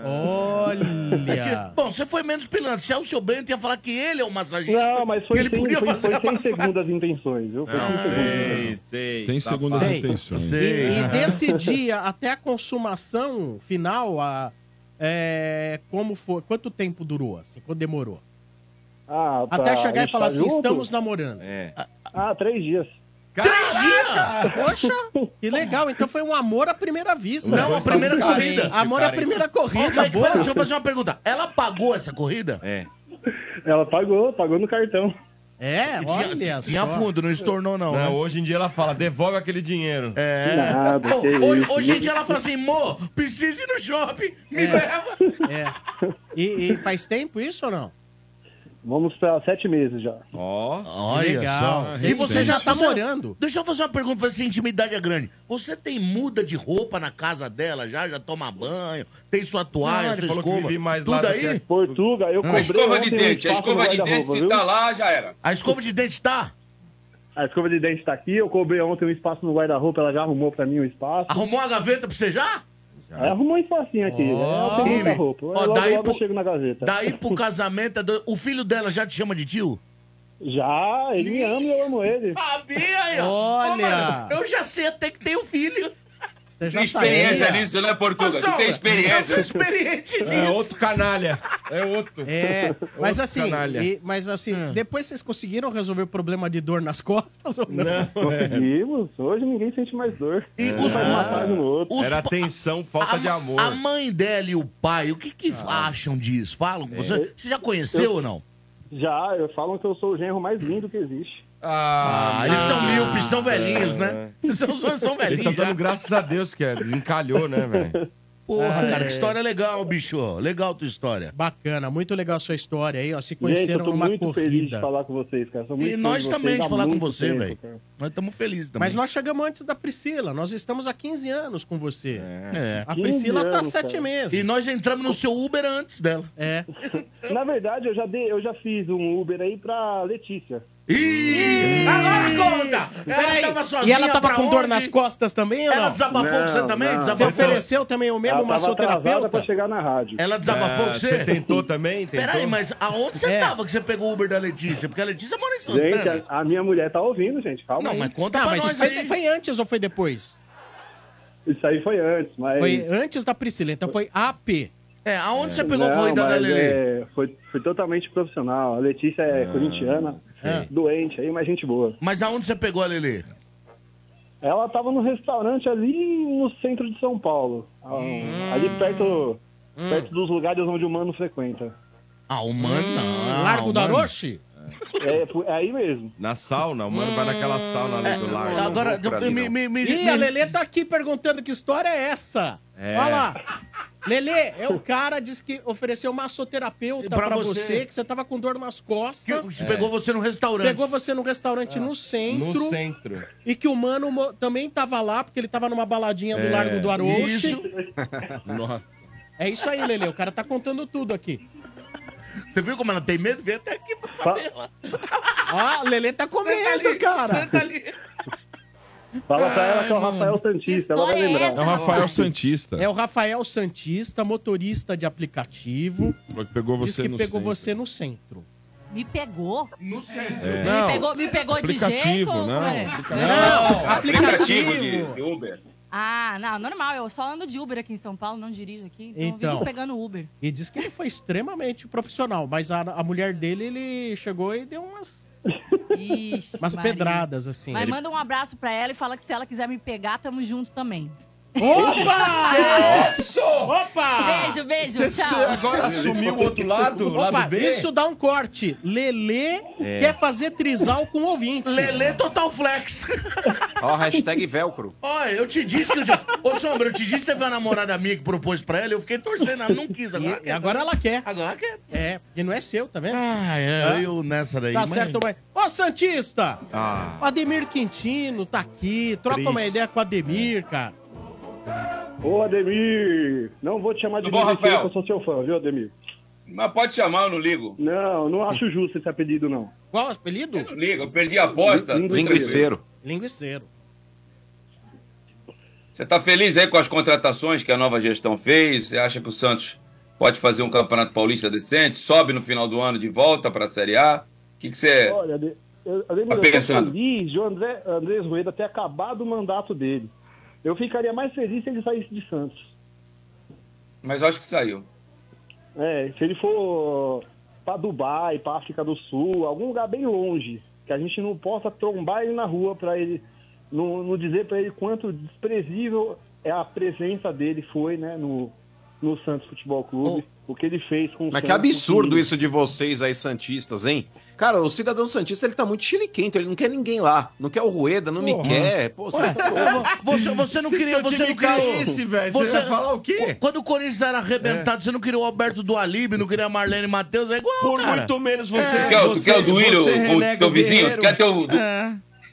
[SPEAKER 9] Olha.
[SPEAKER 3] Bom, você foi menos pilantra. Se é o seu Bento, ia falar que ele é o massagista.
[SPEAKER 10] Não, mas foi
[SPEAKER 3] Ele
[SPEAKER 10] sem,
[SPEAKER 3] podia
[SPEAKER 10] foi,
[SPEAKER 3] fazer
[SPEAKER 10] foi
[SPEAKER 3] a
[SPEAKER 10] sem
[SPEAKER 3] massagem. é.
[SPEAKER 10] segundas intenções, viu? Foi
[SPEAKER 5] Sei,
[SPEAKER 10] sem segundas.
[SPEAKER 5] sei.
[SPEAKER 4] Sem
[SPEAKER 5] safado.
[SPEAKER 4] segundas
[SPEAKER 9] Sei.
[SPEAKER 4] intenções.
[SPEAKER 9] E,
[SPEAKER 3] Sei.
[SPEAKER 9] e desse dia até a consumação final, a, é, como foi? Quanto tempo durou? Assim, quanto demorou?
[SPEAKER 10] Ah, pra
[SPEAKER 9] Até chegar e
[SPEAKER 10] estar
[SPEAKER 9] falar assim:
[SPEAKER 10] junto?
[SPEAKER 9] estamos namorando.
[SPEAKER 5] É.
[SPEAKER 10] um Ah, três dias.
[SPEAKER 3] Três dias!
[SPEAKER 9] Ah, poxa, que legal. Então foi um amor à primeira vista.
[SPEAKER 3] Não, a primeira
[SPEAKER 5] Tá
[SPEAKER 3] corrida.
[SPEAKER 5] carente,
[SPEAKER 9] Amor à
[SPEAKER 5] carente.
[SPEAKER 9] primeira
[SPEAKER 3] Ô,
[SPEAKER 9] corrida,
[SPEAKER 3] mas,
[SPEAKER 9] boa.
[SPEAKER 3] pera, deixa eu fazer uma pergunta. Ela pagou essa corrida?
[SPEAKER 5] É.
[SPEAKER 10] Ela pagou, pagou no cartão.
[SPEAKER 9] É, olha
[SPEAKER 3] tinha,
[SPEAKER 9] só.
[SPEAKER 3] tinha fundo, não estornou, não. né?
[SPEAKER 5] Não, hoje em dia ela fala, devolve aquele dinheiro.
[SPEAKER 3] É.
[SPEAKER 10] Nada,
[SPEAKER 3] Bom,
[SPEAKER 10] que
[SPEAKER 3] hoje,
[SPEAKER 10] isso.
[SPEAKER 3] hoje em dia ela fala assim, Mô, preciso ir no shopping, me
[SPEAKER 9] É.
[SPEAKER 3] leva.
[SPEAKER 9] É. E, e faz tempo isso ou não?
[SPEAKER 10] Vamos para sete meses já.
[SPEAKER 5] Ó,
[SPEAKER 3] Olha só.
[SPEAKER 9] E você já tá
[SPEAKER 3] Deixa eu-
[SPEAKER 9] morando.
[SPEAKER 3] Deixa eu fazer uma pergunta, pra ver se a intimidade é grande. Você tem muda de roupa na casa dela já? Já toma banho? Tem sua toalha,
[SPEAKER 5] Não,
[SPEAKER 3] sua
[SPEAKER 5] ele falou que
[SPEAKER 3] escova?
[SPEAKER 5] vive mais lá
[SPEAKER 3] tudo
[SPEAKER 5] do
[SPEAKER 3] aí?
[SPEAKER 9] é-
[SPEAKER 5] que
[SPEAKER 10] Portuga, eu
[SPEAKER 8] A
[SPEAKER 10] comprei
[SPEAKER 8] escova de
[SPEAKER 10] ontem um
[SPEAKER 8] dente, a
[SPEAKER 10] espaço no
[SPEAKER 8] escova de dente,
[SPEAKER 10] guarda-roupa,
[SPEAKER 8] se
[SPEAKER 10] viu?
[SPEAKER 8] tá lá, já era.
[SPEAKER 3] A escova de dente tá?
[SPEAKER 10] A escova de dente tá aqui, eu cobrei ontem um espaço no guarda-roupa, ela já arrumou pra mim um espaço.
[SPEAKER 3] Arrumou a gaveta pra você já?
[SPEAKER 10] Ela arrumou um espacinho aqui,
[SPEAKER 3] Ó,
[SPEAKER 10] é, eu tenho
[SPEAKER 3] Ime.
[SPEAKER 10] muita roupa.
[SPEAKER 3] Ó,
[SPEAKER 10] logo,
[SPEAKER 3] daí
[SPEAKER 10] logo eu
[SPEAKER 3] pro-
[SPEAKER 10] chego na gaveta.
[SPEAKER 3] Daí pro casamento, é do- o filho dela já te chama de tio?
[SPEAKER 10] Já, ele me ama e eu amo ele.
[SPEAKER 3] Sabia aí, ó.
[SPEAKER 9] Olha.
[SPEAKER 3] Ô, mano, eu já sei até que tem um filho.
[SPEAKER 9] Você já
[SPEAKER 8] Tem experiência
[SPEAKER 9] sabia.
[SPEAKER 8] nisso, né, Portuga?
[SPEAKER 3] Nossa,
[SPEAKER 8] Tu tem
[SPEAKER 3] Eu
[SPEAKER 8] experiência.
[SPEAKER 3] sou experiente
[SPEAKER 5] É
[SPEAKER 3] nisso.
[SPEAKER 5] outro canalha. É outro.
[SPEAKER 9] É, mas
[SPEAKER 5] Outro
[SPEAKER 9] assim,
[SPEAKER 5] canalha.
[SPEAKER 9] e- mas assim,
[SPEAKER 10] Ah.
[SPEAKER 9] depois vocês conseguiram resolver o problema de dor nas costas ou não?
[SPEAKER 5] Não, é.
[SPEAKER 10] Conseguimos, hoje ninguém sente mais dor.
[SPEAKER 3] E
[SPEAKER 10] Um
[SPEAKER 3] os-
[SPEAKER 10] faz massagem no outro.
[SPEAKER 3] Os
[SPEAKER 5] Era
[SPEAKER 3] pa-
[SPEAKER 5] atenção, falta
[SPEAKER 3] a,
[SPEAKER 5] de amor.
[SPEAKER 3] A mãe dela e o pai, o que que acham disso? Falam com
[SPEAKER 10] É.
[SPEAKER 3] você? Você já conheceu ou não?
[SPEAKER 10] Já, eu- falam que eu sou o genro mais lindo que existe.
[SPEAKER 5] Ah,
[SPEAKER 3] Ah, eles são míopes, são velhinhos, né?
[SPEAKER 10] É.
[SPEAKER 3] São, são, são
[SPEAKER 5] eles
[SPEAKER 3] velhinhos
[SPEAKER 5] estão
[SPEAKER 3] já.
[SPEAKER 5] dando graças a Deus que é, desencalhou, né, velho?
[SPEAKER 3] Porra,
[SPEAKER 10] Ah,
[SPEAKER 3] cara,
[SPEAKER 10] é.
[SPEAKER 3] que história legal, bicho. Legal tua história.
[SPEAKER 9] Bacana, muito legal a sua história aí, ó. Se
[SPEAKER 10] Gente, eu
[SPEAKER 9] conheceram
[SPEAKER 10] tô
[SPEAKER 9] numa
[SPEAKER 10] muito feliz de
[SPEAKER 9] corrida.
[SPEAKER 10] falar com vocês, cara. Sou muito
[SPEAKER 3] E
[SPEAKER 10] feliz
[SPEAKER 3] nós
[SPEAKER 10] de vocês,
[SPEAKER 3] também de
[SPEAKER 10] há
[SPEAKER 3] falar com
[SPEAKER 10] muito
[SPEAKER 3] você,
[SPEAKER 10] tempo,
[SPEAKER 3] velho.
[SPEAKER 10] cara.
[SPEAKER 3] Nós estamos felizes também.
[SPEAKER 9] Mas nós chegamos antes da Priscila, nós estamos há 15 anos com você.
[SPEAKER 3] É.
[SPEAKER 9] A
[SPEAKER 10] 15
[SPEAKER 9] Priscila tá há
[SPEAKER 10] anos,
[SPEAKER 9] 7
[SPEAKER 10] cara.
[SPEAKER 9] meses.
[SPEAKER 3] E nós entramos no seu Uber antes dela.
[SPEAKER 9] É.
[SPEAKER 10] Na verdade, eu já, dei, eu já fiz um Uber aí pra Letícia.
[SPEAKER 3] Ih! Agora conta! Ela
[SPEAKER 9] Peraí,
[SPEAKER 3] tava sozinha
[SPEAKER 9] e ela tava
[SPEAKER 3] pra
[SPEAKER 9] com dor
[SPEAKER 3] onde?
[SPEAKER 9] nas costas também ou
[SPEAKER 3] Ela
[SPEAKER 9] não?
[SPEAKER 3] desabafou com você
[SPEAKER 10] Não,
[SPEAKER 3] também?
[SPEAKER 10] não.
[SPEAKER 9] Você
[SPEAKER 3] desabafou?
[SPEAKER 9] ofereceu também o mesmo
[SPEAKER 10] Ela tava atrasada pra
[SPEAKER 9] massoterapeuta?
[SPEAKER 10] chegar na rádio.
[SPEAKER 3] Ela desabafou
[SPEAKER 5] Ah,
[SPEAKER 3] com
[SPEAKER 5] você
[SPEAKER 3] você?
[SPEAKER 5] tentou também? Tentou?
[SPEAKER 3] Peraí, mas aonde você
[SPEAKER 9] É.
[SPEAKER 3] tava que você pegou o Uber da Letícia? Porque a Letícia mora em Santana.
[SPEAKER 10] Gente, a, a minha mulher tá ouvindo, gente. Calma
[SPEAKER 3] Não,
[SPEAKER 10] aí.
[SPEAKER 3] Ah, mas conta
[SPEAKER 9] Tá,
[SPEAKER 3] pra
[SPEAKER 9] mas
[SPEAKER 3] nós
[SPEAKER 9] foi,
[SPEAKER 3] aí.
[SPEAKER 9] foi antes ou foi depois?
[SPEAKER 10] Isso aí foi antes, mas...
[SPEAKER 9] Foi antes da Priscila, então foi AP.
[SPEAKER 3] É, aonde você pegou a
[SPEAKER 10] Não,
[SPEAKER 3] corrida da
[SPEAKER 10] mas,
[SPEAKER 3] Lele?
[SPEAKER 10] é, foi, foi totalmente profissional. A Letícia é
[SPEAKER 9] Ah.
[SPEAKER 10] corintiana,
[SPEAKER 9] É.
[SPEAKER 10] doente aí, mas gente boa.
[SPEAKER 3] Mas aonde você pegou a Lele?
[SPEAKER 10] Ela tava no restaurante ali no centro de São Paulo. Ah,
[SPEAKER 3] Hum.
[SPEAKER 10] Ali perto, perto dos lugares onde o mano frequenta.
[SPEAKER 3] Ah, o mano. não,
[SPEAKER 9] Largo
[SPEAKER 3] o
[SPEAKER 9] da
[SPEAKER 3] Ah, mano.
[SPEAKER 9] Roche?
[SPEAKER 10] É, foi- é aí mesmo.
[SPEAKER 5] Na sauna, o mano vai naquela sauna ali do lar.
[SPEAKER 3] Agora,
[SPEAKER 5] Não vou por ali,
[SPEAKER 3] me,
[SPEAKER 5] não.
[SPEAKER 3] me, me,
[SPEAKER 9] Ih,
[SPEAKER 3] me-
[SPEAKER 9] a Lelê tá aqui perguntando que história é essa.
[SPEAKER 5] É.
[SPEAKER 9] Olha lá. Lelê, é o cara disse que ofereceu massoterapeuta
[SPEAKER 3] Pra
[SPEAKER 9] pra,
[SPEAKER 3] você.
[SPEAKER 9] você. que você tava com dor nas
[SPEAKER 3] que-
[SPEAKER 9] costas.
[SPEAKER 3] que pegou você no restaurante.
[SPEAKER 9] Pegou você num restaurante no centro
[SPEAKER 5] No centro.
[SPEAKER 9] e que o mano mo- também tava lá, porque ele tava numa baladinha do Largo do Aroche.
[SPEAKER 3] Isso.
[SPEAKER 9] É isso aí, Lelê. O cara tá contando tudo aqui.
[SPEAKER 3] Você viu como ela tem medo? Vem até aqui pra saber. Ela.
[SPEAKER 9] Ó, o Lelê tá comendo, cara.
[SPEAKER 3] Senta ali.
[SPEAKER 10] Fala pra ela que é o Rafael Santista, ela vai
[SPEAKER 11] história é
[SPEAKER 10] lembrar.
[SPEAKER 11] essa?
[SPEAKER 4] É o Rafael Santista.
[SPEAKER 9] É o Rafael Santista, motorista de aplicativo.
[SPEAKER 4] Falou que Pegou
[SPEAKER 9] Diz
[SPEAKER 4] você
[SPEAKER 9] que
[SPEAKER 4] no
[SPEAKER 9] pegou
[SPEAKER 4] centro.
[SPEAKER 9] você no centro.
[SPEAKER 11] Me pegou?
[SPEAKER 3] Não sei.
[SPEAKER 11] me
[SPEAKER 4] Não,
[SPEAKER 11] pegou, me pegou de
[SPEAKER 4] aplicativo,
[SPEAKER 11] jeito? ou
[SPEAKER 4] não,
[SPEAKER 11] é?
[SPEAKER 9] Não,
[SPEAKER 8] Aplicativo de de Uber.
[SPEAKER 11] Ah, não, normal. Eu só ando de Uber aqui em São Paulo, não dirijo aqui. Então, eu
[SPEAKER 9] Então.
[SPEAKER 11] vivo pegando Uber.
[SPEAKER 9] E diz que ele foi extremamente profissional, mas a, a mulher dele, ele chegou e deu umas,
[SPEAKER 11] Ixi,
[SPEAKER 9] umas
[SPEAKER 11] Maria.
[SPEAKER 9] pedradas, assim.
[SPEAKER 11] Mas manda um abraço pra ela e fala que se ela quiser me pegar, tamo junto também.
[SPEAKER 9] Opa! Opa!
[SPEAKER 11] Beijo, beijo, tchau.
[SPEAKER 5] É, Agora assumiu o outro lado, o
[SPEAKER 9] Opa,
[SPEAKER 5] lado B.
[SPEAKER 9] isso dá um corte. Lelê quer fazer trisal com ouvinte.
[SPEAKER 3] Lelê Total Flex.
[SPEAKER 2] Ó, hashtag velcro.
[SPEAKER 3] Olha, eu te disse que eu já... Ô, Sombra, eu te disse que teve uma namorada minha que propôs pra ela, eu fiquei torcendo, ela não quis. Agora,
[SPEAKER 9] E agora ela quer.
[SPEAKER 3] Agora quer.
[SPEAKER 9] É, porque não é seu, tá vendo?
[SPEAKER 3] Ah, é, eu nessa daí.
[SPEAKER 9] Tá
[SPEAKER 3] mas-
[SPEAKER 9] certo, mas... Ô, Santista!
[SPEAKER 5] Ah,
[SPEAKER 9] O Ademir Quintino tá aqui. Troca
[SPEAKER 5] Triste.
[SPEAKER 9] uma ideia com o Ademir, cara.
[SPEAKER 10] Ô, Ademir, não vou te chamar de
[SPEAKER 8] Tudo bom,
[SPEAKER 10] Ademir,
[SPEAKER 8] Rafael?
[SPEAKER 10] que eu sou seu fã, viu, Ademir?
[SPEAKER 8] Mas pode chamar, eu não ligo.
[SPEAKER 10] Não, não acho justo esse apelido, não.
[SPEAKER 9] Qual o apelido?
[SPEAKER 8] Eu não ligo, eu perdi a aposta.
[SPEAKER 10] Hum,
[SPEAKER 8] tô tranquilo.
[SPEAKER 2] Linguiceiro.
[SPEAKER 9] Linguiceiro.
[SPEAKER 8] Você tá feliz aí com as contratações que a nova gestão fez? Você acha que o Santos pode fazer um campeonato paulista decente? Sobe no final do ano de volta pra Série A? O que, que você.
[SPEAKER 10] Olha, Ade- eu- Ademir,
[SPEAKER 8] Tá
[SPEAKER 10] eu tô
[SPEAKER 8] pensando?
[SPEAKER 10] feliz de o André, Andrés Rueda ter acabado o mandato dele. Eu ficaria mais feliz se ele saísse de Santos.
[SPEAKER 8] Mas eu acho que saiu.
[SPEAKER 10] É, se ele for pra Dubai, pra África do Sul, algum lugar bem longe, que a gente não possa trombar ele na rua pra ele, não, não dizer pra ele quanto desprezível é a presença dele foi, né, no, no Santos Futebol Clube, o que ele fez com o
[SPEAKER 2] Mas que
[SPEAKER 10] Santos,
[SPEAKER 2] absurdo
[SPEAKER 10] que-
[SPEAKER 2] isso de vocês aí, Santistas, hein? Cara, o cidadão Santista, ele tá muito chiliquento, ele não quer ninguém lá. Não quer o Rueda, não me
[SPEAKER 3] Porra.
[SPEAKER 2] quer. Pô, você
[SPEAKER 3] Ué,
[SPEAKER 2] tá louco.
[SPEAKER 3] Você, você não
[SPEAKER 2] Se
[SPEAKER 3] queria.
[SPEAKER 2] teu
[SPEAKER 3] Você
[SPEAKER 2] time
[SPEAKER 3] não queria
[SPEAKER 2] caísse, velho, você vai falar o quê? É.
[SPEAKER 3] Qu- Quando o Corinthians era arrebentado, você não queria o Alberto do Alibe, não queria a Marlene Matheus, é igual. Por
[SPEAKER 5] muito menos
[SPEAKER 8] Você, quer, o- quer o duílio,
[SPEAKER 3] Ah, você
[SPEAKER 8] o
[SPEAKER 3] renega Ah.
[SPEAKER 8] teu
[SPEAKER 3] o
[SPEAKER 8] vizinho?
[SPEAKER 3] Guerreiro?
[SPEAKER 8] Quer teu, du,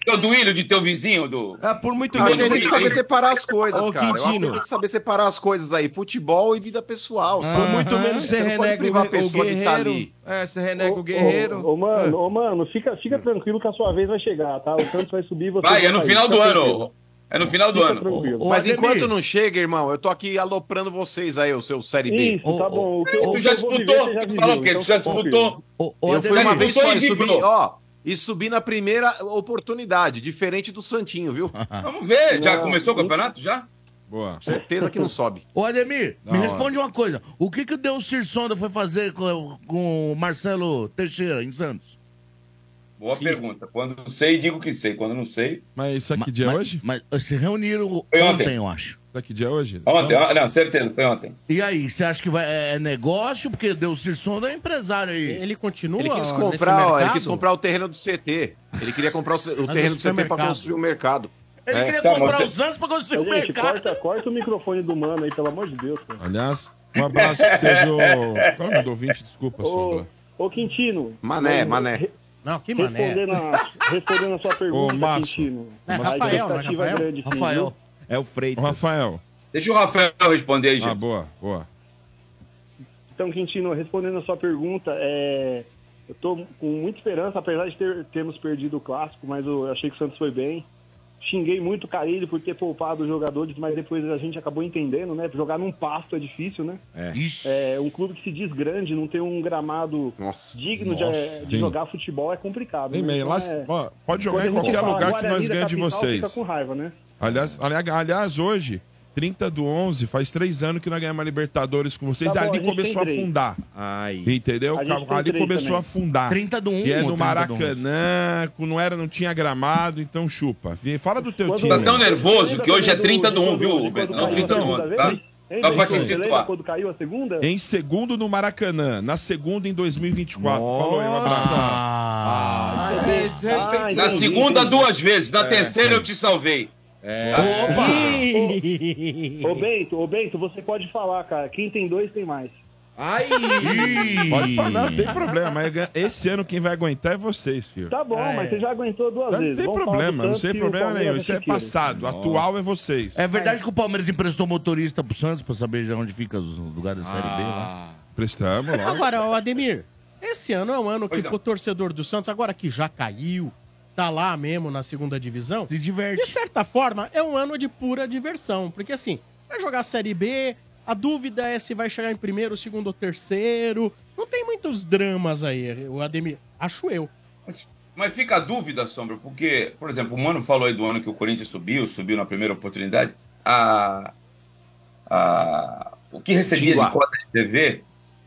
[SPEAKER 8] quer o duílio de teu vizinho? Do...
[SPEAKER 5] Ah, por muito
[SPEAKER 2] Acho que a gente tem que saber separar as coisas,
[SPEAKER 8] Ô,
[SPEAKER 2] cara. Eu acho que a gente
[SPEAKER 8] Quintino.
[SPEAKER 2] tem que saber separar as coisas aí. Futebol e vida pessoal. sabe?
[SPEAKER 5] Por muito menos você,
[SPEAKER 2] tá- não pode
[SPEAKER 5] renega
[SPEAKER 2] privar
[SPEAKER 5] o, o
[SPEAKER 2] que
[SPEAKER 5] guerreiro.
[SPEAKER 2] tá ali.
[SPEAKER 5] É, você renega o
[SPEAKER 10] Ô,
[SPEAKER 5] guerreiro.
[SPEAKER 10] ô, mano, ô, mano, fica, fica tranquilo que a sua vez vai chegar, tá? O Santos vai subir e você
[SPEAKER 8] Vai, é no
[SPEAKER 10] cair,
[SPEAKER 8] final do
[SPEAKER 10] fica
[SPEAKER 8] ano.
[SPEAKER 10] tranquilo.
[SPEAKER 8] É no final do
[SPEAKER 10] tá Fica
[SPEAKER 8] ano.
[SPEAKER 10] tranquilo.
[SPEAKER 2] Mas
[SPEAKER 10] Ademir.
[SPEAKER 2] enquanto não chega, irmão, eu tô aqui aloprando vocês aí, o seu Série B.
[SPEAKER 10] Isso, tá bom. O que eu-
[SPEAKER 8] Tu
[SPEAKER 10] o
[SPEAKER 8] já
[SPEAKER 10] que eu vou viver,
[SPEAKER 8] disputou?
[SPEAKER 10] você já
[SPEAKER 8] Tu falou o quê?
[SPEAKER 10] viveu,
[SPEAKER 8] Tu já
[SPEAKER 10] então,
[SPEAKER 8] disputou?
[SPEAKER 2] Eu fui
[SPEAKER 8] Já
[SPEAKER 2] uma vez
[SPEAKER 8] disputou
[SPEAKER 2] só
[SPEAKER 8] e
[SPEAKER 2] e subi,
[SPEAKER 8] vingou.
[SPEAKER 2] ó. E subi na primeira oportunidade, diferente do Santinho, viu?
[SPEAKER 4] Ah.
[SPEAKER 8] Vamos ver, já começou o campeonato? Já?
[SPEAKER 4] Boa.
[SPEAKER 2] Certeza que não sobe.
[SPEAKER 3] Ô, Ademir,
[SPEAKER 2] Da
[SPEAKER 3] me
[SPEAKER 2] hora.
[SPEAKER 3] responde uma coisa. O que que o Deus Sirsonda foi fazer com, com o Marcelo Teixeira em Santos?
[SPEAKER 8] Boa pergunta. Quando sei, digo que sei. Quando não sei.
[SPEAKER 4] Mas isso aqui dia é hoje?
[SPEAKER 3] Mas se reuniram ontem,
[SPEAKER 8] Foi ontem.
[SPEAKER 3] eu acho.
[SPEAKER 4] Isso aqui dia é hoje?
[SPEAKER 8] Ontem,
[SPEAKER 4] Então-
[SPEAKER 8] ó, não, certeza, foi ontem.
[SPEAKER 3] E aí, você acha que vai, é é negócio? Porque Deus Sirsonda é empresário aí.
[SPEAKER 9] Ele continua
[SPEAKER 2] Ele quis comprar, ó, ele quis comprar o terreno do CT. Ele queria comprar o, ce- é o
[SPEAKER 9] Mas
[SPEAKER 2] terreno
[SPEAKER 9] o
[SPEAKER 2] do CT pra
[SPEAKER 9] supermercado.
[SPEAKER 2] construir o mercado.
[SPEAKER 3] Ele
[SPEAKER 2] É.
[SPEAKER 3] queria
[SPEAKER 2] Tá,
[SPEAKER 3] comprar
[SPEAKER 2] mas
[SPEAKER 3] os anos pra construir
[SPEAKER 10] Mas,
[SPEAKER 3] o
[SPEAKER 10] gente,
[SPEAKER 3] mercado.
[SPEAKER 10] corta, corta o microfone do mano aí, pelo amor de Deus. Cara.
[SPEAKER 4] Aliás, um abraço pra você, viu? Qual é o nome do ouvinte? Desculpa,
[SPEAKER 10] Ô,
[SPEAKER 4] Sombra.
[SPEAKER 10] ô Quintino.
[SPEAKER 2] Mané,
[SPEAKER 10] Mas,
[SPEAKER 2] mané.
[SPEAKER 10] re-
[SPEAKER 9] Não, que
[SPEAKER 10] Respondendo a, respondendo a sua pergunta,
[SPEAKER 4] Márcio.
[SPEAKER 10] Quintino.
[SPEAKER 9] É,
[SPEAKER 10] a
[SPEAKER 9] Rafael, não é
[SPEAKER 10] expectativa
[SPEAKER 9] Rafael?
[SPEAKER 10] grande, sim,
[SPEAKER 9] Rafael.
[SPEAKER 10] viu?
[SPEAKER 5] É o Freitas.
[SPEAKER 4] Rafael.
[SPEAKER 8] Deixa o Rafael responder aí, gente.
[SPEAKER 4] Ah, boa, boa.
[SPEAKER 10] Então, Quintino, respondendo a sua pergunta, é, eu estou com muita esperança, apesar de ter- termos perdido o clássico, mas eu achei que o Santos foi bem. Xinguei muito o Carilho por ter poupado os jogadores, mas depois a gente acabou entendendo, né? Jogar num pasto é difícil, né?
[SPEAKER 5] É.
[SPEAKER 10] É, um clube que se diz grande, não tem um gramado
[SPEAKER 2] Nossa.
[SPEAKER 10] digno de-
[SPEAKER 4] Nossa,
[SPEAKER 10] de,
[SPEAKER 4] sim.
[SPEAKER 10] jogar futebol é complicado.
[SPEAKER 4] Ei,
[SPEAKER 10] né?
[SPEAKER 4] meio,
[SPEAKER 10] Então,
[SPEAKER 4] lá,
[SPEAKER 10] é-
[SPEAKER 4] ó, pode
[SPEAKER 10] quando
[SPEAKER 4] jogar
[SPEAKER 10] a
[SPEAKER 4] em
[SPEAKER 10] gente
[SPEAKER 4] qualquer
[SPEAKER 10] fala
[SPEAKER 4] lugar que nós
[SPEAKER 10] Guarani da
[SPEAKER 4] ganhamos de
[SPEAKER 10] capital, Fica
[SPEAKER 4] vocês.
[SPEAKER 10] com raiva, né?
[SPEAKER 4] Aliás, ali- aliás, hoje, 30 do 11, faz três anos que nós ganhamos a Libertadores com vocês.
[SPEAKER 10] Tá bom,
[SPEAKER 4] ali
[SPEAKER 10] a gente
[SPEAKER 4] começou a
[SPEAKER 10] tem três.
[SPEAKER 4] afundar.
[SPEAKER 5] Ai.
[SPEAKER 4] Entendeu?
[SPEAKER 10] A gente tem
[SPEAKER 4] Ali
[SPEAKER 10] três
[SPEAKER 4] começou
[SPEAKER 10] também. um,
[SPEAKER 4] a afundar.
[SPEAKER 3] 30 do 1
[SPEAKER 4] E é
[SPEAKER 3] ou 30
[SPEAKER 4] no
[SPEAKER 3] do 11?
[SPEAKER 4] Maracanã, com- não era, não tinha gramado, então chupa. Vi- Fala do teu
[SPEAKER 10] Quando- um
[SPEAKER 4] time.
[SPEAKER 8] Tá tão nervoso que hoje é
[SPEAKER 10] Lembra
[SPEAKER 8] 30 do
[SPEAKER 10] quando-
[SPEAKER 8] 1, viu,
[SPEAKER 10] quando
[SPEAKER 8] Beto? Não,
[SPEAKER 10] caiu a
[SPEAKER 8] 30 do
[SPEAKER 10] segunda
[SPEAKER 8] 1,
[SPEAKER 10] vez?
[SPEAKER 8] tá? Só
[SPEAKER 10] Hein, Beto?
[SPEAKER 8] pra te
[SPEAKER 10] Você lembra
[SPEAKER 8] situar.
[SPEAKER 10] quando caiu a segunda?
[SPEAKER 4] Em segundo no Maracanã, na segunda em 2024. Falou eu, um abraço.
[SPEAKER 5] Um Ah.
[SPEAKER 8] Na segunda, duas vezes.
[SPEAKER 4] É.
[SPEAKER 8] Na terceira, eu te salvei.
[SPEAKER 10] Ô Bento, ô Bento, você pode falar, cara. Quem tem dois tem mais.
[SPEAKER 5] Ai!
[SPEAKER 4] Pode falar, não tem problema. mas Esse ano quem vai aguentar é vocês, filho.
[SPEAKER 10] Tá bom, mas você já aguentou duas
[SPEAKER 4] Não
[SPEAKER 10] vezes.
[SPEAKER 4] tem
[SPEAKER 10] Vamos falar
[SPEAKER 4] problema,
[SPEAKER 10] do
[SPEAKER 4] não
[SPEAKER 10] Santos
[SPEAKER 4] tem
[SPEAKER 10] e o
[SPEAKER 4] problema
[SPEAKER 10] Palmeiras
[SPEAKER 4] nenhum. Isso é
[SPEAKER 10] Chiqueiro.
[SPEAKER 4] passado. Atual é vocês.
[SPEAKER 3] É verdade que o Palmeiras emprestou motorista pro Santos pra saber já onde fica os lugares da Série B
[SPEAKER 4] Ah.
[SPEAKER 3] lá.
[SPEAKER 4] Prestamos lá.
[SPEAKER 9] Agora, o Ademir, esse ano é um ano que
[SPEAKER 8] Pois não.
[SPEAKER 9] o torcedor do Santos, agora que já caiu, tá lá mesmo na segunda divisão,
[SPEAKER 3] Se diverte.
[SPEAKER 9] de certa forma é um ano de pura diversão. Porque assim, vai jogar a Série B, a dúvida é se vai chegar em primeiro, segundo ou terceiro. Não tem muitos dramas aí, o Ademir. Acho eu.
[SPEAKER 8] Mas fica a dúvida, Sombra, porque, por exemplo, o Mano falou aí do ano que o Corinthians subiu, subiu na primeira oportunidade. A, a- o que recebia de cota de TV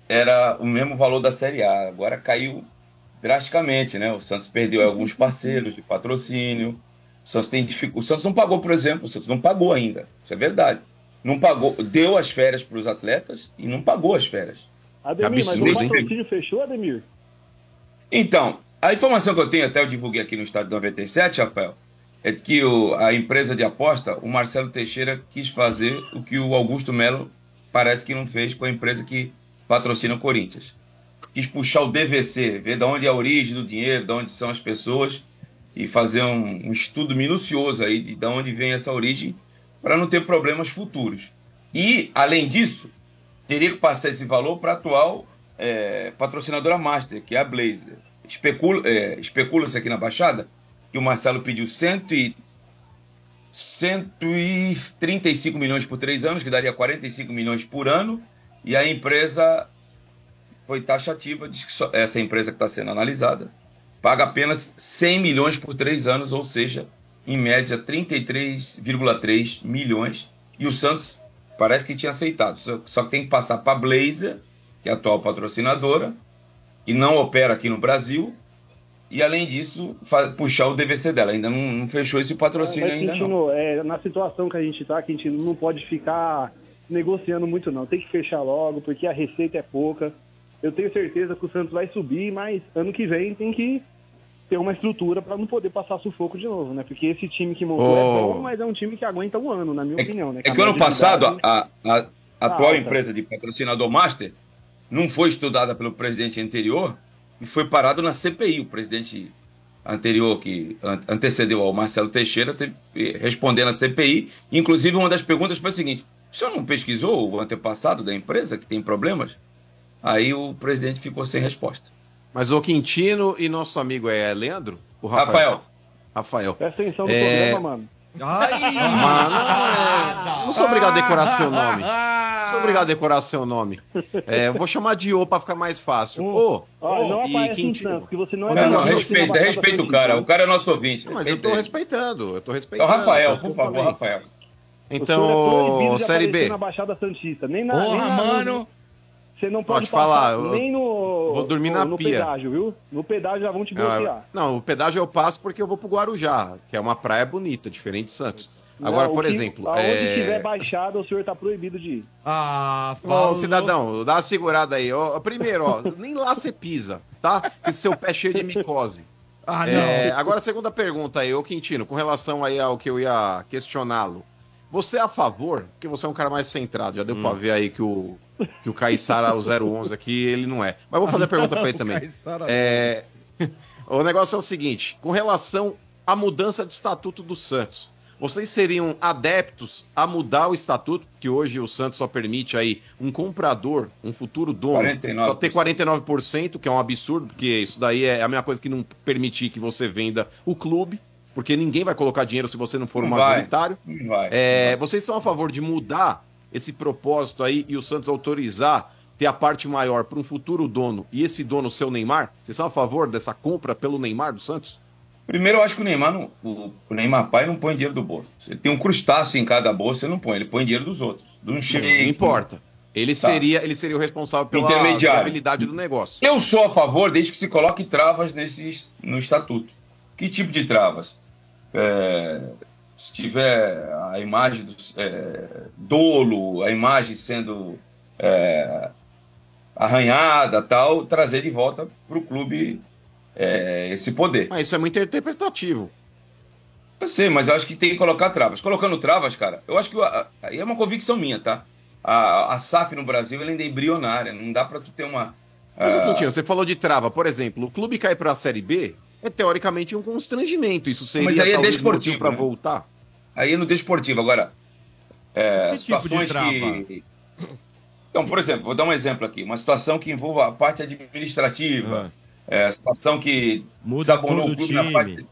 [SPEAKER 8] era o mesmo valor da Série A. Agora caiu drasticamente, né? O Santos perdeu aí alguns parceiros de patrocínio. O Santos, tem dific... o Santos não pagou, por exemplo, o Santos não pagou ainda. Isso é verdade. Não pagou, deu as férias para os atletas e não pagou as férias.
[SPEAKER 10] Ademir, mas o
[SPEAKER 8] Absurdo, hein?
[SPEAKER 10] patrocínio fechou, Ademir?
[SPEAKER 8] Então, a informação que eu tenho, até eu divulguei aqui no Estado 97, Rafael, é que o- a empresa de aposta, o Marcelo Teixeira, quis fazer o que o Augusto Melo parece que não fez com a empresa que patrocina o Corinthians. Quis puxar o DVC, ver de onde é a origem do dinheiro, de onde são as pessoas, e fazer um, um estudo minucioso aí de, de onde vem essa origem, para não ter problemas futuros. E, além disso, teria que passar esse valor para a atual eh, patrocinadora master, que é a Blazer. Especula- eh, Especula-se aqui na Baixada que o Marcelo pediu 100 e- 135 milhões por três anos, que daria 45 milhões por ano, e a empresa foi taxativa, diz que só- essa empresa que está sendo analisada paga apenas 100 milhões por três anos, ou seja, em média 33,3 milhões. E o Santos parece que tinha aceitado, só, só que tem que passar para a Blazer, que é a atual patrocinadora, que não opera aqui no Brasil. E além disso, fa- puxar o DVC dela. Ainda não, não fechou esse patrocínio
[SPEAKER 10] Mas,
[SPEAKER 8] ainda não.
[SPEAKER 10] Quintino, é, na situação que a gente tá, Quintino, não pode ficar negociando muito, não. Tem que fechar logo, porque a receita é pouca. Eu tenho certeza que o Santos vai subir, mas ano que vem tem que ter uma estrutura para não poder passar sufoco de novo, né? Porque esse time que montou é
[SPEAKER 8] Ô.
[SPEAKER 10] bom, mas é um time que aguenta um ano, na minha opinião, né?
[SPEAKER 8] É que
[SPEAKER 10] a
[SPEAKER 8] o ano
[SPEAKER 10] média de
[SPEAKER 8] passado,
[SPEAKER 10] idade-
[SPEAKER 8] a, a- a atual
[SPEAKER 10] alta.
[SPEAKER 8] empresa de patrocinador master não foi estudada pelo presidente anterior e foi parado na CPI. O presidente anterior, que an- antecedeu ao Marcelo Teixeira, teve que responder na CPI. Inclusive, uma das perguntas foi a seguinte: o senhor não pesquisou o antepassado da empresa que tem problemas? Aí o presidente ficou sem resposta.
[SPEAKER 2] Mas o Quintino e nosso amigo é Leandro? O
[SPEAKER 8] Rafael.
[SPEAKER 2] Rafael.
[SPEAKER 10] Presta atenção
[SPEAKER 2] no
[SPEAKER 10] no
[SPEAKER 2] é...
[SPEAKER 10] programa, mano.
[SPEAKER 2] Mano, é- não sou obrigado a decorar seu nome. Não sou obrigado a decorar seu nome. É, eu vou chamar de O pra ficar mais fácil. Ô,
[SPEAKER 10] Ó, não
[SPEAKER 2] ô, e
[SPEAKER 10] aparece em
[SPEAKER 2] Quintino.
[SPEAKER 10] Santos, que você não
[SPEAKER 8] Não,
[SPEAKER 10] é...
[SPEAKER 8] não,
[SPEAKER 10] Você não
[SPEAKER 8] respeita,
[SPEAKER 10] abaixa
[SPEAKER 8] respeita o
[SPEAKER 10] bastante.
[SPEAKER 8] cara. O cara é nosso ouvinte.
[SPEAKER 2] Mas eu tô respeitando, eu tô
[SPEAKER 8] Então,
[SPEAKER 2] respeitando.
[SPEAKER 8] Rafael,
[SPEAKER 2] tá
[SPEAKER 8] por
[SPEAKER 2] tudo
[SPEAKER 8] favor,
[SPEAKER 2] bem.
[SPEAKER 8] Rafael.
[SPEAKER 10] O senhor é
[SPEAKER 2] Então,
[SPEAKER 10] proibido de
[SPEAKER 2] Série
[SPEAKER 10] aparecer
[SPEAKER 2] B.
[SPEAKER 10] Na Baixada Santista, nem na,
[SPEAKER 3] Porra,
[SPEAKER 10] nem na-
[SPEAKER 3] mano.
[SPEAKER 10] Você não pode
[SPEAKER 2] Pode falar,
[SPEAKER 10] passar,
[SPEAKER 2] eu-
[SPEAKER 10] nem no
[SPEAKER 2] vou dormir
[SPEAKER 10] no,
[SPEAKER 2] na
[SPEAKER 10] no
[SPEAKER 2] pia. Ah,
[SPEAKER 10] pedágio, viu? No pedágio já vão te
[SPEAKER 2] Não,
[SPEAKER 10] bloquear.
[SPEAKER 2] não, o pedágio eu passo porque eu vou pro Guarujá, que é uma praia bonita, diferente de Santos. Agora,
[SPEAKER 10] Não, o
[SPEAKER 2] por
[SPEAKER 10] que-
[SPEAKER 2] exemplo.
[SPEAKER 10] Aonde
[SPEAKER 2] é...
[SPEAKER 10] tiver baixada, o senhor tá proibido de ir.
[SPEAKER 5] Ah,
[SPEAKER 2] Ô, cidadão, dá uma segurada aí. Ó, primeiro, ó, nem lá você pisa, tá? Esse seu pé é cheio de micose.
[SPEAKER 5] Ah,
[SPEAKER 2] É, agora, a segunda pergunta aí, ô Quintino, com relação aí ao que eu ia questioná-lo. Você é a favor? Porque você é um cara mais centrado, já deu
[SPEAKER 5] Hum.
[SPEAKER 2] pra ver aí que o, que o Caissara, o 011 aqui, ele não é. Mas vou fazer a pergunta pra ele também.
[SPEAKER 5] Caissara-
[SPEAKER 2] É, o negócio é o seguinte, com relação à mudança de estatuto do Santos, vocês seriam adeptos a mudar o estatuto, que hoje o Santos só permite aí um comprador, um futuro dono,
[SPEAKER 8] 49%.
[SPEAKER 2] só ter 49%, que é um absurdo, porque isso daí é a mesma coisa que não permitir que você venda o clube, porque ninguém vai colocar dinheiro se você não for um
[SPEAKER 8] Não vai.
[SPEAKER 2] majoritário.
[SPEAKER 8] Não vai.
[SPEAKER 2] É, vocês são a favor de mudar esse propósito aí e o Santos autorizar ter a parte maior para um futuro dono e esse dono ser o Neymar? Vocês são a favor dessa compra pelo Neymar do Santos?
[SPEAKER 8] Primeiro, eu acho que o Neymar, não- o, o Neymar pai não põe dinheiro do bolso. Ele tem um crustáceo em cada bolso, ele não põe, ele põe dinheiro dos outros. De um
[SPEAKER 2] Não,
[SPEAKER 8] chefe.
[SPEAKER 2] importa. Ele,
[SPEAKER 8] Tá.
[SPEAKER 2] seria, ele seria o responsável pela
[SPEAKER 8] Intermediário.
[SPEAKER 2] habilidade do negócio.
[SPEAKER 8] Eu sou a favor desde que se coloque travas nesse, no estatuto. Que tipo de travas? É, se tiver a imagem do, é, dolo, a imagem sendo é, arranhada tal, trazer de volta para o clube é, esse poder.
[SPEAKER 2] Mas isso é muito interpretativo.
[SPEAKER 8] Eu sei, mas eu acho que tem que colocar travas. Colocando travas, cara, eu acho que. a- a- Aí é uma convicção minha, tá? A, a SAF no Brasil ela ainda é embrionária. Não dá pra tu ter uma.
[SPEAKER 2] Mas, ô
[SPEAKER 8] ah,
[SPEAKER 2] Quintino, você falou de trava. Por exemplo, o clube cair para a Série B é teoricamente um constrangimento. Isso seria
[SPEAKER 8] Mas aí é
[SPEAKER 2] talvez,
[SPEAKER 8] desportivo,
[SPEAKER 2] motivo pra
[SPEAKER 8] né?
[SPEAKER 2] voltar?
[SPEAKER 8] Aí é no desportivo. Agora, é,
[SPEAKER 5] Mas que tipo de
[SPEAKER 8] situações que. Então, por exemplo, vou dar um exemplo aqui. Uma situação que envolva a parte administrativa. É, situação que
[SPEAKER 5] Ah. Muda
[SPEAKER 8] desabonou
[SPEAKER 5] todo
[SPEAKER 8] o
[SPEAKER 5] o
[SPEAKER 8] clube
[SPEAKER 5] time.
[SPEAKER 8] na parte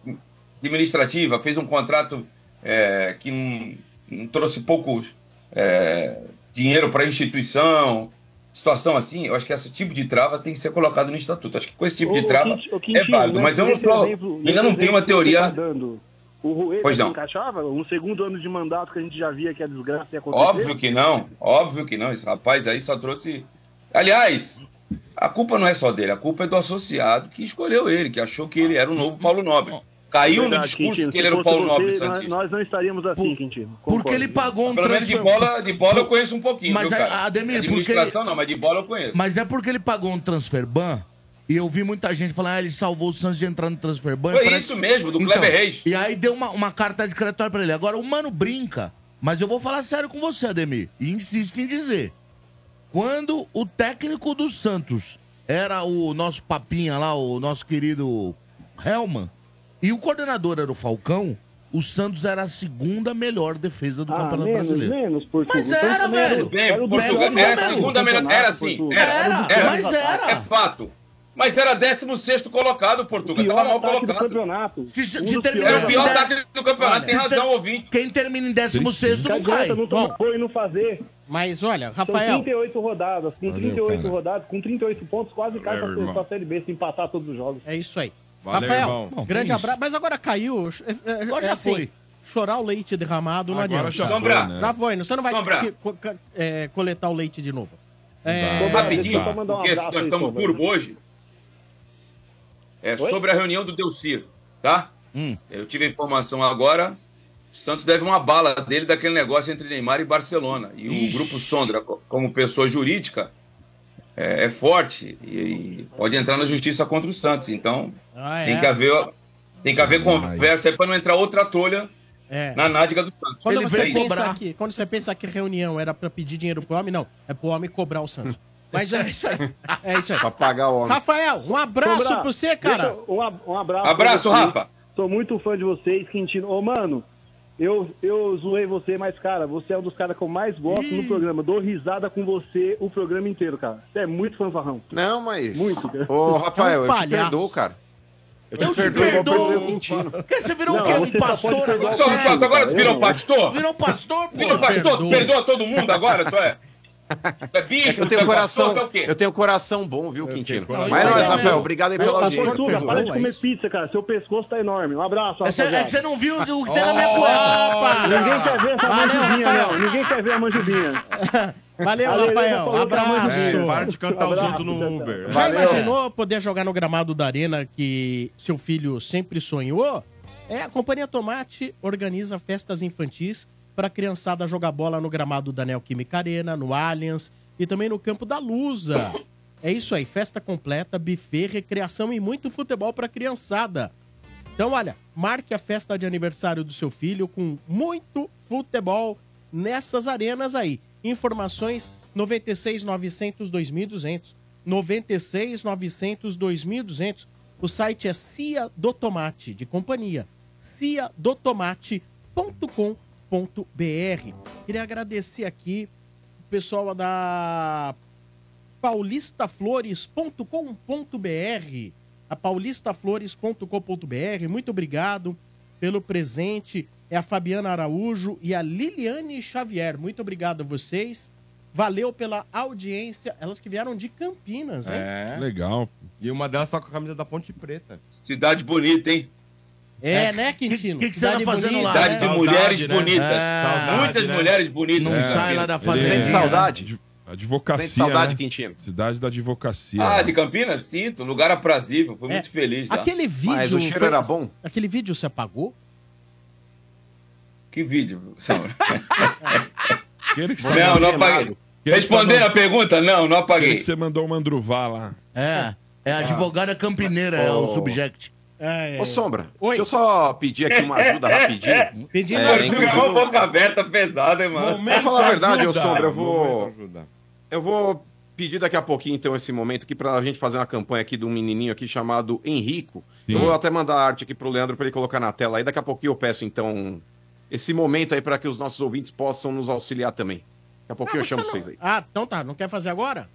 [SPEAKER 8] administrativa, fez um contrato é, que não, não trouxe poucos é, dinheiro para a instituição. Situação assim, eu acho que esse tipo de trava tem que ser colocado no estatuto. Acho que com esse tipo de
[SPEAKER 10] Ô,
[SPEAKER 8] trava
[SPEAKER 10] Quinti- ô,
[SPEAKER 8] é
[SPEAKER 10] Quintino,
[SPEAKER 8] válido. Mas eu não
[SPEAKER 10] nesse
[SPEAKER 8] sou.
[SPEAKER 10] exemplo- nesse
[SPEAKER 8] Ainda não tenho uma
[SPEAKER 10] exemplo que
[SPEAKER 8] teoria.
[SPEAKER 10] você tá dando, o Rueda
[SPEAKER 8] Pois
[SPEAKER 10] se
[SPEAKER 8] não.
[SPEAKER 10] encaixava? Um segundo ano de mandato que a gente já via que a desgraça ia acontecer?
[SPEAKER 8] Óbvio que não, óbvio que não. Esse rapaz aí só trouxe. Aliás, a culpa não é só dele, a culpa é do associado que escolheu ele, que achou que ele era o novo Paulo Nobre. Caiu no
[SPEAKER 10] Verdade,
[SPEAKER 8] discurso
[SPEAKER 10] Quintino,
[SPEAKER 8] que
[SPEAKER 10] se
[SPEAKER 8] ele era o
[SPEAKER 10] fosse
[SPEAKER 8] Paulo Nobre
[SPEAKER 10] você, nós,
[SPEAKER 8] Santista.
[SPEAKER 10] nós não estaríamos assim,
[SPEAKER 3] Por-
[SPEAKER 10] Quintino. Concordo.
[SPEAKER 3] Porque ele pagou um
[SPEAKER 8] Pelo menos de
[SPEAKER 3] transfer...
[SPEAKER 8] bola, de bola eu conheço um pouquinho,
[SPEAKER 3] Mas
[SPEAKER 8] viu,
[SPEAKER 3] a-
[SPEAKER 8] cara?
[SPEAKER 3] Ademir, porque-
[SPEAKER 8] Administração não, mas de bola eu conheço.
[SPEAKER 3] Mas é porque ele pagou um transfer ban e eu vi muita gente falar, ah, ele salvou o Santos de entrar no transfer ban.
[SPEAKER 8] Foi
[SPEAKER 3] Parece-
[SPEAKER 8] isso mesmo, do
[SPEAKER 3] Então,
[SPEAKER 8] Kleber Reis.
[SPEAKER 3] E aí deu uma, uma carta de creditório pra ele. Agora, o mano brinca, mas eu vou falar sério com você, Ademir, e insisto em dizer. Quando o técnico do Santos era o nosso papinha lá, o nosso querido Helman, e o coordenador era o Falcão, o Santos era a segunda melhor defesa do
[SPEAKER 10] Ah,
[SPEAKER 3] Campeonato
[SPEAKER 10] menos,
[SPEAKER 3] Brasileiro.
[SPEAKER 10] menos, Portugal.
[SPEAKER 3] Mas
[SPEAKER 10] Então,
[SPEAKER 3] era,
[SPEAKER 10] também era
[SPEAKER 3] velho.
[SPEAKER 10] o-
[SPEAKER 8] Bem,
[SPEAKER 10] o
[SPEAKER 8] Portugal
[SPEAKER 10] melhor
[SPEAKER 8] era a
[SPEAKER 10] campeonato
[SPEAKER 8] segunda
[SPEAKER 10] do
[SPEAKER 8] melhor.
[SPEAKER 10] campeonato,
[SPEAKER 8] Era assim,
[SPEAKER 10] Portugal.
[SPEAKER 8] era.
[SPEAKER 3] Era,
[SPEAKER 8] Era,
[SPEAKER 3] mas era.
[SPEAKER 8] É fato. Mas era 16 colocado,
[SPEAKER 10] O
[SPEAKER 8] Portugal.
[SPEAKER 10] pior
[SPEAKER 8] Tava mal
[SPEAKER 10] ataque do
[SPEAKER 8] colocado.
[SPEAKER 10] campeonato.
[SPEAKER 3] Se- se-
[SPEAKER 10] Um
[SPEAKER 3] de
[SPEAKER 10] dos
[SPEAKER 3] terminar-
[SPEAKER 8] Era
[SPEAKER 10] piores
[SPEAKER 8] o pior
[SPEAKER 3] Olha,
[SPEAKER 8] ataque do campeonato, tem
[SPEAKER 3] se
[SPEAKER 8] razão,
[SPEAKER 3] tem-
[SPEAKER 8] ouvinte.
[SPEAKER 3] Quem termina em 16
[SPEAKER 10] Não
[SPEAKER 3] não cai.
[SPEAKER 10] adianta, não
[SPEAKER 9] Bom.
[SPEAKER 10] tomar apoio e não fazer.
[SPEAKER 9] Mas olha,
[SPEAKER 10] São
[SPEAKER 9] Rafael,
[SPEAKER 10] 38 rodadas. Com 38
[SPEAKER 5] cara.
[SPEAKER 10] rodadas, com 38 pontos, quase cai pra,
[SPEAKER 5] irmão.
[SPEAKER 10] pra Série B se empatar todos os jogos.
[SPEAKER 9] é isso aí.
[SPEAKER 5] Valeu,
[SPEAKER 9] Rafael, um
[SPEAKER 5] irmão. Bom,
[SPEAKER 9] grande
[SPEAKER 3] é isso.
[SPEAKER 9] abraço. Mas agora caiu. é- é-
[SPEAKER 3] Agora
[SPEAKER 9] é
[SPEAKER 3] já
[SPEAKER 9] assim,
[SPEAKER 3] foi.
[SPEAKER 9] Chorar o leite derramado não
[SPEAKER 5] Agora
[SPEAKER 9] adianta.
[SPEAKER 5] já foi,
[SPEAKER 8] Sombra.
[SPEAKER 5] né?
[SPEAKER 9] Já foi, não- você não vai
[SPEAKER 8] Sombra.
[SPEAKER 9] que- co- ca- é, coletar o leite de novo. É,
[SPEAKER 5] dá.
[SPEAKER 8] Então, Rapidinho,
[SPEAKER 10] Deixa eu só mandar um
[SPEAKER 8] porque
[SPEAKER 10] abraço
[SPEAKER 8] nós
[SPEAKER 10] aí,
[SPEAKER 8] estamos
[SPEAKER 10] Sombra.
[SPEAKER 8] curvo hoje. É sobre a reunião do Delcir, tá?
[SPEAKER 3] Hum.
[SPEAKER 8] Eu tive a informação agora O Santos deve uma bala dele daquele negócio entre Neymar e Barcelona. E o Grupo Sondra, co- como pessoa jurídica, é, é forte e, e pode entrar na justiça contra o Santos. Então,
[SPEAKER 9] Ah, é?
[SPEAKER 8] tem que haver, tem que haver conversa aí para não entrar outra tolha
[SPEAKER 9] É.
[SPEAKER 8] na nádega do Santos.
[SPEAKER 9] Quando
[SPEAKER 8] Ele
[SPEAKER 9] você,
[SPEAKER 8] fez.
[SPEAKER 9] pensa que, quando você pensa que reunião era pra pedir dinheiro pro homem, não. É pro homem cobrar o Santos. Mas é isso aí. É isso aí.
[SPEAKER 10] Tá
[SPEAKER 2] Pra pagar o homem.
[SPEAKER 9] Rafael, um abraço pra você, cara.
[SPEAKER 10] Deixa Um, ab- um abraço.
[SPEAKER 9] Abraço,
[SPEAKER 10] Eu sou-
[SPEAKER 9] Rafa.
[SPEAKER 10] Sou muito fã de vocês, Quintino. Ô, mano, eu, eu zoei você, mas, cara, você é um dos caras que eu mais gosto no programa. Dou risada com você o programa inteiro, cara. Você é muito fanfarrão.
[SPEAKER 2] Não, mas.
[SPEAKER 10] Muito, cara.
[SPEAKER 2] Ô, Rafael, eu te
[SPEAKER 10] palhaço.
[SPEAKER 2] perdoo, cara. Eu
[SPEAKER 10] Eu te perdoo.
[SPEAKER 2] igual eu perdoei o Quintino.
[SPEAKER 3] Porque você virou
[SPEAKER 10] Não,
[SPEAKER 3] o quê?
[SPEAKER 10] você
[SPEAKER 3] Um
[SPEAKER 10] só
[SPEAKER 3] pastor
[SPEAKER 10] pode perdoar
[SPEAKER 3] agora?
[SPEAKER 10] o Só um pastor, agora tu cara, virou eu não.
[SPEAKER 8] pastor?
[SPEAKER 3] Virou um pastor, pô.
[SPEAKER 8] Virou um pastor, tu perdoa todo mundo agora? Tu é, tu é bicho,
[SPEAKER 2] É que eu
[SPEAKER 8] tu
[SPEAKER 2] tenho
[SPEAKER 8] é
[SPEAKER 2] coração,
[SPEAKER 8] pastor, tu é o quê?
[SPEAKER 2] eu tenho coração bom, viu, Quintino?
[SPEAKER 10] coração
[SPEAKER 2] Mas não,
[SPEAKER 10] bom.
[SPEAKER 2] Rafael, obrigado aí
[SPEAKER 10] Mas,
[SPEAKER 2] pela
[SPEAKER 10] pastor
[SPEAKER 2] audiência.
[SPEAKER 10] Tuga, para de comer pizza, cara. Seu pescoço tá enorme. Um abraço,
[SPEAKER 3] É cê-
[SPEAKER 10] rapaziada.
[SPEAKER 3] é que você não viu o que tem na minha
[SPEAKER 9] tá,
[SPEAKER 3] cueca.
[SPEAKER 10] Ninguém quer ver essa
[SPEAKER 3] Valeu,
[SPEAKER 10] manjubinha,
[SPEAKER 3] Rafael.
[SPEAKER 10] não. Ninguém quer ver a manjubinha.
[SPEAKER 9] Valeu,
[SPEAKER 10] Valeu,
[SPEAKER 9] Rafael.
[SPEAKER 10] falou pra mãe do
[SPEAKER 9] abraço.
[SPEAKER 10] senhor.
[SPEAKER 5] Para de cantar os outros no Uber.
[SPEAKER 9] Já
[SPEAKER 5] Valeu.
[SPEAKER 9] imaginou poder jogar no gramado da arena que seu filho sempre sonhou? É, a Companhia Tomate organiza festas infantis para a criançada jogar bola no gramado da Neoquímica Arena, no Allianz e também no Campo da Lusa. É isso aí, festa completa, buffet, recreação e muito futebol para a criançada. Então, olha, marque a festa de aniversário do seu filho com muito futebol nessas arenas aí. Informações 96 900 2200. 96 900 2200. O site é Cia do Tomate, de companhia. ciadotomate.com.br. Queria agradecer aqui o pessoal da paulistaflores.com.br. A paulistaflores.com.br, muito obrigado pelo presente. É a Fabiana Araújo e a Liliane Xavier. Muito obrigado a vocês. Valeu pela audiência. Elas que vieram de Campinas, hein?
[SPEAKER 5] É.
[SPEAKER 4] Legal.
[SPEAKER 5] E uma delas tá com a camisa da Ponte Preta.
[SPEAKER 8] Cidade bonita, hein?
[SPEAKER 9] É, né, Quintino?
[SPEAKER 3] que que você anda fazendo lá?
[SPEAKER 8] Cidade
[SPEAKER 3] né?
[SPEAKER 8] de
[SPEAKER 5] Saudade,
[SPEAKER 8] mulheres
[SPEAKER 5] né?
[SPEAKER 8] bonitas.
[SPEAKER 3] É,
[SPEAKER 8] Muitas
[SPEAKER 5] saudade, né?
[SPEAKER 8] mulheres bonitas. É.
[SPEAKER 3] Não
[SPEAKER 8] em
[SPEAKER 3] sai
[SPEAKER 8] Campinas.
[SPEAKER 3] lá da
[SPEAKER 4] Ele- é
[SPEAKER 3] fazenda.
[SPEAKER 2] Sente saudade?
[SPEAKER 4] Advocacia.
[SPEAKER 2] Sente saudade,
[SPEAKER 4] né?
[SPEAKER 2] Quintino?
[SPEAKER 4] Cidade da advocacia.
[SPEAKER 8] Ah,
[SPEAKER 4] né?
[SPEAKER 8] de Campinas? Sinto. Lugar aprazível. Fui muito feliz lá.
[SPEAKER 9] Aquele vídeo.
[SPEAKER 2] Mas o cheiro
[SPEAKER 9] foi-
[SPEAKER 2] era bom?
[SPEAKER 9] Aquele vídeo você apagou?
[SPEAKER 8] Que vídeo, Samuel?
[SPEAKER 4] Aquele que você,
[SPEAKER 8] Não, não
[SPEAKER 2] algemado.
[SPEAKER 8] apaguei.
[SPEAKER 4] Aquele
[SPEAKER 8] Respondendo a pergunta? Não, não
[SPEAKER 4] aquele
[SPEAKER 8] apaguei.
[SPEAKER 4] é que você mandou o Mandruvá lá.
[SPEAKER 3] É, é a advogada campineira, é o subject.
[SPEAKER 9] É,
[SPEAKER 2] Ô, Sombra,
[SPEAKER 9] Oi.
[SPEAKER 2] deixa eu só pedir aqui uma ajuda rapidinho.
[SPEAKER 9] Pedindo
[SPEAKER 2] É,
[SPEAKER 8] Pô,
[SPEAKER 9] ajuda.
[SPEAKER 8] tu
[SPEAKER 2] inclusive-
[SPEAKER 8] gravou boca aberta pesada, hein, mano?
[SPEAKER 2] Pra falar a verdade, ô
[SPEAKER 3] ajuda.
[SPEAKER 2] Sombra, eu
[SPEAKER 5] Vou
[SPEAKER 2] vou,
[SPEAKER 5] ajudar.
[SPEAKER 2] eu vou pedir daqui a pouquinho, então, esse momento aqui pra gente fazer uma campanha aqui de um menininho aqui chamado Henrico.
[SPEAKER 4] Sim.
[SPEAKER 2] Eu vou até mandar a arte aqui pro Leandro pra ele colocar na tela aí. Daqui a pouquinho eu peço, então, esse momento aí pra que os nossos ouvintes possam nos auxiliar também. Daqui a pouquinho eu chamo vocês aí.
[SPEAKER 9] Ah, então tá. Não quer fazer agora?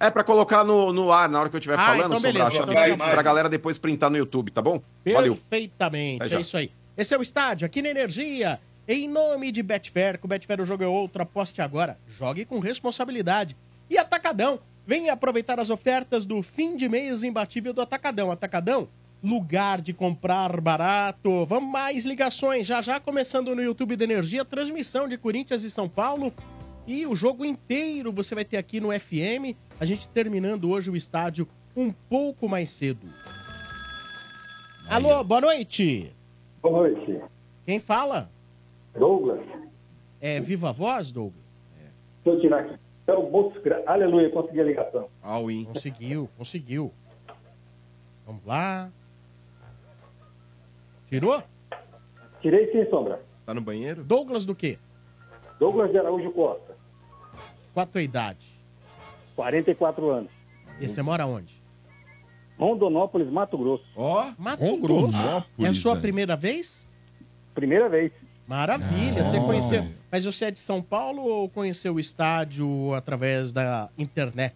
[SPEAKER 2] É pra colocar no, no ar na hora que eu estiver
[SPEAKER 9] Ah,
[SPEAKER 2] falando,
[SPEAKER 9] então
[SPEAKER 2] sobre
[SPEAKER 9] beleza,
[SPEAKER 2] a
[SPEAKER 9] então
[SPEAKER 2] chave,
[SPEAKER 8] tá bom.
[SPEAKER 2] pra galera depois printar no YouTube, tá bom? Valeu.
[SPEAKER 9] Perfeitamente.
[SPEAKER 2] Até
[SPEAKER 9] É
[SPEAKER 2] já.
[SPEAKER 9] isso aí. Esse é o estádio, aqui na Energia. Em nome de Betfair, com Betfair o jogo é outro, aposte agora. Jogue com responsabilidade. E Atacadão, venha aproveitar as ofertas do fim de mês imbatível do Atacadão. Atacadão, lugar de comprar barato. Vamos mais ligações, já já começando no YouTube da Energia, transmissão de Corinthians e São Paulo. E o jogo inteiro você vai ter aqui no FM. A gente terminando hoje o estádio um pouco mais cedo. Alô, boa noite.
[SPEAKER 10] Boa noite.
[SPEAKER 9] Quem fala?
[SPEAKER 10] Douglas,
[SPEAKER 9] É Viva Voz, Douglas?
[SPEAKER 10] deixa eu tirar aqui. Então, Bolsa Gra- Aleluia, consegui a ligação.
[SPEAKER 5] All in.
[SPEAKER 9] Conseguiu, conseguiu. Vamos lá. Tirou?
[SPEAKER 10] Tirei sem sombra.
[SPEAKER 5] Tá no banheiro?
[SPEAKER 9] Douglas do quê?
[SPEAKER 10] Douglas de Araújo Costa,
[SPEAKER 9] Qual a tua idade?
[SPEAKER 10] 44 anos.
[SPEAKER 9] E você mora onde?
[SPEAKER 10] Rondonópolis, Mato Grosso.
[SPEAKER 5] Ó.
[SPEAKER 9] Mato Grosso. É
[SPEAKER 4] Rondonópolis.
[SPEAKER 9] a sua
[SPEAKER 4] né?
[SPEAKER 9] primeira vez?
[SPEAKER 10] Primeira vez.
[SPEAKER 9] Maravilha, você conheceu. Mas você é de São Paulo ou conheceu o estádio através da internet?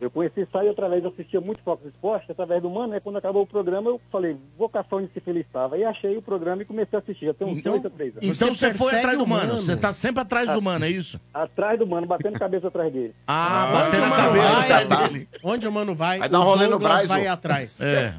[SPEAKER 10] Eu conheci Sai através, eu assistia muito Fox Esporte, através do Mano, né? Quando acabou o programa, eu falei, vou caçar onde esse filho estava. E achei o programa e comecei a assistir, já tem uns
[SPEAKER 3] Então-
[SPEAKER 10] dois ou três anos.
[SPEAKER 3] Então
[SPEAKER 9] Você
[SPEAKER 3] você, foi
[SPEAKER 9] persegue
[SPEAKER 3] atrás do
[SPEAKER 9] o
[SPEAKER 3] mano.
[SPEAKER 9] mano.
[SPEAKER 3] Você tá sempre atrás do mano, é isso?
[SPEAKER 10] Atrás do Mano, batendo cabeça atrás dele.
[SPEAKER 3] Ah, batendo a
[SPEAKER 2] mano, vai,
[SPEAKER 3] cabeça
[SPEAKER 2] tá.
[SPEAKER 3] tá dele.
[SPEAKER 9] Onde o mano vai,
[SPEAKER 2] Vai dar um
[SPEAKER 9] o
[SPEAKER 2] rolê no
[SPEAKER 9] Douglas
[SPEAKER 2] Brás,
[SPEAKER 9] vai
[SPEAKER 2] ô.
[SPEAKER 9] atrás.
[SPEAKER 3] É.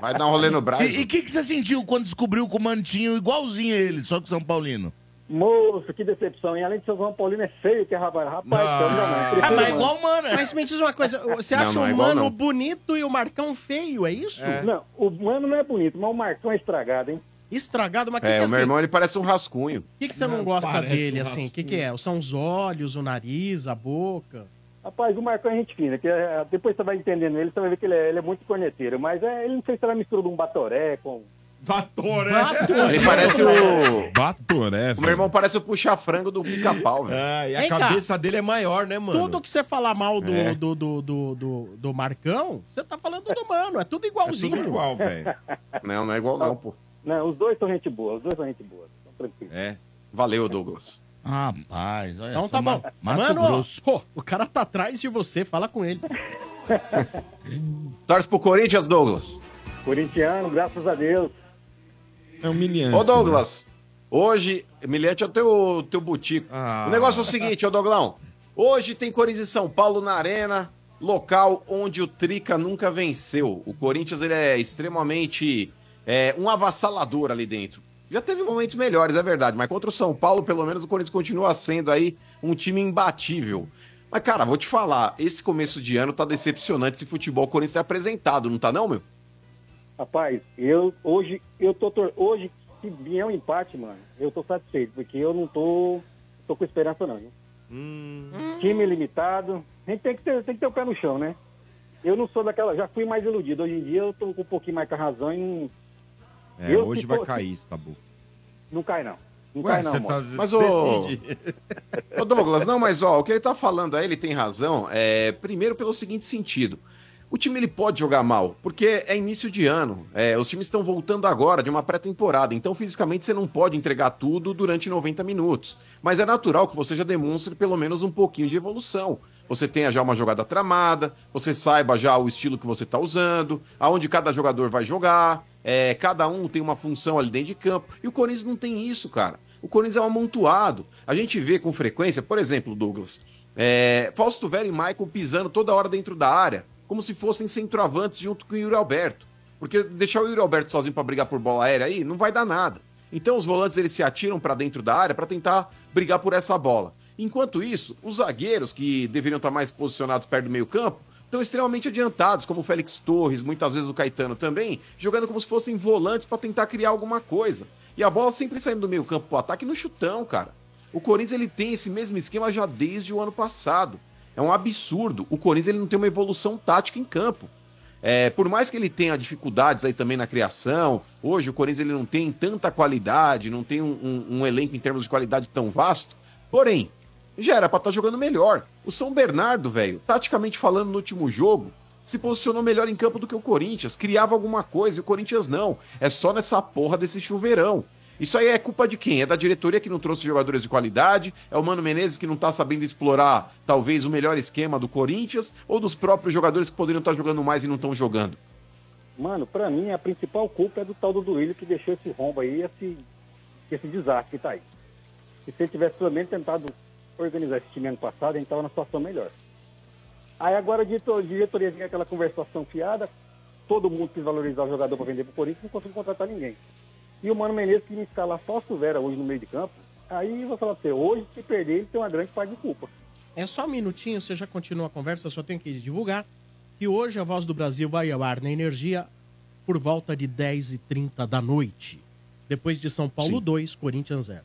[SPEAKER 2] Vai dar um rolê no Brasil.
[SPEAKER 3] E o que, que você sentiu quando descobriu que o Mantinho é igualzinho a ele, só que São Paulino?
[SPEAKER 10] Moço, que decepção. E além de ser São Paulino, é feio que é rapaz.
[SPEAKER 5] Não.
[SPEAKER 10] Rapaz, não, não, não. Prefiro
[SPEAKER 3] Ah,
[SPEAKER 10] o
[SPEAKER 3] mas
[SPEAKER 10] Mano.
[SPEAKER 3] igual o mano.
[SPEAKER 9] Mas me diz uma coisa, você
[SPEAKER 2] Não,
[SPEAKER 9] acha
[SPEAKER 2] não é
[SPEAKER 9] o
[SPEAKER 2] igual,
[SPEAKER 9] Mano
[SPEAKER 2] não.
[SPEAKER 9] bonito e o Marcão feio, é isso?
[SPEAKER 10] Não, o Mano não é bonito, mas o Marcão é estragado, hein?
[SPEAKER 9] Estragado, mas o que, assim?
[SPEAKER 2] É,
[SPEAKER 9] que
[SPEAKER 2] o meu irmão ele parece um rascunho.
[SPEAKER 9] O que, que você não, gosta dele, assim? O que, que é? São os olhos, o nariz, a boca?
[SPEAKER 12] Rapaz, o Marcão é gente fina, que
[SPEAKER 10] eh,
[SPEAKER 12] é- depois você vai entendendo ele, você vai ver que ele é, ele é muito corneteiro, mas é, ele não sei se ela mistura um batoré com.
[SPEAKER 5] Batoré?
[SPEAKER 2] Ele parece o.
[SPEAKER 13] Batoré.
[SPEAKER 2] O meu irmão parece o puxa-frango do pica-pau, velho.
[SPEAKER 5] É,
[SPEAKER 9] e a Vem cá. cabeça
[SPEAKER 5] dele é maior, né,
[SPEAKER 9] Tudo que você falar mal do,
[SPEAKER 2] É.
[SPEAKER 9] do, do, do, do, do Marcão, você tá falando do mano. É tudo igualzinho.
[SPEAKER 2] Não, não é igual não, pô.
[SPEAKER 12] Não, os dois são gente boa, os dois são gente boa. Então, tranquilo.
[SPEAKER 2] É. Valeu, Douglas.
[SPEAKER 14] Rapaz, olha
[SPEAKER 9] Então
[SPEAKER 14] só,
[SPEAKER 9] tá
[SPEAKER 14] Ma-
[SPEAKER 9] bom.
[SPEAKER 14] Mato
[SPEAKER 9] mano, ó,
[SPEAKER 14] Grosso.
[SPEAKER 9] pô, o cara tá atrás de você, fala com ele.
[SPEAKER 2] Torce pro Corinthians, Douglas.
[SPEAKER 12] Corintiano, graças a Deus.
[SPEAKER 13] É humilhante.
[SPEAKER 2] Ô, Douglas, hoje, Milhante é o teu, teu butico.
[SPEAKER 13] Ah.
[SPEAKER 2] O negócio é o seguinte, ô, Douglão. Hoje tem Corinthians e São Paulo na Arena, local onde o Trica nunca venceu. O Corinthians, ele é extremamente é, um avassalador ali dentro. Já teve momentos melhores, é verdade, mas contra o São Paulo, pelo menos, o Corinthians continua sendo aí um time imbatível. Mas, cara, vou te falar, esse começo de ano tá decepcionante esse futebol Corinthians tem apresentado, não tá não, meu?
[SPEAKER 12] Rapaz, eu hoje, eu tô tor- hoje, se vier um empate, mano, eu tô satisfeito, porque eu não tô. tô com esperança não, viu? Time limitado. A gente tem que, ter, tem que ter o pé no chão, né? Eu não sou daquela. Já fui mais iludido. Hoje em dia eu tô com um pouquinho mais com a razão e não,
[SPEAKER 5] É,
[SPEAKER 12] Eu,
[SPEAKER 5] hoje
[SPEAKER 12] se
[SPEAKER 5] vai
[SPEAKER 12] fosse-
[SPEAKER 5] cair esse tabu.
[SPEAKER 12] não cai não. Não
[SPEAKER 5] Ué,
[SPEAKER 12] cai não,
[SPEAKER 5] você
[SPEAKER 12] mano.
[SPEAKER 5] tá...
[SPEAKER 2] Mas, ô-
[SPEAKER 5] decide.
[SPEAKER 2] Ô Douglas, não, mas ó, o que ele tá falando aí, ele tem razão. É, primeiro pelo seguinte sentido. O time ele pode jogar mal, porque é início de ano. é, os times estão voltando agora de uma pré-temporada, então fisicamente você não pode entregar tudo durante 90 minutos. Mas é natural que você já demonstre pelo menos um pouquinho de evolução. Você tenha já uma jogada tramada, você saiba já o estilo que você tá usando, aonde cada jogador vai jogar, é, cada um tem uma função ali dentro de campo. E o Corinthians não tem isso, cara. O Corinthians é um amontoado. A gente vê com frequência, por exemplo, Douglas, é, Fausto Vera e Michael pisando toda hora dentro da área, como se fossem centroavantes junto com o Yuri Alberto. Porque deixar o Yuri Alberto sozinho pra brigar por bola aérea aí não vai dar nada. Então os volantes eles se atiram pra dentro da área pra tentar brigar por essa bola. Enquanto isso, os zagueiros que deveriam estar mais posicionados perto do meio-campo estão extremamente adiantados, como o Félix Torres, muitas vezes o Caetano também, jogando como se fossem volantes pra tentar criar alguma coisa. E a bola sempre saindo do meio-campo pro ataque no chutão, cara. O Corinthians ele tem esse mesmo esquema já desde o ano passado. É um absurdo. O Corinthians ele não tem uma evolução tática em campo. É, por mais que ele tenha dificuldades aí também na criação, hoje o Corinthians ele não tem tanta qualidade, não tem um, um- um elenco em termos de qualidade tão vasto. Porém, já era pra estar jogando melhor. O São Bernardo, velho, taticamente falando no último jogo, se posicionou melhor em campo do que o Corinthians, criava alguma coisa e o Corinthians não. É só nessa porra desse chuveirão. Isso aí é culpa de quem? É da diretoria que não trouxe jogadores de qualidade? É o Mano Menezes que não tá sabendo explorar talvez o melhor esquema do Corinthians? Ou dos próprios jogadores que poderiam estar jogando mais e não estão jogando?
[SPEAKER 12] Mano, pra mim a principal culpa é do tal do Duílio que deixou esse rombo aí, esse, esse desastre que tá aí. E se ele tivesse pelo menos tentado organizar esse time ano passado, a gente tava numa situação melhor. Aí agora a dito- diretoria fica aquela conversação fiada, todo mundo quis valorizar o jogador pra vender pro Corinthians não conseguiu contratar ninguém. E o Mano Menezes que me escalar Fausto Vera hoje no meio de campo, aí eu vou falar pra você, hoje se perder ele tem uma grande parte de culpa.
[SPEAKER 9] É só um minutinho, você já continua a conversa, só tenho que divulgar que hoje a Voz do Brasil vai ao ar na Energia por volta de 10h30 da noite. Depois de São Paulo 2, Corinthians 0.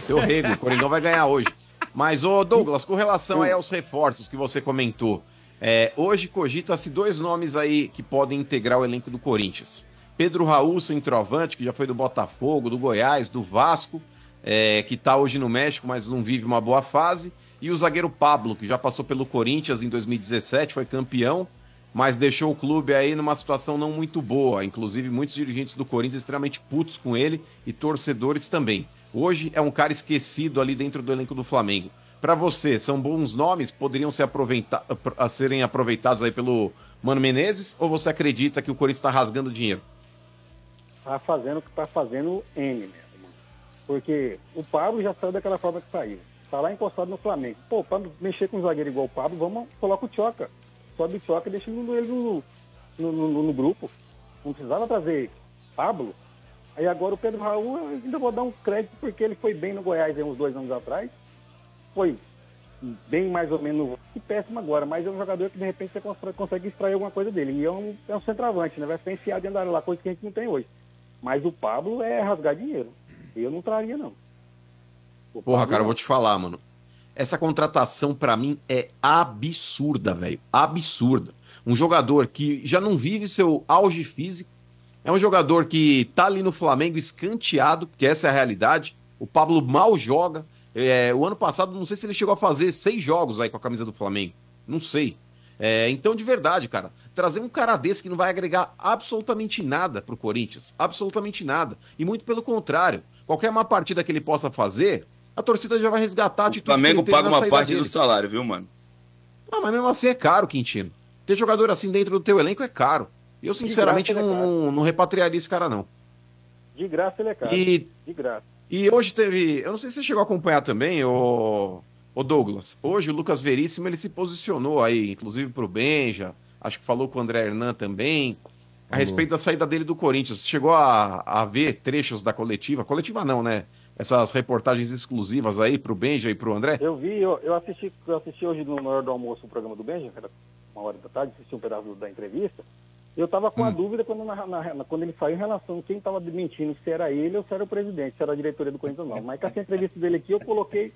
[SPEAKER 2] Seu rego, o Coringão vai ganhar hoje. Mas, ô Douglas, com relação aí aos reforços que você comentou, é, hoje cogita-se dois nomes aí que podem integrar o elenco do Corinthians. Pedro Raul, centroavante, que já foi do Botafogo, do Goiás, do Vasco, é, que tá hoje no México, mas não vive uma boa fase. E o zagueiro Pablo, que já passou pelo Corinthians em 2017, foi campeão, mas deixou o clube aí numa situação não muito boa. Inclusive, muitos dirigentes do Corinthians extremamente putos com ele e torcedores também. Hoje é um cara esquecido ali dentro do elenco do Flamengo. Pra você, são bons nomes? Poderiam ser aproveita apro- a serem aproveitados aí pelo Mano Menezes? Ou você acredita que o Corinthians está rasgando dinheiro?
[SPEAKER 12] tá fazendo o que tá fazendo N mesmo. mano. Porque o Pablo já saiu daquela forma que saiu. Tá lá encostado no Flamengo. Pô, pra mexer com um zagueiro igual o Pablo, vamos, coloca o Tioca. Sobe o Tioca e deixa ele no, ele no, no, no- no grupo. Não precisava trazer Pablo. Aí agora o Pedro Raul, eu ainda vou dar um crédito porque ele foi bem no Goiás aí uns dois anos atrás. Foi bem mais ou menos que péssimo agora, mas é um jogador que de repente você constrói- consegue extrair alguma coisa dele. E é um, é um centroavante, né? Vai ficar enfiado dentro da área lá, coisa que a gente não tem hoje. Mas o Pablo é rasgar dinheiro. Eu não traria, não. O
[SPEAKER 2] Porra,
[SPEAKER 12] Pablo
[SPEAKER 2] cara, eu
[SPEAKER 12] não.
[SPEAKER 2] vou te falar, mano. Essa contratação, pra mim, é absurda, velho. Absurda. Um jogador que já não vive seu auge físico. É um jogador que tá ali no Flamengo escanteado, porque essa é a realidade. O Pablo mal joga. É, o ano passado, não sei se ele chegou a fazer seis jogos aí com a camisa do Flamengo. Não sei. É, então, de verdade, cara, trazer um cara desse que não vai agregar absolutamente nada pro Corinthians, absolutamente nada. E muito pelo contrário, qualquer má partida que ele possa fazer, a torcida já vai resgatar a
[SPEAKER 8] O
[SPEAKER 2] atitude
[SPEAKER 8] Flamengo
[SPEAKER 2] que ele teve
[SPEAKER 8] paga
[SPEAKER 2] na
[SPEAKER 8] uma
[SPEAKER 2] saída
[SPEAKER 8] parte
[SPEAKER 2] dele.
[SPEAKER 8] do salário, viu, mano?
[SPEAKER 2] Ah, mas mesmo assim é caro, Quintino. Ter jogador assim dentro do teu elenco é caro. Eu, sinceramente, não, não, não repatriaria esse cara, não.
[SPEAKER 12] De graça ele é caro.
[SPEAKER 2] E-
[SPEAKER 12] De graça.
[SPEAKER 2] E hoje teve. Eu não sei se você chegou a acompanhar também, o, Douglas. Hoje o Lucas Veríssimo ele se posicionou aí, inclusive pro Benja. Acho que falou com o André Hernan também. A
[SPEAKER 15] Falou.
[SPEAKER 2] respeito da saída dele do Corinthians. Você Chegou a, a ver trechos da coletiva? Coletiva não, né? Essas reportagens exclusivas aí pro Benja e pro André?
[SPEAKER 12] Eu vi, eu, eu assisti, eu assisti hoje no- na hora do almoço o programa do Benjamin, que era uma hora da tarde, assisti um pedaço da entrevista. Eu estava
[SPEAKER 8] Hum.
[SPEAKER 12] com a dúvida quando, na- na- na- quando ele saiu em relação a quem estava mentindo, se era ele ou se era o presidente, se era a diretoria do Corinthians ou não. Mas com essa entrevista dele aqui, eu coloquei.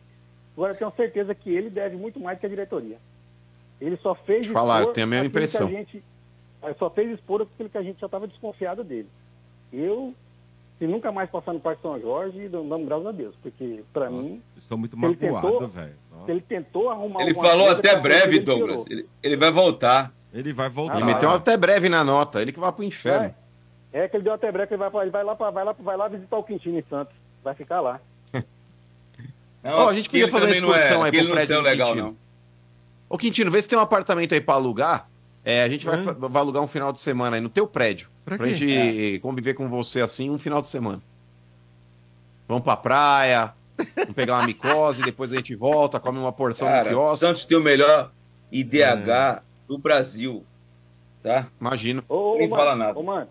[SPEAKER 12] Agora eu tenho certeza que ele deve muito mais que a diretoria. Ele só fez.
[SPEAKER 2] Deixa eu falar,
[SPEAKER 12] expor
[SPEAKER 2] eu tenho a mesma
[SPEAKER 12] aquilo que
[SPEAKER 2] impressão.
[SPEAKER 12] gente- eh, só fez expor aquilo que a gente já estava desconfiado dele. Eu, se nunca mais passar no Parque São Jorge, damos graças a Deus, porque para mim.
[SPEAKER 5] Estou muito
[SPEAKER 12] Ele tentou-
[SPEAKER 5] magoado, velho. Nossa.
[SPEAKER 12] Ele tentou arrumar
[SPEAKER 8] Ele
[SPEAKER 12] alguma
[SPEAKER 8] falou
[SPEAKER 12] coisa
[SPEAKER 8] até
[SPEAKER 1] tá
[SPEAKER 12] pra
[SPEAKER 8] breve,
[SPEAKER 12] ele piorou.
[SPEAKER 8] Douglas. Ele, ele vai voltar.
[SPEAKER 5] Ele vai voltar.
[SPEAKER 2] Ele meteu um até breve na nota, ele que vai pro inferno.
[SPEAKER 12] É que ele deu até breve, que ele vai, pra- ele vai lá pra, vai, lá, vai lá visitar o Quintino em Santos. Vai ficar lá.
[SPEAKER 2] Ó, a gente podia
[SPEAKER 8] aquele
[SPEAKER 2] fazer uma
[SPEAKER 8] também não é-
[SPEAKER 2] excursão aí
[SPEAKER 8] aquele
[SPEAKER 2] pro
[SPEAKER 8] não
[SPEAKER 2] prédio
[SPEAKER 8] saiu
[SPEAKER 2] do
[SPEAKER 8] legal,
[SPEAKER 2] Quintino.
[SPEAKER 8] não.
[SPEAKER 2] Ô, Quintino, vê se tem um apartamento aí pra alugar. É, a gente vai, fa- vai alugar um final de semana aí no teu prédio. Pra,
[SPEAKER 5] Pra quê? É.
[SPEAKER 2] gente conviver com você assim um final de semana. Vamos pra praia, vamos pegar uma micose, depois a gente volta, come uma porção no
[SPEAKER 8] Cara, o
[SPEAKER 2] quiosque.
[SPEAKER 8] Santos tem o melhor IDH
[SPEAKER 2] É.
[SPEAKER 8] do Brasil, tá?
[SPEAKER 2] Imagino.
[SPEAKER 12] Ô,
[SPEAKER 8] Nem
[SPEAKER 12] mano,
[SPEAKER 8] fala nada.
[SPEAKER 12] Ô, mano,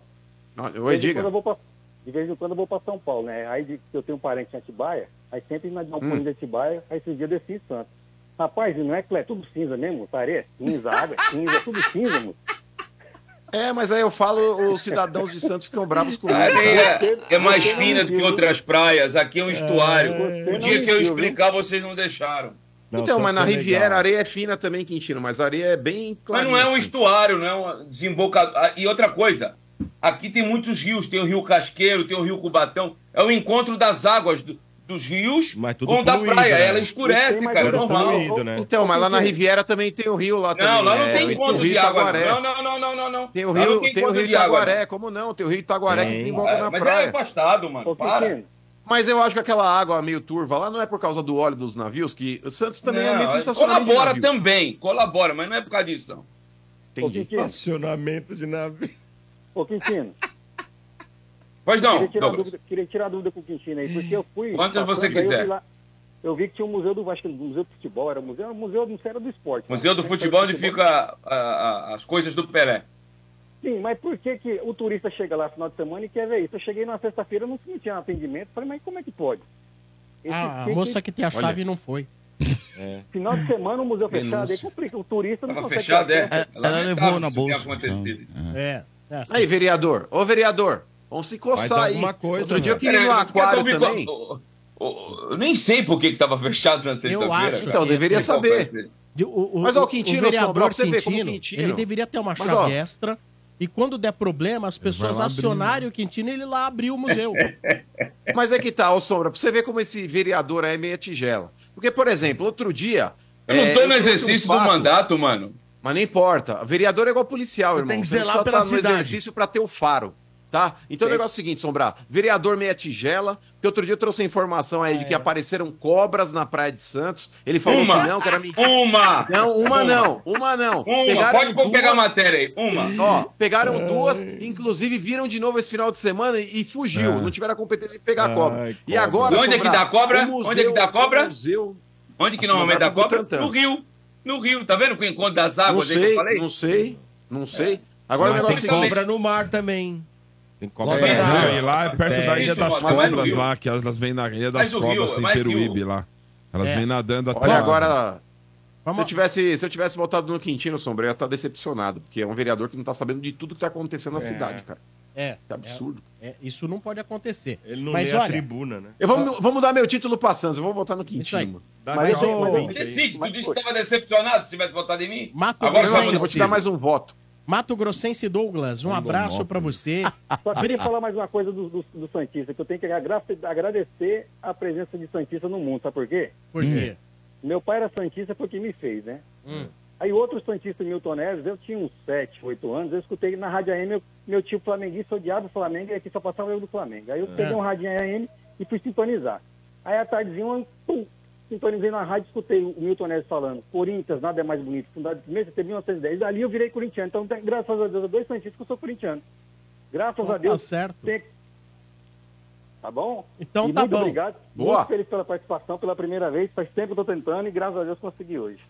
[SPEAKER 2] Oi,
[SPEAKER 12] de vez
[SPEAKER 2] diga.
[SPEAKER 12] em quando eu vou pra- de vez em quando eu vou pra São Paulo, né? Aí de- eu tenho um parente em Atibaia, aí sempre na um
[SPEAKER 2] Hum.
[SPEAKER 12] de Atibaia, aí esses dias eu desci em Santos. Rapaz, e não é que é tudo cinza mesmo? Parece cinza, água é cinza, é tudo cinza, mano.
[SPEAKER 2] É, mas aí eu falo, os cidadãos de Santos ficam bravos comigo.
[SPEAKER 8] Ah, nem
[SPEAKER 2] cara.
[SPEAKER 8] é, é mais fina do que outras praias. Aqui é um estuário. o dia que eu
[SPEAKER 2] mentiu,
[SPEAKER 8] explicar, vocês não deixaram.
[SPEAKER 5] Ah,
[SPEAKER 2] Então, mas
[SPEAKER 5] tá
[SPEAKER 2] na Riviera a areia é fina também, Quintino, mas a areia é bem assim.
[SPEAKER 8] Mas
[SPEAKER 2] clara.
[SPEAKER 8] não é um estuário, não é um desembocador. Ah, E outra coisa, aqui tem muitos rios. Tem o Rio Casqueiro, tem o Rio Cubatão. É o encontro das águas do- dos rios
[SPEAKER 2] tudo
[SPEAKER 8] com da
[SPEAKER 2] poluído,
[SPEAKER 8] praia.
[SPEAKER 2] né?
[SPEAKER 8] Ela escurece, cara, é
[SPEAKER 2] tá
[SPEAKER 8] normal.
[SPEAKER 2] Então, mas lá na Riviera também tem o rio lá também.
[SPEAKER 8] Não, lá não
[SPEAKER 2] né?
[SPEAKER 8] tem
[SPEAKER 2] o
[SPEAKER 8] encontro
[SPEAKER 2] Rio
[SPEAKER 8] de água.
[SPEAKER 2] Itaguaré.
[SPEAKER 8] Não, não, não, não, não, não.
[SPEAKER 2] Tem o
[SPEAKER 8] Lá não
[SPEAKER 2] Rio,
[SPEAKER 8] tem
[SPEAKER 2] tem o
[SPEAKER 8] encontro
[SPEAKER 2] rio
[SPEAKER 8] de água,
[SPEAKER 2] Itaguaré,
[SPEAKER 8] não.
[SPEAKER 2] como não? Tem o Rio Itaguaré que
[SPEAKER 8] Tem.
[SPEAKER 2] desemboca
[SPEAKER 8] É,
[SPEAKER 2] na
[SPEAKER 8] mas
[SPEAKER 2] praia.
[SPEAKER 8] é afastado, mano. para.
[SPEAKER 2] Mas eu acho que aquela água meio turva lá não é por causa do óleo dos navios, que o Santos também é meio que estacionamento.
[SPEAKER 8] colabora
[SPEAKER 2] de navio.
[SPEAKER 8] também, colabora, mas não é por causa disso, não. um
[SPEAKER 2] Entendi.
[SPEAKER 5] Estacionamento de navio.
[SPEAKER 12] Ô, Quintino.
[SPEAKER 8] Pois não,
[SPEAKER 12] Queria tirar,
[SPEAKER 8] Douglas.
[SPEAKER 12] dúvida, queria tirar dúvida com o Quintino aí, porque eu fui.
[SPEAKER 8] Quantas
[SPEAKER 12] passando,
[SPEAKER 8] você
[SPEAKER 12] aí eu vi
[SPEAKER 8] quiser.
[SPEAKER 12] lá- Eu vi que tinha um museu do, acho que era um museu do futebol, era um museu, era um museu, não sei, era do esporte.
[SPEAKER 8] Museu do
[SPEAKER 12] Era
[SPEAKER 8] Futebol, onde fica a- a- as coisas do Pelé.
[SPEAKER 12] Sim, mas por que, que o turista chega lá no final de semana e quer ver isso? Eu cheguei na sexta-feira, não não tinha atendimento. Falei, mas como é que pode? Esse-
[SPEAKER 9] Ah, A
[SPEAKER 12] esse-
[SPEAKER 9] moça que tem a chave não foi.
[SPEAKER 12] Final de semana, o museu fechado,
[SPEAKER 9] Hum. Denúncia.
[SPEAKER 12] aí complica. O turista não
[SPEAKER 9] Tava
[SPEAKER 12] consegue.
[SPEAKER 9] fechado,
[SPEAKER 12] ter
[SPEAKER 9] é.
[SPEAKER 12] acesso.
[SPEAKER 2] Ela Lamentável levou na isso ter bolsa. então, né?
[SPEAKER 8] acontecido.
[SPEAKER 9] É.
[SPEAKER 2] Aí, vereador. Ô, vereador, vamos se
[SPEAKER 8] Vai
[SPEAKER 2] coçar
[SPEAKER 8] dar
[SPEAKER 2] aí.
[SPEAKER 8] alguma coisa, né?
[SPEAKER 2] Outro dia eu
[SPEAKER 8] mano.
[SPEAKER 2] queria ir no
[SPEAKER 8] Peraí,
[SPEAKER 2] aquário
[SPEAKER 8] É, eu tô me co-
[SPEAKER 2] também.
[SPEAKER 8] Eu nem sei por que estava fechado na sexta-feira.
[SPEAKER 9] acho
[SPEAKER 8] cara.
[SPEAKER 9] Então,
[SPEAKER 8] Nem
[SPEAKER 9] deveria
[SPEAKER 8] sei qual
[SPEAKER 9] saber.
[SPEAKER 8] foi.
[SPEAKER 9] De- o- o-
[SPEAKER 2] Mas, ó, o
[SPEAKER 9] o
[SPEAKER 2] Quintino,
[SPEAKER 9] vereador
[SPEAKER 2] Sombra, pra você ver como o
[SPEAKER 9] Quintino,
[SPEAKER 2] Quintino-
[SPEAKER 9] Ele deveria ter uma
[SPEAKER 2] Mas,
[SPEAKER 9] chave
[SPEAKER 2] ó.
[SPEAKER 9] extra. E quando der problema, as pessoas
[SPEAKER 2] vai lá abrir, um-
[SPEAKER 9] acionarem o Quintino e ele lá abriu o museu.
[SPEAKER 2] Mas é que tá, ô Sombra, pra você ver como esse vereador aí é meia tigela. Porque, por exemplo, outro dia.
[SPEAKER 8] Eu não tô
[SPEAKER 2] é,
[SPEAKER 8] no
[SPEAKER 2] trouxe um
[SPEAKER 8] exercício do
[SPEAKER 2] fato,
[SPEAKER 8] mandato, mano.
[SPEAKER 2] Mas não importa. Vereador é igual policial, irmão.
[SPEAKER 8] tem que
[SPEAKER 2] Você
[SPEAKER 8] zelar
[SPEAKER 2] só
[SPEAKER 8] pela
[SPEAKER 2] tá no
[SPEAKER 8] cidade.
[SPEAKER 2] exercício pra ter o faro. Tá? Então o negócio é o seguinte, Sombra. Vereador meia tigela, que outro dia eu trouxe a informação aí de que apareceram cobras na Praia de Santos. Ele falou
[SPEAKER 8] É. Uma.
[SPEAKER 2] que não, que era mentira.
[SPEAKER 8] Uma!
[SPEAKER 2] Não, uma, não, uma não.
[SPEAKER 8] Uma, pode pode pegar a matéria aí. Uma.
[SPEAKER 2] Ó, pegaram duas, inclusive viram de novo esse final de semana e, e fugiu.
[SPEAKER 8] É.
[SPEAKER 2] Não tiveram a competência de pegar
[SPEAKER 8] Ai,
[SPEAKER 2] a cobra. E
[SPEAKER 8] cobra.
[SPEAKER 2] agora.
[SPEAKER 8] E onde é que
[SPEAKER 2] Sombra,
[SPEAKER 8] dá a cobra?
[SPEAKER 2] o
[SPEAKER 8] Onde é que dá a cobra?
[SPEAKER 2] o Museu.
[SPEAKER 8] Onde que é
[SPEAKER 2] Acho
[SPEAKER 8] normalmente
[SPEAKER 2] que
[SPEAKER 8] dá
[SPEAKER 2] não vai pro
[SPEAKER 8] cobra?
[SPEAKER 2] Butantã.
[SPEAKER 8] No Rio. No Rio, tá vendo com o encontro das
[SPEAKER 2] Não
[SPEAKER 8] águas aí é que eu
[SPEAKER 2] sei,
[SPEAKER 8] falei?
[SPEAKER 2] não sei, não sei. Agora o
[SPEAKER 5] Mas
[SPEAKER 2] negócio
[SPEAKER 5] tem
[SPEAKER 2] é o seguinte-
[SPEAKER 5] cobra no mar também. Tem cobra
[SPEAKER 4] É,
[SPEAKER 5] no mar.
[SPEAKER 4] não, e lá é perto
[SPEAKER 5] Tem.
[SPEAKER 4] da Ilha
[SPEAKER 5] Isso,
[SPEAKER 4] das
[SPEAKER 5] mas é no
[SPEAKER 4] Cobras
[SPEAKER 5] Rio.
[SPEAKER 4] lá, que elas vêm na Ilha das
[SPEAKER 2] Mas o
[SPEAKER 4] Cobras,
[SPEAKER 2] Rio,
[SPEAKER 4] tem
[SPEAKER 2] mas o Rio.
[SPEAKER 4] Peruíbe lá. Elas
[SPEAKER 2] É.
[SPEAKER 4] vêm nadando até
[SPEAKER 2] Olha,
[SPEAKER 4] lá.
[SPEAKER 2] agora. Se eu, tivesse, se eu tivesse votado no Quintino Sombra, eu ia estar decepcionado, porque é um vereador que não tá sabendo de tudo que tá acontecendo na
[SPEAKER 4] É.
[SPEAKER 2] cidade, cara.
[SPEAKER 9] É.
[SPEAKER 2] Que absurdo.
[SPEAKER 9] É, isso não pode acontecer.
[SPEAKER 5] Ele
[SPEAKER 2] não
[SPEAKER 9] Mas
[SPEAKER 2] lê a
[SPEAKER 9] olha,
[SPEAKER 5] tribuna, né?
[SPEAKER 2] Eu vou, vou mudar meu título pra Santos, eu vou votar no
[SPEAKER 9] Isso aí.
[SPEAKER 2] Quintino.
[SPEAKER 9] Dá
[SPEAKER 2] Mas
[SPEAKER 9] mais
[SPEAKER 2] eu
[SPEAKER 9] um
[SPEAKER 2] sou-
[SPEAKER 9] momento
[SPEAKER 8] Decide, tu disse que tava decepcionado se tivesse votado em mim.
[SPEAKER 9] Mato
[SPEAKER 8] Agora
[SPEAKER 9] Grosso.
[SPEAKER 8] só-
[SPEAKER 2] vou te dar mais um voto.
[SPEAKER 9] Mato Grossense Douglas, um abraço pra você.
[SPEAKER 10] Só queria falar mais uma coisa do, do, do Santista, que eu tenho que agra- agradecer a presença de Santista no mundo, sabe por quê?
[SPEAKER 9] Por
[SPEAKER 2] Hum.
[SPEAKER 9] quê?
[SPEAKER 10] Meu pai era Santista porque me fez, né?
[SPEAKER 9] Hum.
[SPEAKER 10] Aí outro Santista, Milton Neves, eu tinha uns 7, 8 anos, eu escutei na Rádio AM, meu, meu tio flamenguista odiava o Flamengo e aqui só passava eu do Flamengo. Aí eu peguei um Rádio AM e fui sintonizar. Aí à tardezinha, eu pum, sintonizei na rádio, escutei o Milton Neves falando, Corinthians, nada é mais bonito, fundado em 1910, ali eu virei corintiano. Então, tem- graças a Deus, há dois Santistas que eu sou corintiano. Graças
[SPEAKER 9] Então
[SPEAKER 10] a Deus.
[SPEAKER 9] tá certo.
[SPEAKER 10] tem- Tá bom?
[SPEAKER 9] Então
[SPEAKER 10] E
[SPEAKER 9] tá
[SPEAKER 10] muito
[SPEAKER 9] bom.
[SPEAKER 10] obrigado.
[SPEAKER 9] Boa.
[SPEAKER 10] Muito feliz pela participação, pela primeira vez. Faz tempo que eu tô tentando e graças a Deus consegui hoje.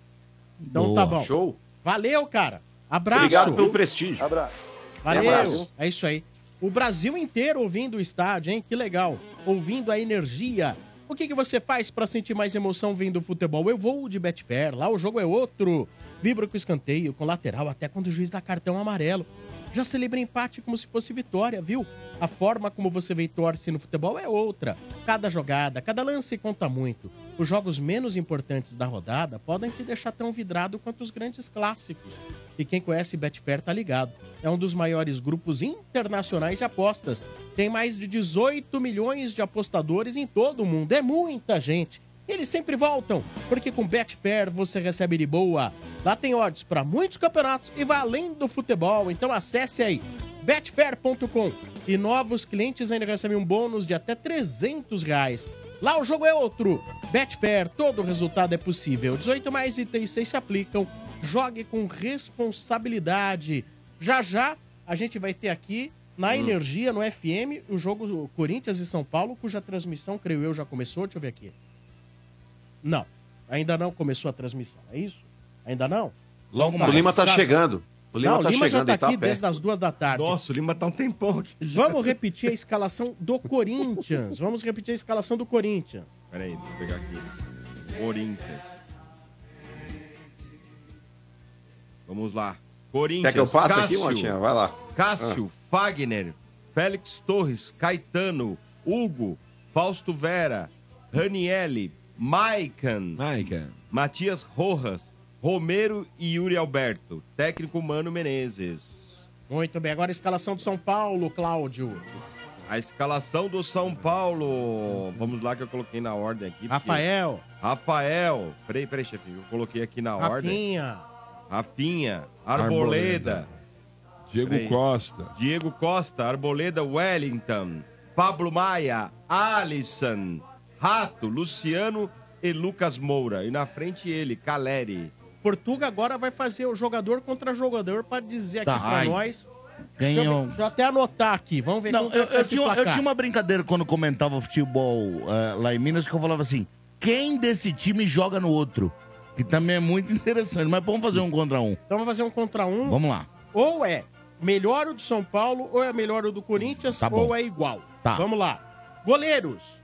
[SPEAKER 9] Então tá bom.
[SPEAKER 2] Show.
[SPEAKER 9] Valeu, cara. Abraço.
[SPEAKER 2] Obrigado pelo prestígio.
[SPEAKER 10] Abraço.
[SPEAKER 9] Valeu.
[SPEAKER 2] Abraço.
[SPEAKER 9] É isso aí. O Brasil inteiro ouvindo o estádio, hein? Que legal. Ouvindo a energia. O que, que você faz pra sentir mais emoção vindo do futebol? Eu vou de Betfair, lá o jogo é outro. Vibra com escanteio, com lateral, até quando o juiz dá cartão amarelo. Já celebra empate como se fosse vitória, viu? A forma como você vê e torce no futebol é outra. Cada jogada, cada lance conta muito. Os jogos menos importantes da rodada podem te deixar tão vidrado quanto os grandes clássicos. E quem conhece Betfair tá ligado. É um dos maiores grupos internacionais de apostas. Tem mais de 18 milhões de apostadores em todo o mundo. É muita gente. E eles sempre voltam, porque com Betfair você recebe de boa. Lá tem odds para muitos campeonatos e vai além do futebol. Então acesse aí betfair.com e novos clientes ainda recebem um bônus de até 300 reais. Lá o jogo é outro. Betfair, todo resultado é possível. 18 mais e 36 se aplicam. Jogue com responsabilidade. Já já a gente vai ter aqui na Energia, no FM, o jogo Corinthians e São Paulo, cuja transmissão, creio eu, já começou. Deixa eu ver aqui. Não, ainda não começou a transmissão, é isso? Ainda não?
[SPEAKER 2] Logo
[SPEAKER 9] Então
[SPEAKER 2] o Lima tá
[SPEAKER 9] sabe?
[SPEAKER 2] chegando. O Lima
[SPEAKER 9] não,
[SPEAKER 2] tá
[SPEAKER 9] Lima
[SPEAKER 2] chegando,
[SPEAKER 9] já
[SPEAKER 2] ele
[SPEAKER 9] tá
[SPEAKER 2] tá
[SPEAKER 9] aqui
[SPEAKER 2] a pé.
[SPEAKER 9] desde as duas da tarde.
[SPEAKER 5] Nossa, o Lima tá um tempão aqui.
[SPEAKER 9] Vamos repetir a escalação do Corinthians. Vamos repetir a escalação do Corinthians.
[SPEAKER 5] Peraí, deixa eu pegar aqui. Corinthians. Vamos lá. Corinthians.
[SPEAKER 2] Quer que eu passe aqui,
[SPEAKER 5] Cássio.
[SPEAKER 2] Montinha? Vai lá.
[SPEAKER 5] Cássio, Fagner, Félix Torres, Caetano, Hugo, Fausto Vera, Raniele, Maicon, Matias Rojas, Romero e Yuri Alberto. Técnico Mano Menezes.
[SPEAKER 9] Muito bem, agora a escalação do São Paulo, Cláudio.
[SPEAKER 5] A escalação do São Paulo. Vamos lá que eu coloquei na ordem aqui. porque-
[SPEAKER 9] Rafael,
[SPEAKER 5] Rafael. Peraí, peraí, chefe. Eu coloquei aqui na ordem.
[SPEAKER 9] Rafinha,
[SPEAKER 5] Rafinha. Arboleda.
[SPEAKER 4] Diego
[SPEAKER 5] Peraí.
[SPEAKER 4] Costa.
[SPEAKER 5] Diego Costa. Arboleda Wellington. Pablo Maia. Alisson. Rato. Luciano e Lucas Moura. E na frente ele, Caleri.
[SPEAKER 9] Portuga agora vai fazer o jogador contra jogador pra dizer aqui
[SPEAKER 3] Tá.
[SPEAKER 9] pra
[SPEAKER 3] Ai.
[SPEAKER 9] nós.
[SPEAKER 3] Ganhou.
[SPEAKER 9] Deixa eu, deixa eu até anotar aqui, vamos ver
[SPEAKER 3] Não,
[SPEAKER 9] quem
[SPEAKER 3] eu,
[SPEAKER 9] vai
[SPEAKER 3] eu
[SPEAKER 9] esse
[SPEAKER 3] tinha, eu
[SPEAKER 9] placar.
[SPEAKER 3] tinha uma brincadeira quando comentava futebol eh, lá em Minas que eu falava assim: quem desse time joga no outro? Que também é muito interessante, mas vamos fazer um contra um.
[SPEAKER 9] Então vamos fazer um contra um.
[SPEAKER 3] Vamos lá.
[SPEAKER 9] Ou é melhor o de São Paulo, ou é melhor o do Corinthians,
[SPEAKER 3] Tá bom.
[SPEAKER 9] ou é igual.
[SPEAKER 3] Tá.
[SPEAKER 9] Vamos lá. Goleiros,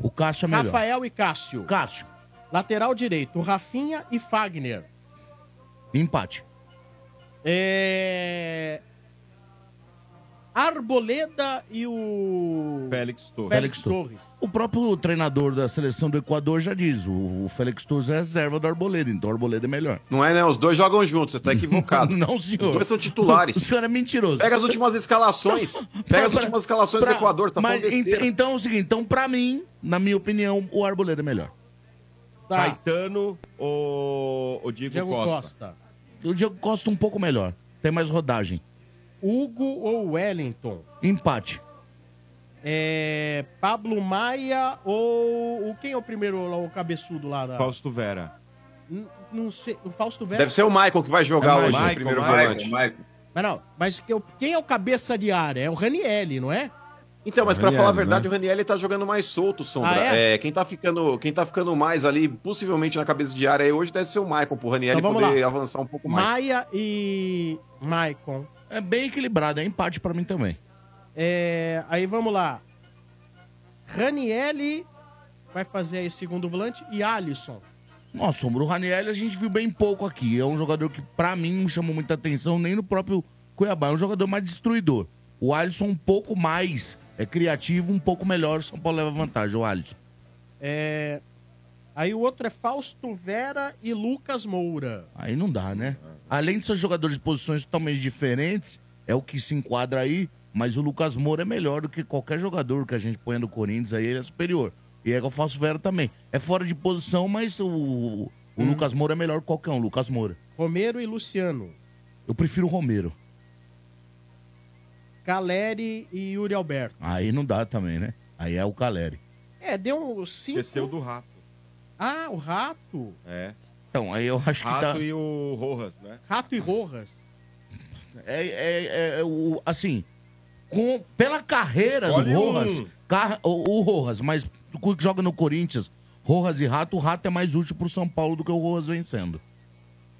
[SPEAKER 3] O Cássio é melhor.
[SPEAKER 9] Rafael e Cássio.
[SPEAKER 3] Cássio,
[SPEAKER 9] Lateral direito, Rafinha e Fagner.
[SPEAKER 3] empate.
[SPEAKER 9] É... Arboleda e o
[SPEAKER 5] Félix Torres.
[SPEAKER 9] Félix Torres.
[SPEAKER 3] O próprio treinador da seleção do Equador já diz: o, o Félix Torres é reserva do Arboleda, então o Arboleda é melhor.
[SPEAKER 2] Não é, né? Os dois jogam juntos, você tá equivocado.
[SPEAKER 3] Não, senhor.
[SPEAKER 2] Os dois são
[SPEAKER 3] O
[SPEAKER 2] titulares.
[SPEAKER 3] senhor é mentiroso.
[SPEAKER 2] Pega as últimas escalações. Pega as
[SPEAKER 3] Pra-
[SPEAKER 2] últimas escalações
[SPEAKER 3] pra-
[SPEAKER 2] do Equador, você tá
[SPEAKER 3] mas
[SPEAKER 2] falando besteira.
[SPEAKER 3] ent- Então é o seguinte: então, pra mim, na minha opinião, o Arboleda é melhor.
[SPEAKER 9] Tá.
[SPEAKER 5] Caetano ou, ou Diego,
[SPEAKER 9] Diego
[SPEAKER 5] Costa.
[SPEAKER 9] Costa.
[SPEAKER 3] O Diego Costa um pouco melhor. Tem mais rodagem.
[SPEAKER 9] Hugo ou Wellington.
[SPEAKER 3] Empate.
[SPEAKER 9] É... Pablo Maia ou... o- Quem é o primeiro, lá, o cabeçudo lá? Da...
[SPEAKER 5] Fausto Vera.
[SPEAKER 9] N- Não sei. O Fausto Vera.
[SPEAKER 2] Deve ser o Michael que vai jogar
[SPEAKER 5] É,
[SPEAKER 2] hoje,
[SPEAKER 5] Michael,
[SPEAKER 2] o primeiro
[SPEAKER 5] Michael,
[SPEAKER 2] volante.
[SPEAKER 8] Maicon.
[SPEAKER 9] Mas não, mas que- quem é o cabeça de área? É o Ranielli, não é?
[SPEAKER 2] Então, mas pra
[SPEAKER 4] Ranieri,
[SPEAKER 2] falar a verdade,
[SPEAKER 4] né?
[SPEAKER 2] o Raniel tá jogando mais solto, Sombra.
[SPEAKER 9] Ah,
[SPEAKER 2] é? quem, tá ficando, quem tá ficando mais ali, possivelmente na cabeça de área aí hoje, deve ser o Michael, pro Raniel
[SPEAKER 9] Então vamos
[SPEAKER 2] poder avançar um pouco mais.
[SPEAKER 9] Maia e Maicon.
[SPEAKER 3] É bem equilibrado, é empate pra mim também.
[SPEAKER 9] É, aí vamos lá. Ranielli vai fazer aí segundo volante e Alisson.
[SPEAKER 3] Nossa, Sombra, o Raniel a gente viu bem pouco aqui. É um jogador que, pra mim, não chamou muita atenção nem no próprio Cuiabá. É um jogador mais destruidor. O Alisson um pouco mais é criativo, um pouco melhor. O São Paulo leva vantagem, o Alisson.
[SPEAKER 9] É, Aí o outro é Fausto Vera e Lucas Moura.
[SPEAKER 3] Aí não dá, né? Além de ser jogador de posições totalmente diferentes, é o que se enquadra aí, mas o Lucas Moura é melhor do que qualquer jogador que a gente põe do Corinthians aí, ele é superior. E é que eu faço Vera também. É fora de posição, mas o, o Lucas Moura é melhor que qualquer um, Lucas Moura.
[SPEAKER 9] Romero e Luciano.
[SPEAKER 3] Eu prefiro o Romero.
[SPEAKER 9] Caleri e Yuri Alberto.
[SPEAKER 3] Aí não dá também, né? Aí é o Caleri.
[SPEAKER 9] É, deu uns cinco.
[SPEAKER 5] Esqueceu do rato.
[SPEAKER 9] Ah, o Rato.
[SPEAKER 5] É.
[SPEAKER 3] Então, aí eu acho que dá.
[SPEAKER 5] Rato e o Rojas, né?
[SPEAKER 9] Rato e Rojas.
[SPEAKER 3] É, é- é o, assim, com, pela carreira
[SPEAKER 9] Escolhe
[SPEAKER 3] do Rojas,
[SPEAKER 9] um.
[SPEAKER 3] car- o, o Rojas, mas o que joga no Corinthians, Rojas e Rato, o Rato é mais útil pro São Paulo do que o Rojas vem sendo.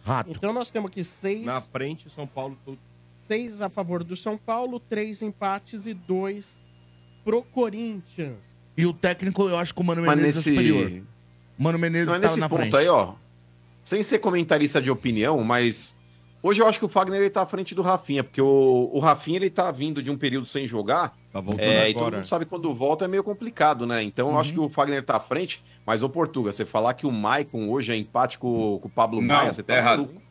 [SPEAKER 3] Rato.
[SPEAKER 9] Então nós temos aqui seis,
[SPEAKER 5] Na frente, o São Paulo todo.
[SPEAKER 9] seis a favor do São Paulo, três empates e dois pro Corinthians.
[SPEAKER 3] E o técnico, eu acho que o Mano
[SPEAKER 2] Mas
[SPEAKER 3] Menezes é
[SPEAKER 2] nesse-
[SPEAKER 3] superior. Mano Menezes
[SPEAKER 2] Não é
[SPEAKER 3] tá
[SPEAKER 2] nesse
[SPEAKER 3] na
[SPEAKER 2] ponto
[SPEAKER 3] frente.
[SPEAKER 2] aí, ó. Sem ser comentarista de opinião, mas hoje eu acho que o Fagner ele tá à frente do Rafinha, porque o, o Rafinha ele tá vindo de um período sem jogar.
[SPEAKER 5] Tá voltando
[SPEAKER 2] é, E todo
[SPEAKER 5] agora. Uhum.
[SPEAKER 2] mundo sabe que quando volta é meio complicado, né? Então eu acho que o Fagner tá à frente, mas ô Portuga, você falar que o Maicon hoje é empate com, com o Pablo
[SPEAKER 8] Não,
[SPEAKER 2] Maia, você tá
[SPEAKER 8] tá errado.
[SPEAKER 2] maluco.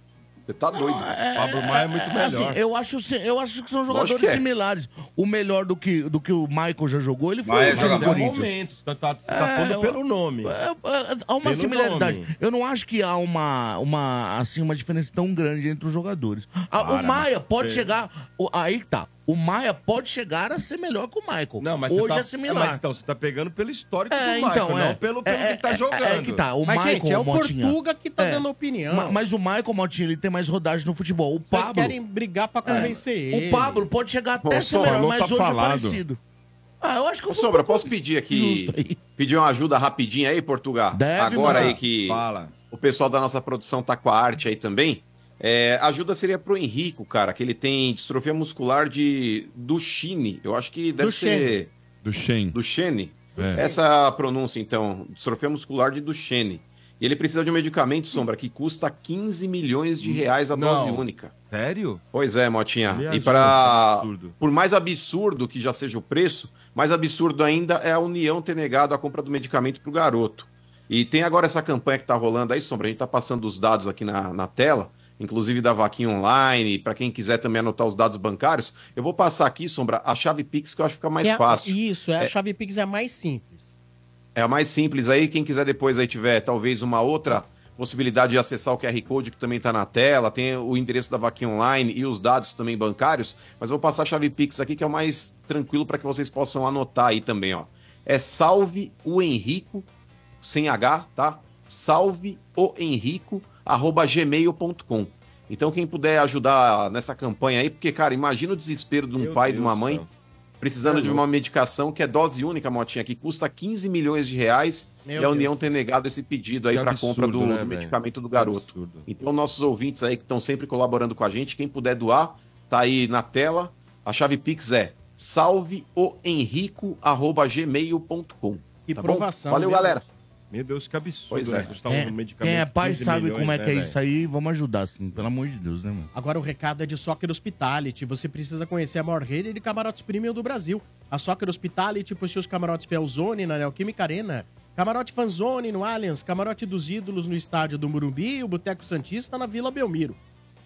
[SPEAKER 2] Você tá doido.
[SPEAKER 5] Pablo Maia é muito
[SPEAKER 3] É, assim, eu, acho, se- eu acho que são
[SPEAKER 2] Lógico
[SPEAKER 3] jogadores
[SPEAKER 2] que é.
[SPEAKER 3] similares. O melhor do que, do que o Michael já jogou, ele foi
[SPEAKER 8] Maia
[SPEAKER 3] o
[SPEAKER 8] joga
[SPEAKER 3] time do
[SPEAKER 8] bem.
[SPEAKER 3] Corinthians.
[SPEAKER 5] é Você tá, tá, tá
[SPEAKER 3] É,
[SPEAKER 5] pondo
[SPEAKER 3] eu-
[SPEAKER 5] pelo
[SPEAKER 3] É,
[SPEAKER 5] nome.
[SPEAKER 3] é, há uma
[SPEAKER 5] Pelo
[SPEAKER 3] similaridade.
[SPEAKER 5] nome.
[SPEAKER 3] Eu não acho que há uma, uma, assim, uma diferença tão grande entre os jogadores. Ah,
[SPEAKER 5] Para,
[SPEAKER 3] o Maia
[SPEAKER 5] mas-
[SPEAKER 3] pode
[SPEAKER 5] é.
[SPEAKER 3] chegar. o- aí que tá. O Maia pode chegar a ser melhor que o Michael.
[SPEAKER 5] Não, mas
[SPEAKER 3] Hoje
[SPEAKER 5] você tá,
[SPEAKER 3] é similar.
[SPEAKER 5] Mas então, você tá pegando pelo histórico do
[SPEAKER 3] É,
[SPEAKER 5] Michael,
[SPEAKER 3] então, é.
[SPEAKER 5] não pelo, pelo
[SPEAKER 3] É,
[SPEAKER 5] que tá
[SPEAKER 3] é,
[SPEAKER 5] jogando.
[SPEAKER 3] É, que tá. O
[SPEAKER 9] Mas,
[SPEAKER 3] Michael,
[SPEAKER 9] gente, é o
[SPEAKER 3] Motinha.
[SPEAKER 9] Portuga que tá
[SPEAKER 3] É.
[SPEAKER 9] dando opinião.
[SPEAKER 3] Ma- mas o Michael Motinha, ele tem mais rodagem no futebol. O
[SPEAKER 9] Vocês
[SPEAKER 3] Pablo. É.
[SPEAKER 9] querem brigar pra convencer ele.
[SPEAKER 3] O Pablo pode chegar até
[SPEAKER 4] Ô,
[SPEAKER 3] ser
[SPEAKER 4] Sobra,
[SPEAKER 3] melhor,
[SPEAKER 4] não
[SPEAKER 3] mas
[SPEAKER 4] tá
[SPEAKER 3] hoje
[SPEAKER 4] falado.
[SPEAKER 3] é parecido. Ah, eu acho que eu
[SPEAKER 2] Ô,
[SPEAKER 3] vou
[SPEAKER 2] Sombra,
[SPEAKER 3] pro-
[SPEAKER 2] posso pedir aqui.
[SPEAKER 3] Justo aí.
[SPEAKER 2] Pedir uma ajuda rapidinha aí, Portugal?
[SPEAKER 3] Deve,
[SPEAKER 2] Agora
[SPEAKER 3] mano.
[SPEAKER 2] aí que
[SPEAKER 5] Ah, Fala.
[SPEAKER 2] o pessoal da nossa produção tá com a arte aí também. É, ajuda seria pro Henrico, cara, que ele tem distrofia muscular de Duchine. Eu acho que deve ser
[SPEAKER 4] Do Shen.
[SPEAKER 2] Duchenne.
[SPEAKER 4] É.
[SPEAKER 2] Essa pronúncia, então, distrofia muscular de Duchenne. E ele precisa de um medicamento, Sombra, que custa 15 milhões de reais a dose
[SPEAKER 5] Não.
[SPEAKER 2] única.
[SPEAKER 5] Sério?
[SPEAKER 2] Pois é, Motinha.
[SPEAKER 5] Me
[SPEAKER 2] E
[SPEAKER 5] ajuda,
[SPEAKER 2] para
[SPEAKER 5] absurdo.
[SPEAKER 2] por mais absurdo que já seja o preço, mais absurdo ainda é a União ter negado a compra do medicamento para o garoto. E tem agora essa campanha que está rolando aí, Sombra. A gente está passando os dados aqui na, na tela, inclusive da Vaquinha Online. Para quem quiser também anotar os dados bancários, eu vou passar aqui, Sombra, a chave Pix, que eu acho que fica mais
[SPEAKER 9] É a-
[SPEAKER 2] fácil.
[SPEAKER 9] Isso, é, a chave Pix é mais simples.
[SPEAKER 2] É a mais simples aí. Quem quiser depois aí tiver talvez uma outra possibilidade de acessar o QR Code que também está na tela, tem o endereço da Vaquinha Online e os dados também bancários, mas eu vou passar a chave Pix aqui que é o mais tranquilo para que vocês possam anotar aí também, ó. É salve o Henrico sem H, tá? Salve o Henrico arroba gmail.com. Então quem puder ajudar nessa campanha aí, porque cara, imagina o desespero de um
[SPEAKER 5] Meu
[SPEAKER 2] pai e de
[SPEAKER 5] Deus
[SPEAKER 2] uma
[SPEAKER 5] do
[SPEAKER 2] mãe
[SPEAKER 5] céu.
[SPEAKER 2] precisando
[SPEAKER 5] É
[SPEAKER 2] de uma medicação que é dose única, Motinha, que custa 15 milhões de reais
[SPEAKER 9] Meu
[SPEAKER 2] e a
[SPEAKER 9] Deus.
[SPEAKER 2] União ter negado esse pedido aí
[SPEAKER 5] Que
[SPEAKER 2] para
[SPEAKER 5] absurdo,
[SPEAKER 2] compra do,
[SPEAKER 5] né,
[SPEAKER 2] do
[SPEAKER 5] velho?
[SPEAKER 2] medicamento do garoto.
[SPEAKER 5] Absurdo.
[SPEAKER 2] Então, nossos ouvintes aí que estão sempre colaborando com a gente, quem puder doar, tá aí na tela. A chave Pix é salveohenrico.gmail.com.
[SPEAKER 9] Que
[SPEAKER 2] Tá bom?
[SPEAKER 9] provação.
[SPEAKER 2] Valeu,
[SPEAKER 9] viu?
[SPEAKER 2] galera.
[SPEAKER 5] Meu Deus, que absurdo.
[SPEAKER 2] Pois é.
[SPEAKER 5] né? Custar um
[SPEAKER 3] É,
[SPEAKER 5] medicamento
[SPEAKER 3] quem é pai
[SPEAKER 5] 15
[SPEAKER 3] sabe
[SPEAKER 5] milhões,
[SPEAKER 3] como é
[SPEAKER 5] né,
[SPEAKER 3] que é
[SPEAKER 5] velho?
[SPEAKER 3] isso aí. Vamos ajudar, assim. Pelo amor de Deus, né, mano?
[SPEAKER 9] Agora o recado é de Soccer Hospitality. Você precisa conhecer a maior rede de camarotes premium do Brasil. A Soccer Hospitality possui os camarotes Felzone na Neoquímica Arena, camarote Fanzone no Allianz, camarote dos Ídolos no estádio do Murumbi e o Boteco Santista na Vila Belmiro.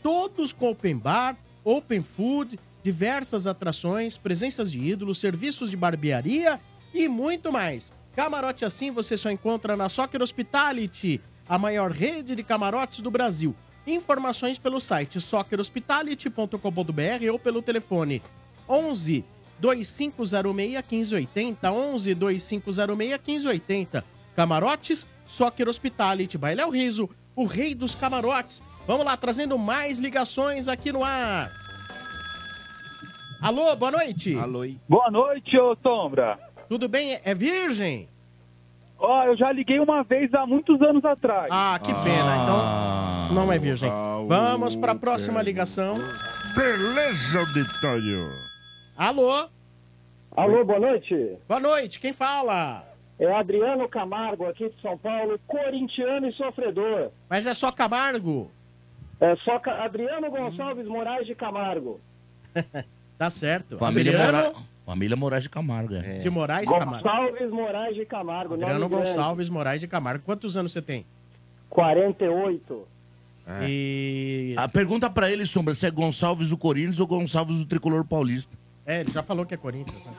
[SPEAKER 9] Todos com open bar, open food, diversas atrações, presenças de ídolos, serviços de barbearia e muito mais. Camarote assim você só encontra na Soccer Hospitality, a maior rede de camarotes do Brasil. Informações pelo site soccerhospitality.com.br ou pelo telefone 11 2506 1580, 11 2506 1580. Camarotes, Soccer Hospitality, Baile ao Riso, o rei dos camarotes. Vamos lá, trazendo mais ligações aqui no ar. Alô, boa noite.
[SPEAKER 5] Alô, hein?
[SPEAKER 15] Boa noite, ô Sombra.
[SPEAKER 9] Tudo bem? É virgem?
[SPEAKER 15] Ó, eu já liguei uma vez há muitos anos atrás.
[SPEAKER 9] Ah, que pena. Então, não é virgem.
[SPEAKER 5] ah,
[SPEAKER 9] Vamos
[SPEAKER 5] o
[SPEAKER 9] para a próxima
[SPEAKER 5] Pedro.
[SPEAKER 9] ligação.
[SPEAKER 3] Beleza, auditório.
[SPEAKER 9] Alô,
[SPEAKER 10] Alô, boa noite.
[SPEAKER 9] boa noite. Quem fala?
[SPEAKER 10] É Adriano Camargo, aqui de São Paulo, corintiano e sofredor.
[SPEAKER 9] Mas é só Camargo.
[SPEAKER 10] É só Ca- Adriano Gonçalves Moraes de Camargo.
[SPEAKER 9] Tá certo.
[SPEAKER 3] Família,
[SPEAKER 9] Adriano
[SPEAKER 5] né?
[SPEAKER 3] Mora... Família Moraes de Camargo. é.
[SPEAKER 9] de Moraes Camargo.
[SPEAKER 1] Gonçalves Moraes de Camargo.
[SPEAKER 9] Adriano
[SPEAKER 1] nome grande.
[SPEAKER 9] Gonçalves Moraes de Camargo. Quantos anos você tem?
[SPEAKER 1] 48.
[SPEAKER 9] E...
[SPEAKER 3] A Ah, pergunta pra ele, Sombra, se é Gonçalves o Corinthians ou Gonçalves o Tricolor Paulista.
[SPEAKER 9] É, ele já falou que é Corinthians, né?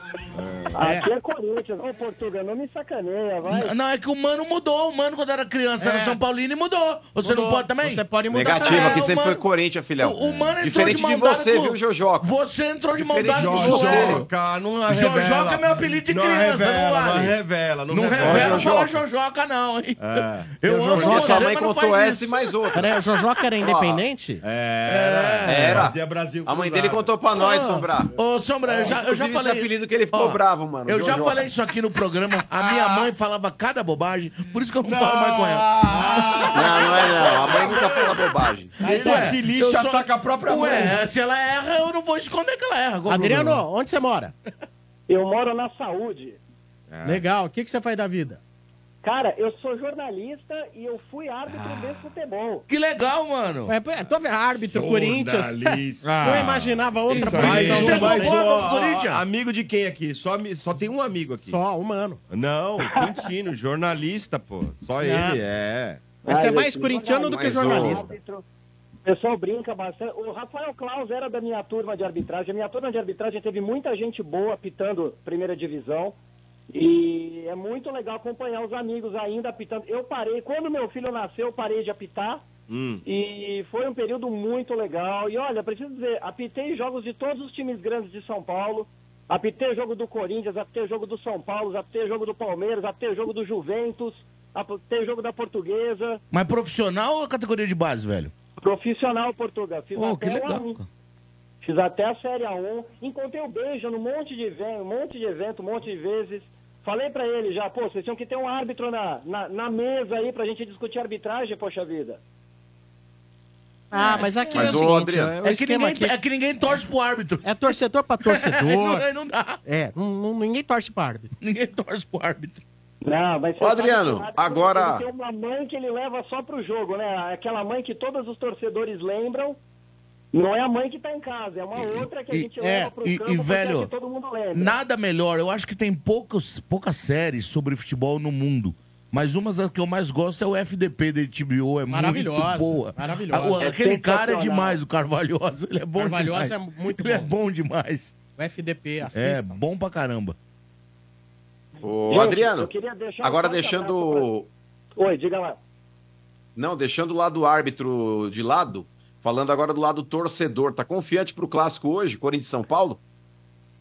[SPEAKER 1] Aqui é Corinthians. Ô, Portugal, não me sacaneia, vai.
[SPEAKER 3] N- Não, é que o Mano mudou. O Mano, quando era criança, era São Paulino e mudou. Você não
[SPEAKER 2] Mudou.
[SPEAKER 3] pode também?
[SPEAKER 2] Você
[SPEAKER 9] pode
[SPEAKER 2] Negativo, aqui sempre foi
[SPEAKER 3] Mano...
[SPEAKER 2] Corinthians, filhão.
[SPEAKER 3] O, o Mano entrou
[SPEAKER 2] Diferente
[SPEAKER 3] de
[SPEAKER 2] de,
[SPEAKER 3] mão dada
[SPEAKER 2] você,
[SPEAKER 3] com-
[SPEAKER 2] viu, Jojoca?
[SPEAKER 3] Você entrou de mão
[SPEAKER 2] Diferente
[SPEAKER 3] dada com
[SPEAKER 2] de
[SPEAKER 3] o
[SPEAKER 2] você.
[SPEAKER 3] Joel.
[SPEAKER 2] Joca, não
[SPEAKER 3] Jojoca
[SPEAKER 2] revela.
[SPEAKER 3] é meu apelido de
[SPEAKER 2] Não
[SPEAKER 3] criança,
[SPEAKER 2] revela,
[SPEAKER 3] não vale.
[SPEAKER 2] não revela, não
[SPEAKER 3] Não
[SPEAKER 2] revela.
[SPEAKER 3] revela
[SPEAKER 2] Jojoca.
[SPEAKER 3] falar Jojoca, não, hein?
[SPEAKER 2] É.
[SPEAKER 3] Eu amo
[SPEAKER 2] Jojoca,
[SPEAKER 3] você,
[SPEAKER 2] sua mãe
[SPEAKER 3] mas não
[SPEAKER 2] contou
[SPEAKER 3] faz
[SPEAKER 2] essa e
[SPEAKER 3] isso.
[SPEAKER 2] mais outra.
[SPEAKER 9] Peraí, o Jojoca era
[SPEAKER 5] É,
[SPEAKER 9] independente?
[SPEAKER 2] Era. Era. a mãe dele contou pra nós, Sombra.
[SPEAKER 3] Ô, Sombra, eu já, eu já
[SPEAKER 2] Inclusive,
[SPEAKER 3] falei.
[SPEAKER 2] esse apelido que ele ficou
[SPEAKER 3] Ó,
[SPEAKER 2] bravo,
[SPEAKER 9] Tá
[SPEAKER 2] mano.
[SPEAKER 3] Eu já
[SPEAKER 2] Jojoca.
[SPEAKER 3] falei isso aqui no programa. A minha mãe falava cada bobagem, por isso que eu não, falo mais com ela.
[SPEAKER 2] Não, não é não. A mãe nunca fala bobagem.
[SPEAKER 3] Ué, eu sou-
[SPEAKER 2] mãe.
[SPEAKER 3] Ué, se ela erra, eu não vou esconder que ela erra. Qual o
[SPEAKER 9] Adriano,
[SPEAKER 3] problema?
[SPEAKER 9] onde você mora?
[SPEAKER 1] Eu moro na saúde.
[SPEAKER 5] É.
[SPEAKER 9] Legal, o que, que você faz da vida?
[SPEAKER 1] Cara, eu sou jornalista e eu fui árbitro
[SPEAKER 9] Ah.
[SPEAKER 1] de futebol.
[SPEAKER 3] Que legal, mano.
[SPEAKER 9] É, pô, tô vendo árbitro Corinthians.
[SPEAKER 5] Jornalista.
[SPEAKER 9] Não imaginava outra
[SPEAKER 5] Ah,
[SPEAKER 3] Ah,
[SPEAKER 5] Isso aí.
[SPEAKER 9] posição.
[SPEAKER 3] é
[SPEAKER 5] Você
[SPEAKER 9] pra
[SPEAKER 5] roubou
[SPEAKER 9] você.
[SPEAKER 5] a bola do Corinthians? Amigo de quem aqui? Só, ami- só tem um amigo aqui.
[SPEAKER 9] Só, humano.
[SPEAKER 5] Não, Quintino, jornalista, pô.
[SPEAKER 3] Ah.
[SPEAKER 5] Só ele, é.
[SPEAKER 9] Mas você é mais corintiano do que
[SPEAKER 5] Mais um.
[SPEAKER 9] jornalista.
[SPEAKER 1] Árbitro. O pessoal brinca bastante. é, O Rafael Claus era da minha turma de arbitragem. A minha turma de arbitragem teve muita gente boa apitando primeira divisão. E é muito legal acompanhar os amigos ainda apitando. Eu parei, quando meu filho nasceu, eu parei de apitar.
[SPEAKER 5] Hum.
[SPEAKER 1] E foi um período muito legal. E olha, preciso dizer, apitei jogos de todos os times grandes de São Paulo. Apitei jogo do Corinthians, apitei jogo do São Paulo, apitei jogo do Palmeiras, apitei jogo do Juventus, apitei jogo da Portuguesa.
[SPEAKER 3] Mas profissional ou categoria de base, velho?
[SPEAKER 1] Profissional, Portugal. Fiz,
[SPEAKER 3] Pô,
[SPEAKER 1] até
[SPEAKER 3] que legal,
[SPEAKER 1] A1. Fiz até a Série A1. Encontrei o Beija num monte de evento, um monte de evento, um monte de vezes. Falei pra ele já, pô, vocês tinham que ter um árbitro na, na, na mesa aí pra gente discutir arbitragem, poxa vida.
[SPEAKER 9] Ah, mas aqui
[SPEAKER 2] Mas,
[SPEAKER 9] é o
[SPEAKER 2] ô,
[SPEAKER 9] seguinte,
[SPEAKER 2] Adriano,
[SPEAKER 9] é, o
[SPEAKER 3] É que,
[SPEAKER 9] esquema
[SPEAKER 3] ninguém,
[SPEAKER 9] aqui-
[SPEAKER 3] é que ninguém torce pro árbitro.
[SPEAKER 9] é torcedor pra torcedor.
[SPEAKER 3] não, não dá.
[SPEAKER 9] É, não- não- ninguém torce pra árbitro.
[SPEAKER 3] Ninguém torce pro árbitro.
[SPEAKER 1] Não, mas
[SPEAKER 2] Ô, Adriano, agora-
[SPEAKER 1] Tem uma mãe que ele leva só pro jogo, né? Aquela mãe que todos os torcedores lembram. Não é a mãe que tá em casa, é uma outra que a gente leva pro
[SPEAKER 3] e,
[SPEAKER 1] campo
[SPEAKER 3] e,
[SPEAKER 1] porque é
[SPEAKER 3] velho,
[SPEAKER 1] que todo mundo lembra.
[SPEAKER 3] nada melhor. Eu acho que tem poucas, poucas séries sobre futebol no mundo. Mas uma das que eu mais gosto é o FDP da HBO. É
[SPEAKER 9] Maravilhosa,
[SPEAKER 3] muito boa.
[SPEAKER 9] maravilhosa.
[SPEAKER 3] A- o-
[SPEAKER 9] É
[SPEAKER 3] aquele cara é
[SPEAKER 9] sensacional.
[SPEAKER 3] demais, o Carvalhosa. Ele é bom
[SPEAKER 9] Carvalhosa
[SPEAKER 3] demais.
[SPEAKER 9] é muito
[SPEAKER 3] Ele é
[SPEAKER 9] bom.
[SPEAKER 3] bom demais.
[SPEAKER 9] O FDP,
[SPEAKER 3] É
[SPEAKER 9] assista.
[SPEAKER 3] bom pra caramba.
[SPEAKER 2] Ô,
[SPEAKER 1] Eu-
[SPEAKER 2] Adriano,
[SPEAKER 1] eu queria deixar um
[SPEAKER 2] agora
[SPEAKER 1] forte
[SPEAKER 2] deixando...
[SPEAKER 1] Oi, diga lá.
[SPEAKER 2] Não, deixando o lado árbitro de lado, falando agora do lado torcedor. Tá confiante pro clássico hoje, Corinthians e São Paulo?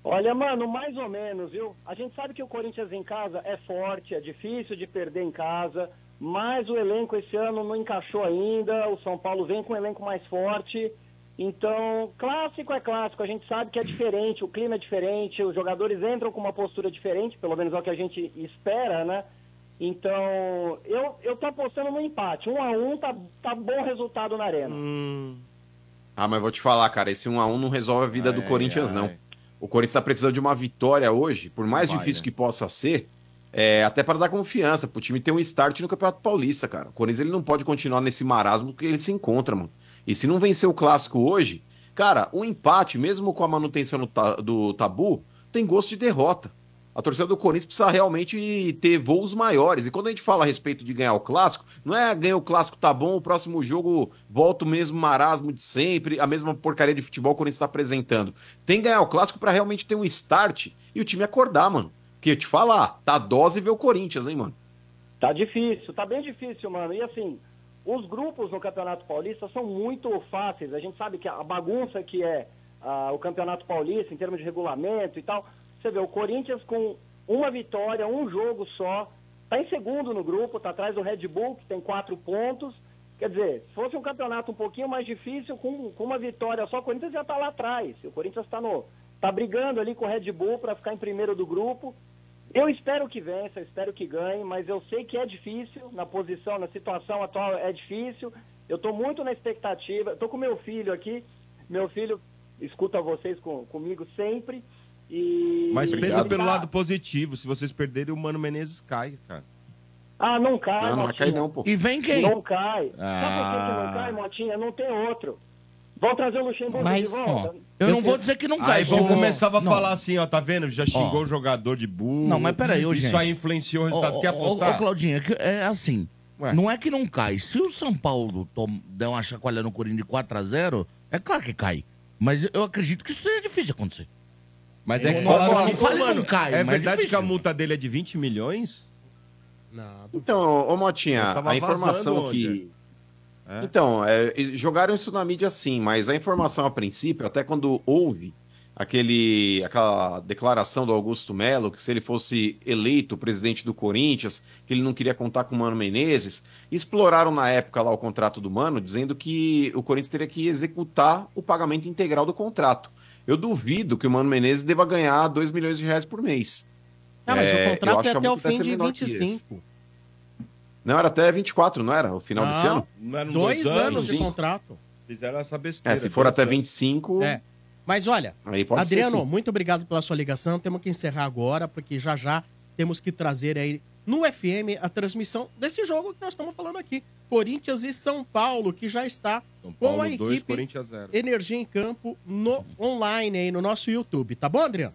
[SPEAKER 1] Olha, mano, mais ou menos, viu? A gente sabe que o Corinthians em casa é forte, é difícil de perder em casa, mas o elenco esse ano não encaixou ainda, o São Paulo vem com um elenco mais forte. Então, clássico é clássico, a gente sabe que é diferente, o clima é diferente, os jogadores entram com uma postura diferente, pelo menos é o que a gente espera, né? Então, eu, eu tô apostando no empate. Um a um tá, tá bom resultado na arena.
[SPEAKER 2] Ah, mas vou te falar, cara, esse 1 a 1 não resolve a vida do
[SPEAKER 5] Ai,
[SPEAKER 2] Corinthians,
[SPEAKER 5] ai.
[SPEAKER 2] não. O Corinthians tá precisando de uma vitória hoje, por mais
[SPEAKER 5] Vai,
[SPEAKER 2] difícil
[SPEAKER 5] né?
[SPEAKER 2] que possa ser, é, até para dar confiança, pro time ter um start no Campeonato Paulista, cara. O Corinthians ele não pode continuar nesse marasmo que ele se encontra, mano. E se não vencer o clássico hoje, cara, o empate, mesmo com a manutenção no ta- do tabu, tem gosto de derrota. A torcida do Corinthians precisa realmente ter voos maiores. E quando a gente fala a respeito de ganhar o clássico, não é ganhar o clássico tá bom, o próximo jogo volta o mesmo marasmo de sempre, a mesma porcaria de futebol que o Corinthians está apresentando. Tem que ganhar o clássico para realmente ter um start e o time acordar, mano. Porque eu te falar, tá dose ver o Corinthians, hein, mano.
[SPEAKER 1] Tá difícil, tá bem difícil, mano. E assim, os grupos no Campeonato Paulista são muito fáceis. A gente sabe que a bagunça que é ah, o Campeonato Paulista em termos de regulamento e tal. Você vê, o Corinthians com uma vitória, um jogo só, tá em segundo no grupo, tá atrás do Red Bull, que tem quatro pontos. Quer dizer, se fosse um campeonato um pouquinho mais difícil, com, com uma vitória só, o Corinthians já tá lá atrás. O Corinthians tá, no, tá brigando ali com o Red Bull para ficar em primeiro do grupo. Eu espero que vença, eu espero que ganhe, mas eu sei que é difícil na posição, na situação atual é difícil. Eu estou muito na expectativa. Estou com meu filho aqui. Meu filho escuta vocês com- comigo sempre. E
[SPEAKER 5] Mas pensa
[SPEAKER 1] ele
[SPEAKER 5] pelo
[SPEAKER 1] tá-
[SPEAKER 5] lado positivo. Se vocês perderem, o Mano Menezes cai, cara.
[SPEAKER 1] Ah, não cai.
[SPEAKER 2] Não, não vai
[SPEAKER 1] Motinha.
[SPEAKER 2] cair não, pô.
[SPEAKER 3] E vem quem?
[SPEAKER 1] Não cai. Sabe por que que
[SPEAKER 5] Ah.
[SPEAKER 1] não cai, Motinha? Não tem outro. Vão trazer o Luxemburgo
[SPEAKER 3] Mas,
[SPEAKER 1] de volta.
[SPEAKER 3] ó, eu não vou dizer que não cai,
[SPEAKER 5] Ah, Aí vão
[SPEAKER 3] vou-
[SPEAKER 5] começava a
[SPEAKER 3] não.
[SPEAKER 5] falar assim, ó, tá vendo? Já xingou o jogador de burro.
[SPEAKER 3] Não, mas peraí, ô,
[SPEAKER 5] Isso
[SPEAKER 3] gente.
[SPEAKER 5] aí influenciou o resultado.
[SPEAKER 3] Ô,
[SPEAKER 5] Quer
[SPEAKER 3] ô, ô,
[SPEAKER 5] apostar?
[SPEAKER 3] Ô, Claudinha, que- é assim. Não é que não cai. Se o São Paulo tom- der uma chacoalhada no Corinthians de 4 a 0 é claro que cai. Mas eu acredito que isso seja difícil de acontecer.
[SPEAKER 5] Mas é que
[SPEAKER 3] não,
[SPEAKER 5] falaram
[SPEAKER 3] não, não,
[SPEAKER 5] que-
[SPEAKER 3] falei
[SPEAKER 5] Mano,
[SPEAKER 3] não cai.
[SPEAKER 5] É
[SPEAKER 3] mas
[SPEAKER 5] verdade que
[SPEAKER 3] difícil.
[SPEAKER 5] a multa dele é de 20 milhões?
[SPEAKER 2] Então, ô ô,
[SPEAKER 5] Eu
[SPEAKER 2] Motinha,
[SPEAKER 5] tava
[SPEAKER 2] a informação
[SPEAKER 5] vazando
[SPEAKER 2] que. Então, é, e jogaram isso na mídia sim, mas a informação a princípio, até quando houve aquele, aquela declaração do Augusto Melo, que se ele fosse eleito presidente do Corinthians, que ele não queria contar com o Mano Menezes, exploraram na época lá o contrato do Mano, dizendo que o Corinthians teria que executar o pagamento integral do contrato. Eu duvido que o Mano Menezes deva ganhar 2 milhões de reais por mês.
[SPEAKER 9] Ah, mas
[SPEAKER 2] É,
[SPEAKER 9] o
[SPEAKER 2] eu
[SPEAKER 9] contrato
[SPEAKER 2] acho
[SPEAKER 9] é
[SPEAKER 2] que a
[SPEAKER 9] até o
[SPEAKER 2] multa deve
[SPEAKER 9] fim
[SPEAKER 2] ser
[SPEAKER 9] de
[SPEAKER 2] menor que esse.
[SPEAKER 9] 25.
[SPEAKER 2] Não, era até 24, não era? O final desse ano?
[SPEAKER 5] Não eram
[SPEAKER 9] dois, anos de
[SPEAKER 2] Sim.
[SPEAKER 9] contrato.
[SPEAKER 5] Fizeram essa besteira.
[SPEAKER 2] É, se for até 25.
[SPEAKER 9] É. Mas olha,
[SPEAKER 2] Aí pode ser,
[SPEAKER 9] Adriano,
[SPEAKER 2] sim.
[SPEAKER 9] muito obrigado pela sua ligação. Temos que encerrar agora, porque já já temos que trazer aí no FM a transmissão desse jogo que nós estamos falando aqui. Corinthians e São Paulo, que já está com a
[SPEAKER 5] Paulo dois,
[SPEAKER 9] equipe
[SPEAKER 5] Corinthians zero.
[SPEAKER 9] Energia em Campo no online aí no nosso YouTube, tá bom, Adriano?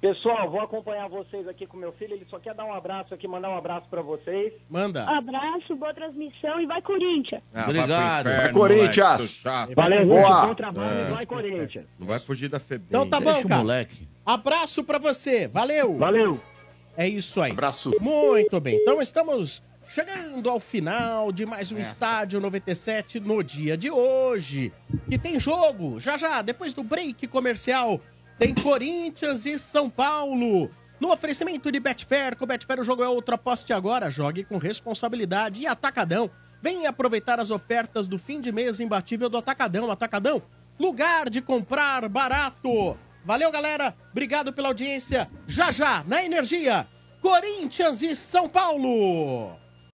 [SPEAKER 1] Pessoal, vou acompanhar vocês aqui com meu filho. Ele só quer dar um abraço aqui, mandar um abraço pra vocês.
[SPEAKER 9] Manda.
[SPEAKER 16] Abraço, boa transmissão e vai Corinthians.
[SPEAKER 5] Ah,
[SPEAKER 3] Obrigado.
[SPEAKER 5] vai pro
[SPEAKER 3] Vai, Corinthians.
[SPEAKER 5] moleque, seu chato.
[SPEAKER 9] Valeu,
[SPEAKER 5] Boa.
[SPEAKER 9] gente, bom trabalho,
[SPEAKER 5] É.
[SPEAKER 9] vai, Corinthians.
[SPEAKER 5] Não vai fugir da FEBEM.
[SPEAKER 9] Então tá bom, cara. Abraço pra você. Valeu.
[SPEAKER 1] Valeu.
[SPEAKER 9] É isso aí.
[SPEAKER 2] Abraço.
[SPEAKER 9] Muito bem. Então estamos chegando ao final de mais um Estádio 97 no dia de hoje. Que tem jogo. Já já, depois do break comercial, tem Corinthians e São Paulo. No oferecimento de Betfair, com Betfair o jogo é outra aposte agora. Jogue com responsabilidade e atacadão. Venha aproveitar as ofertas do fim de mês imbatível do Atacadão. Atacadão, lugar de comprar barato. Valeu, galera. Obrigado pela audiência. Já já, na Energia, Corinthians e São Paulo.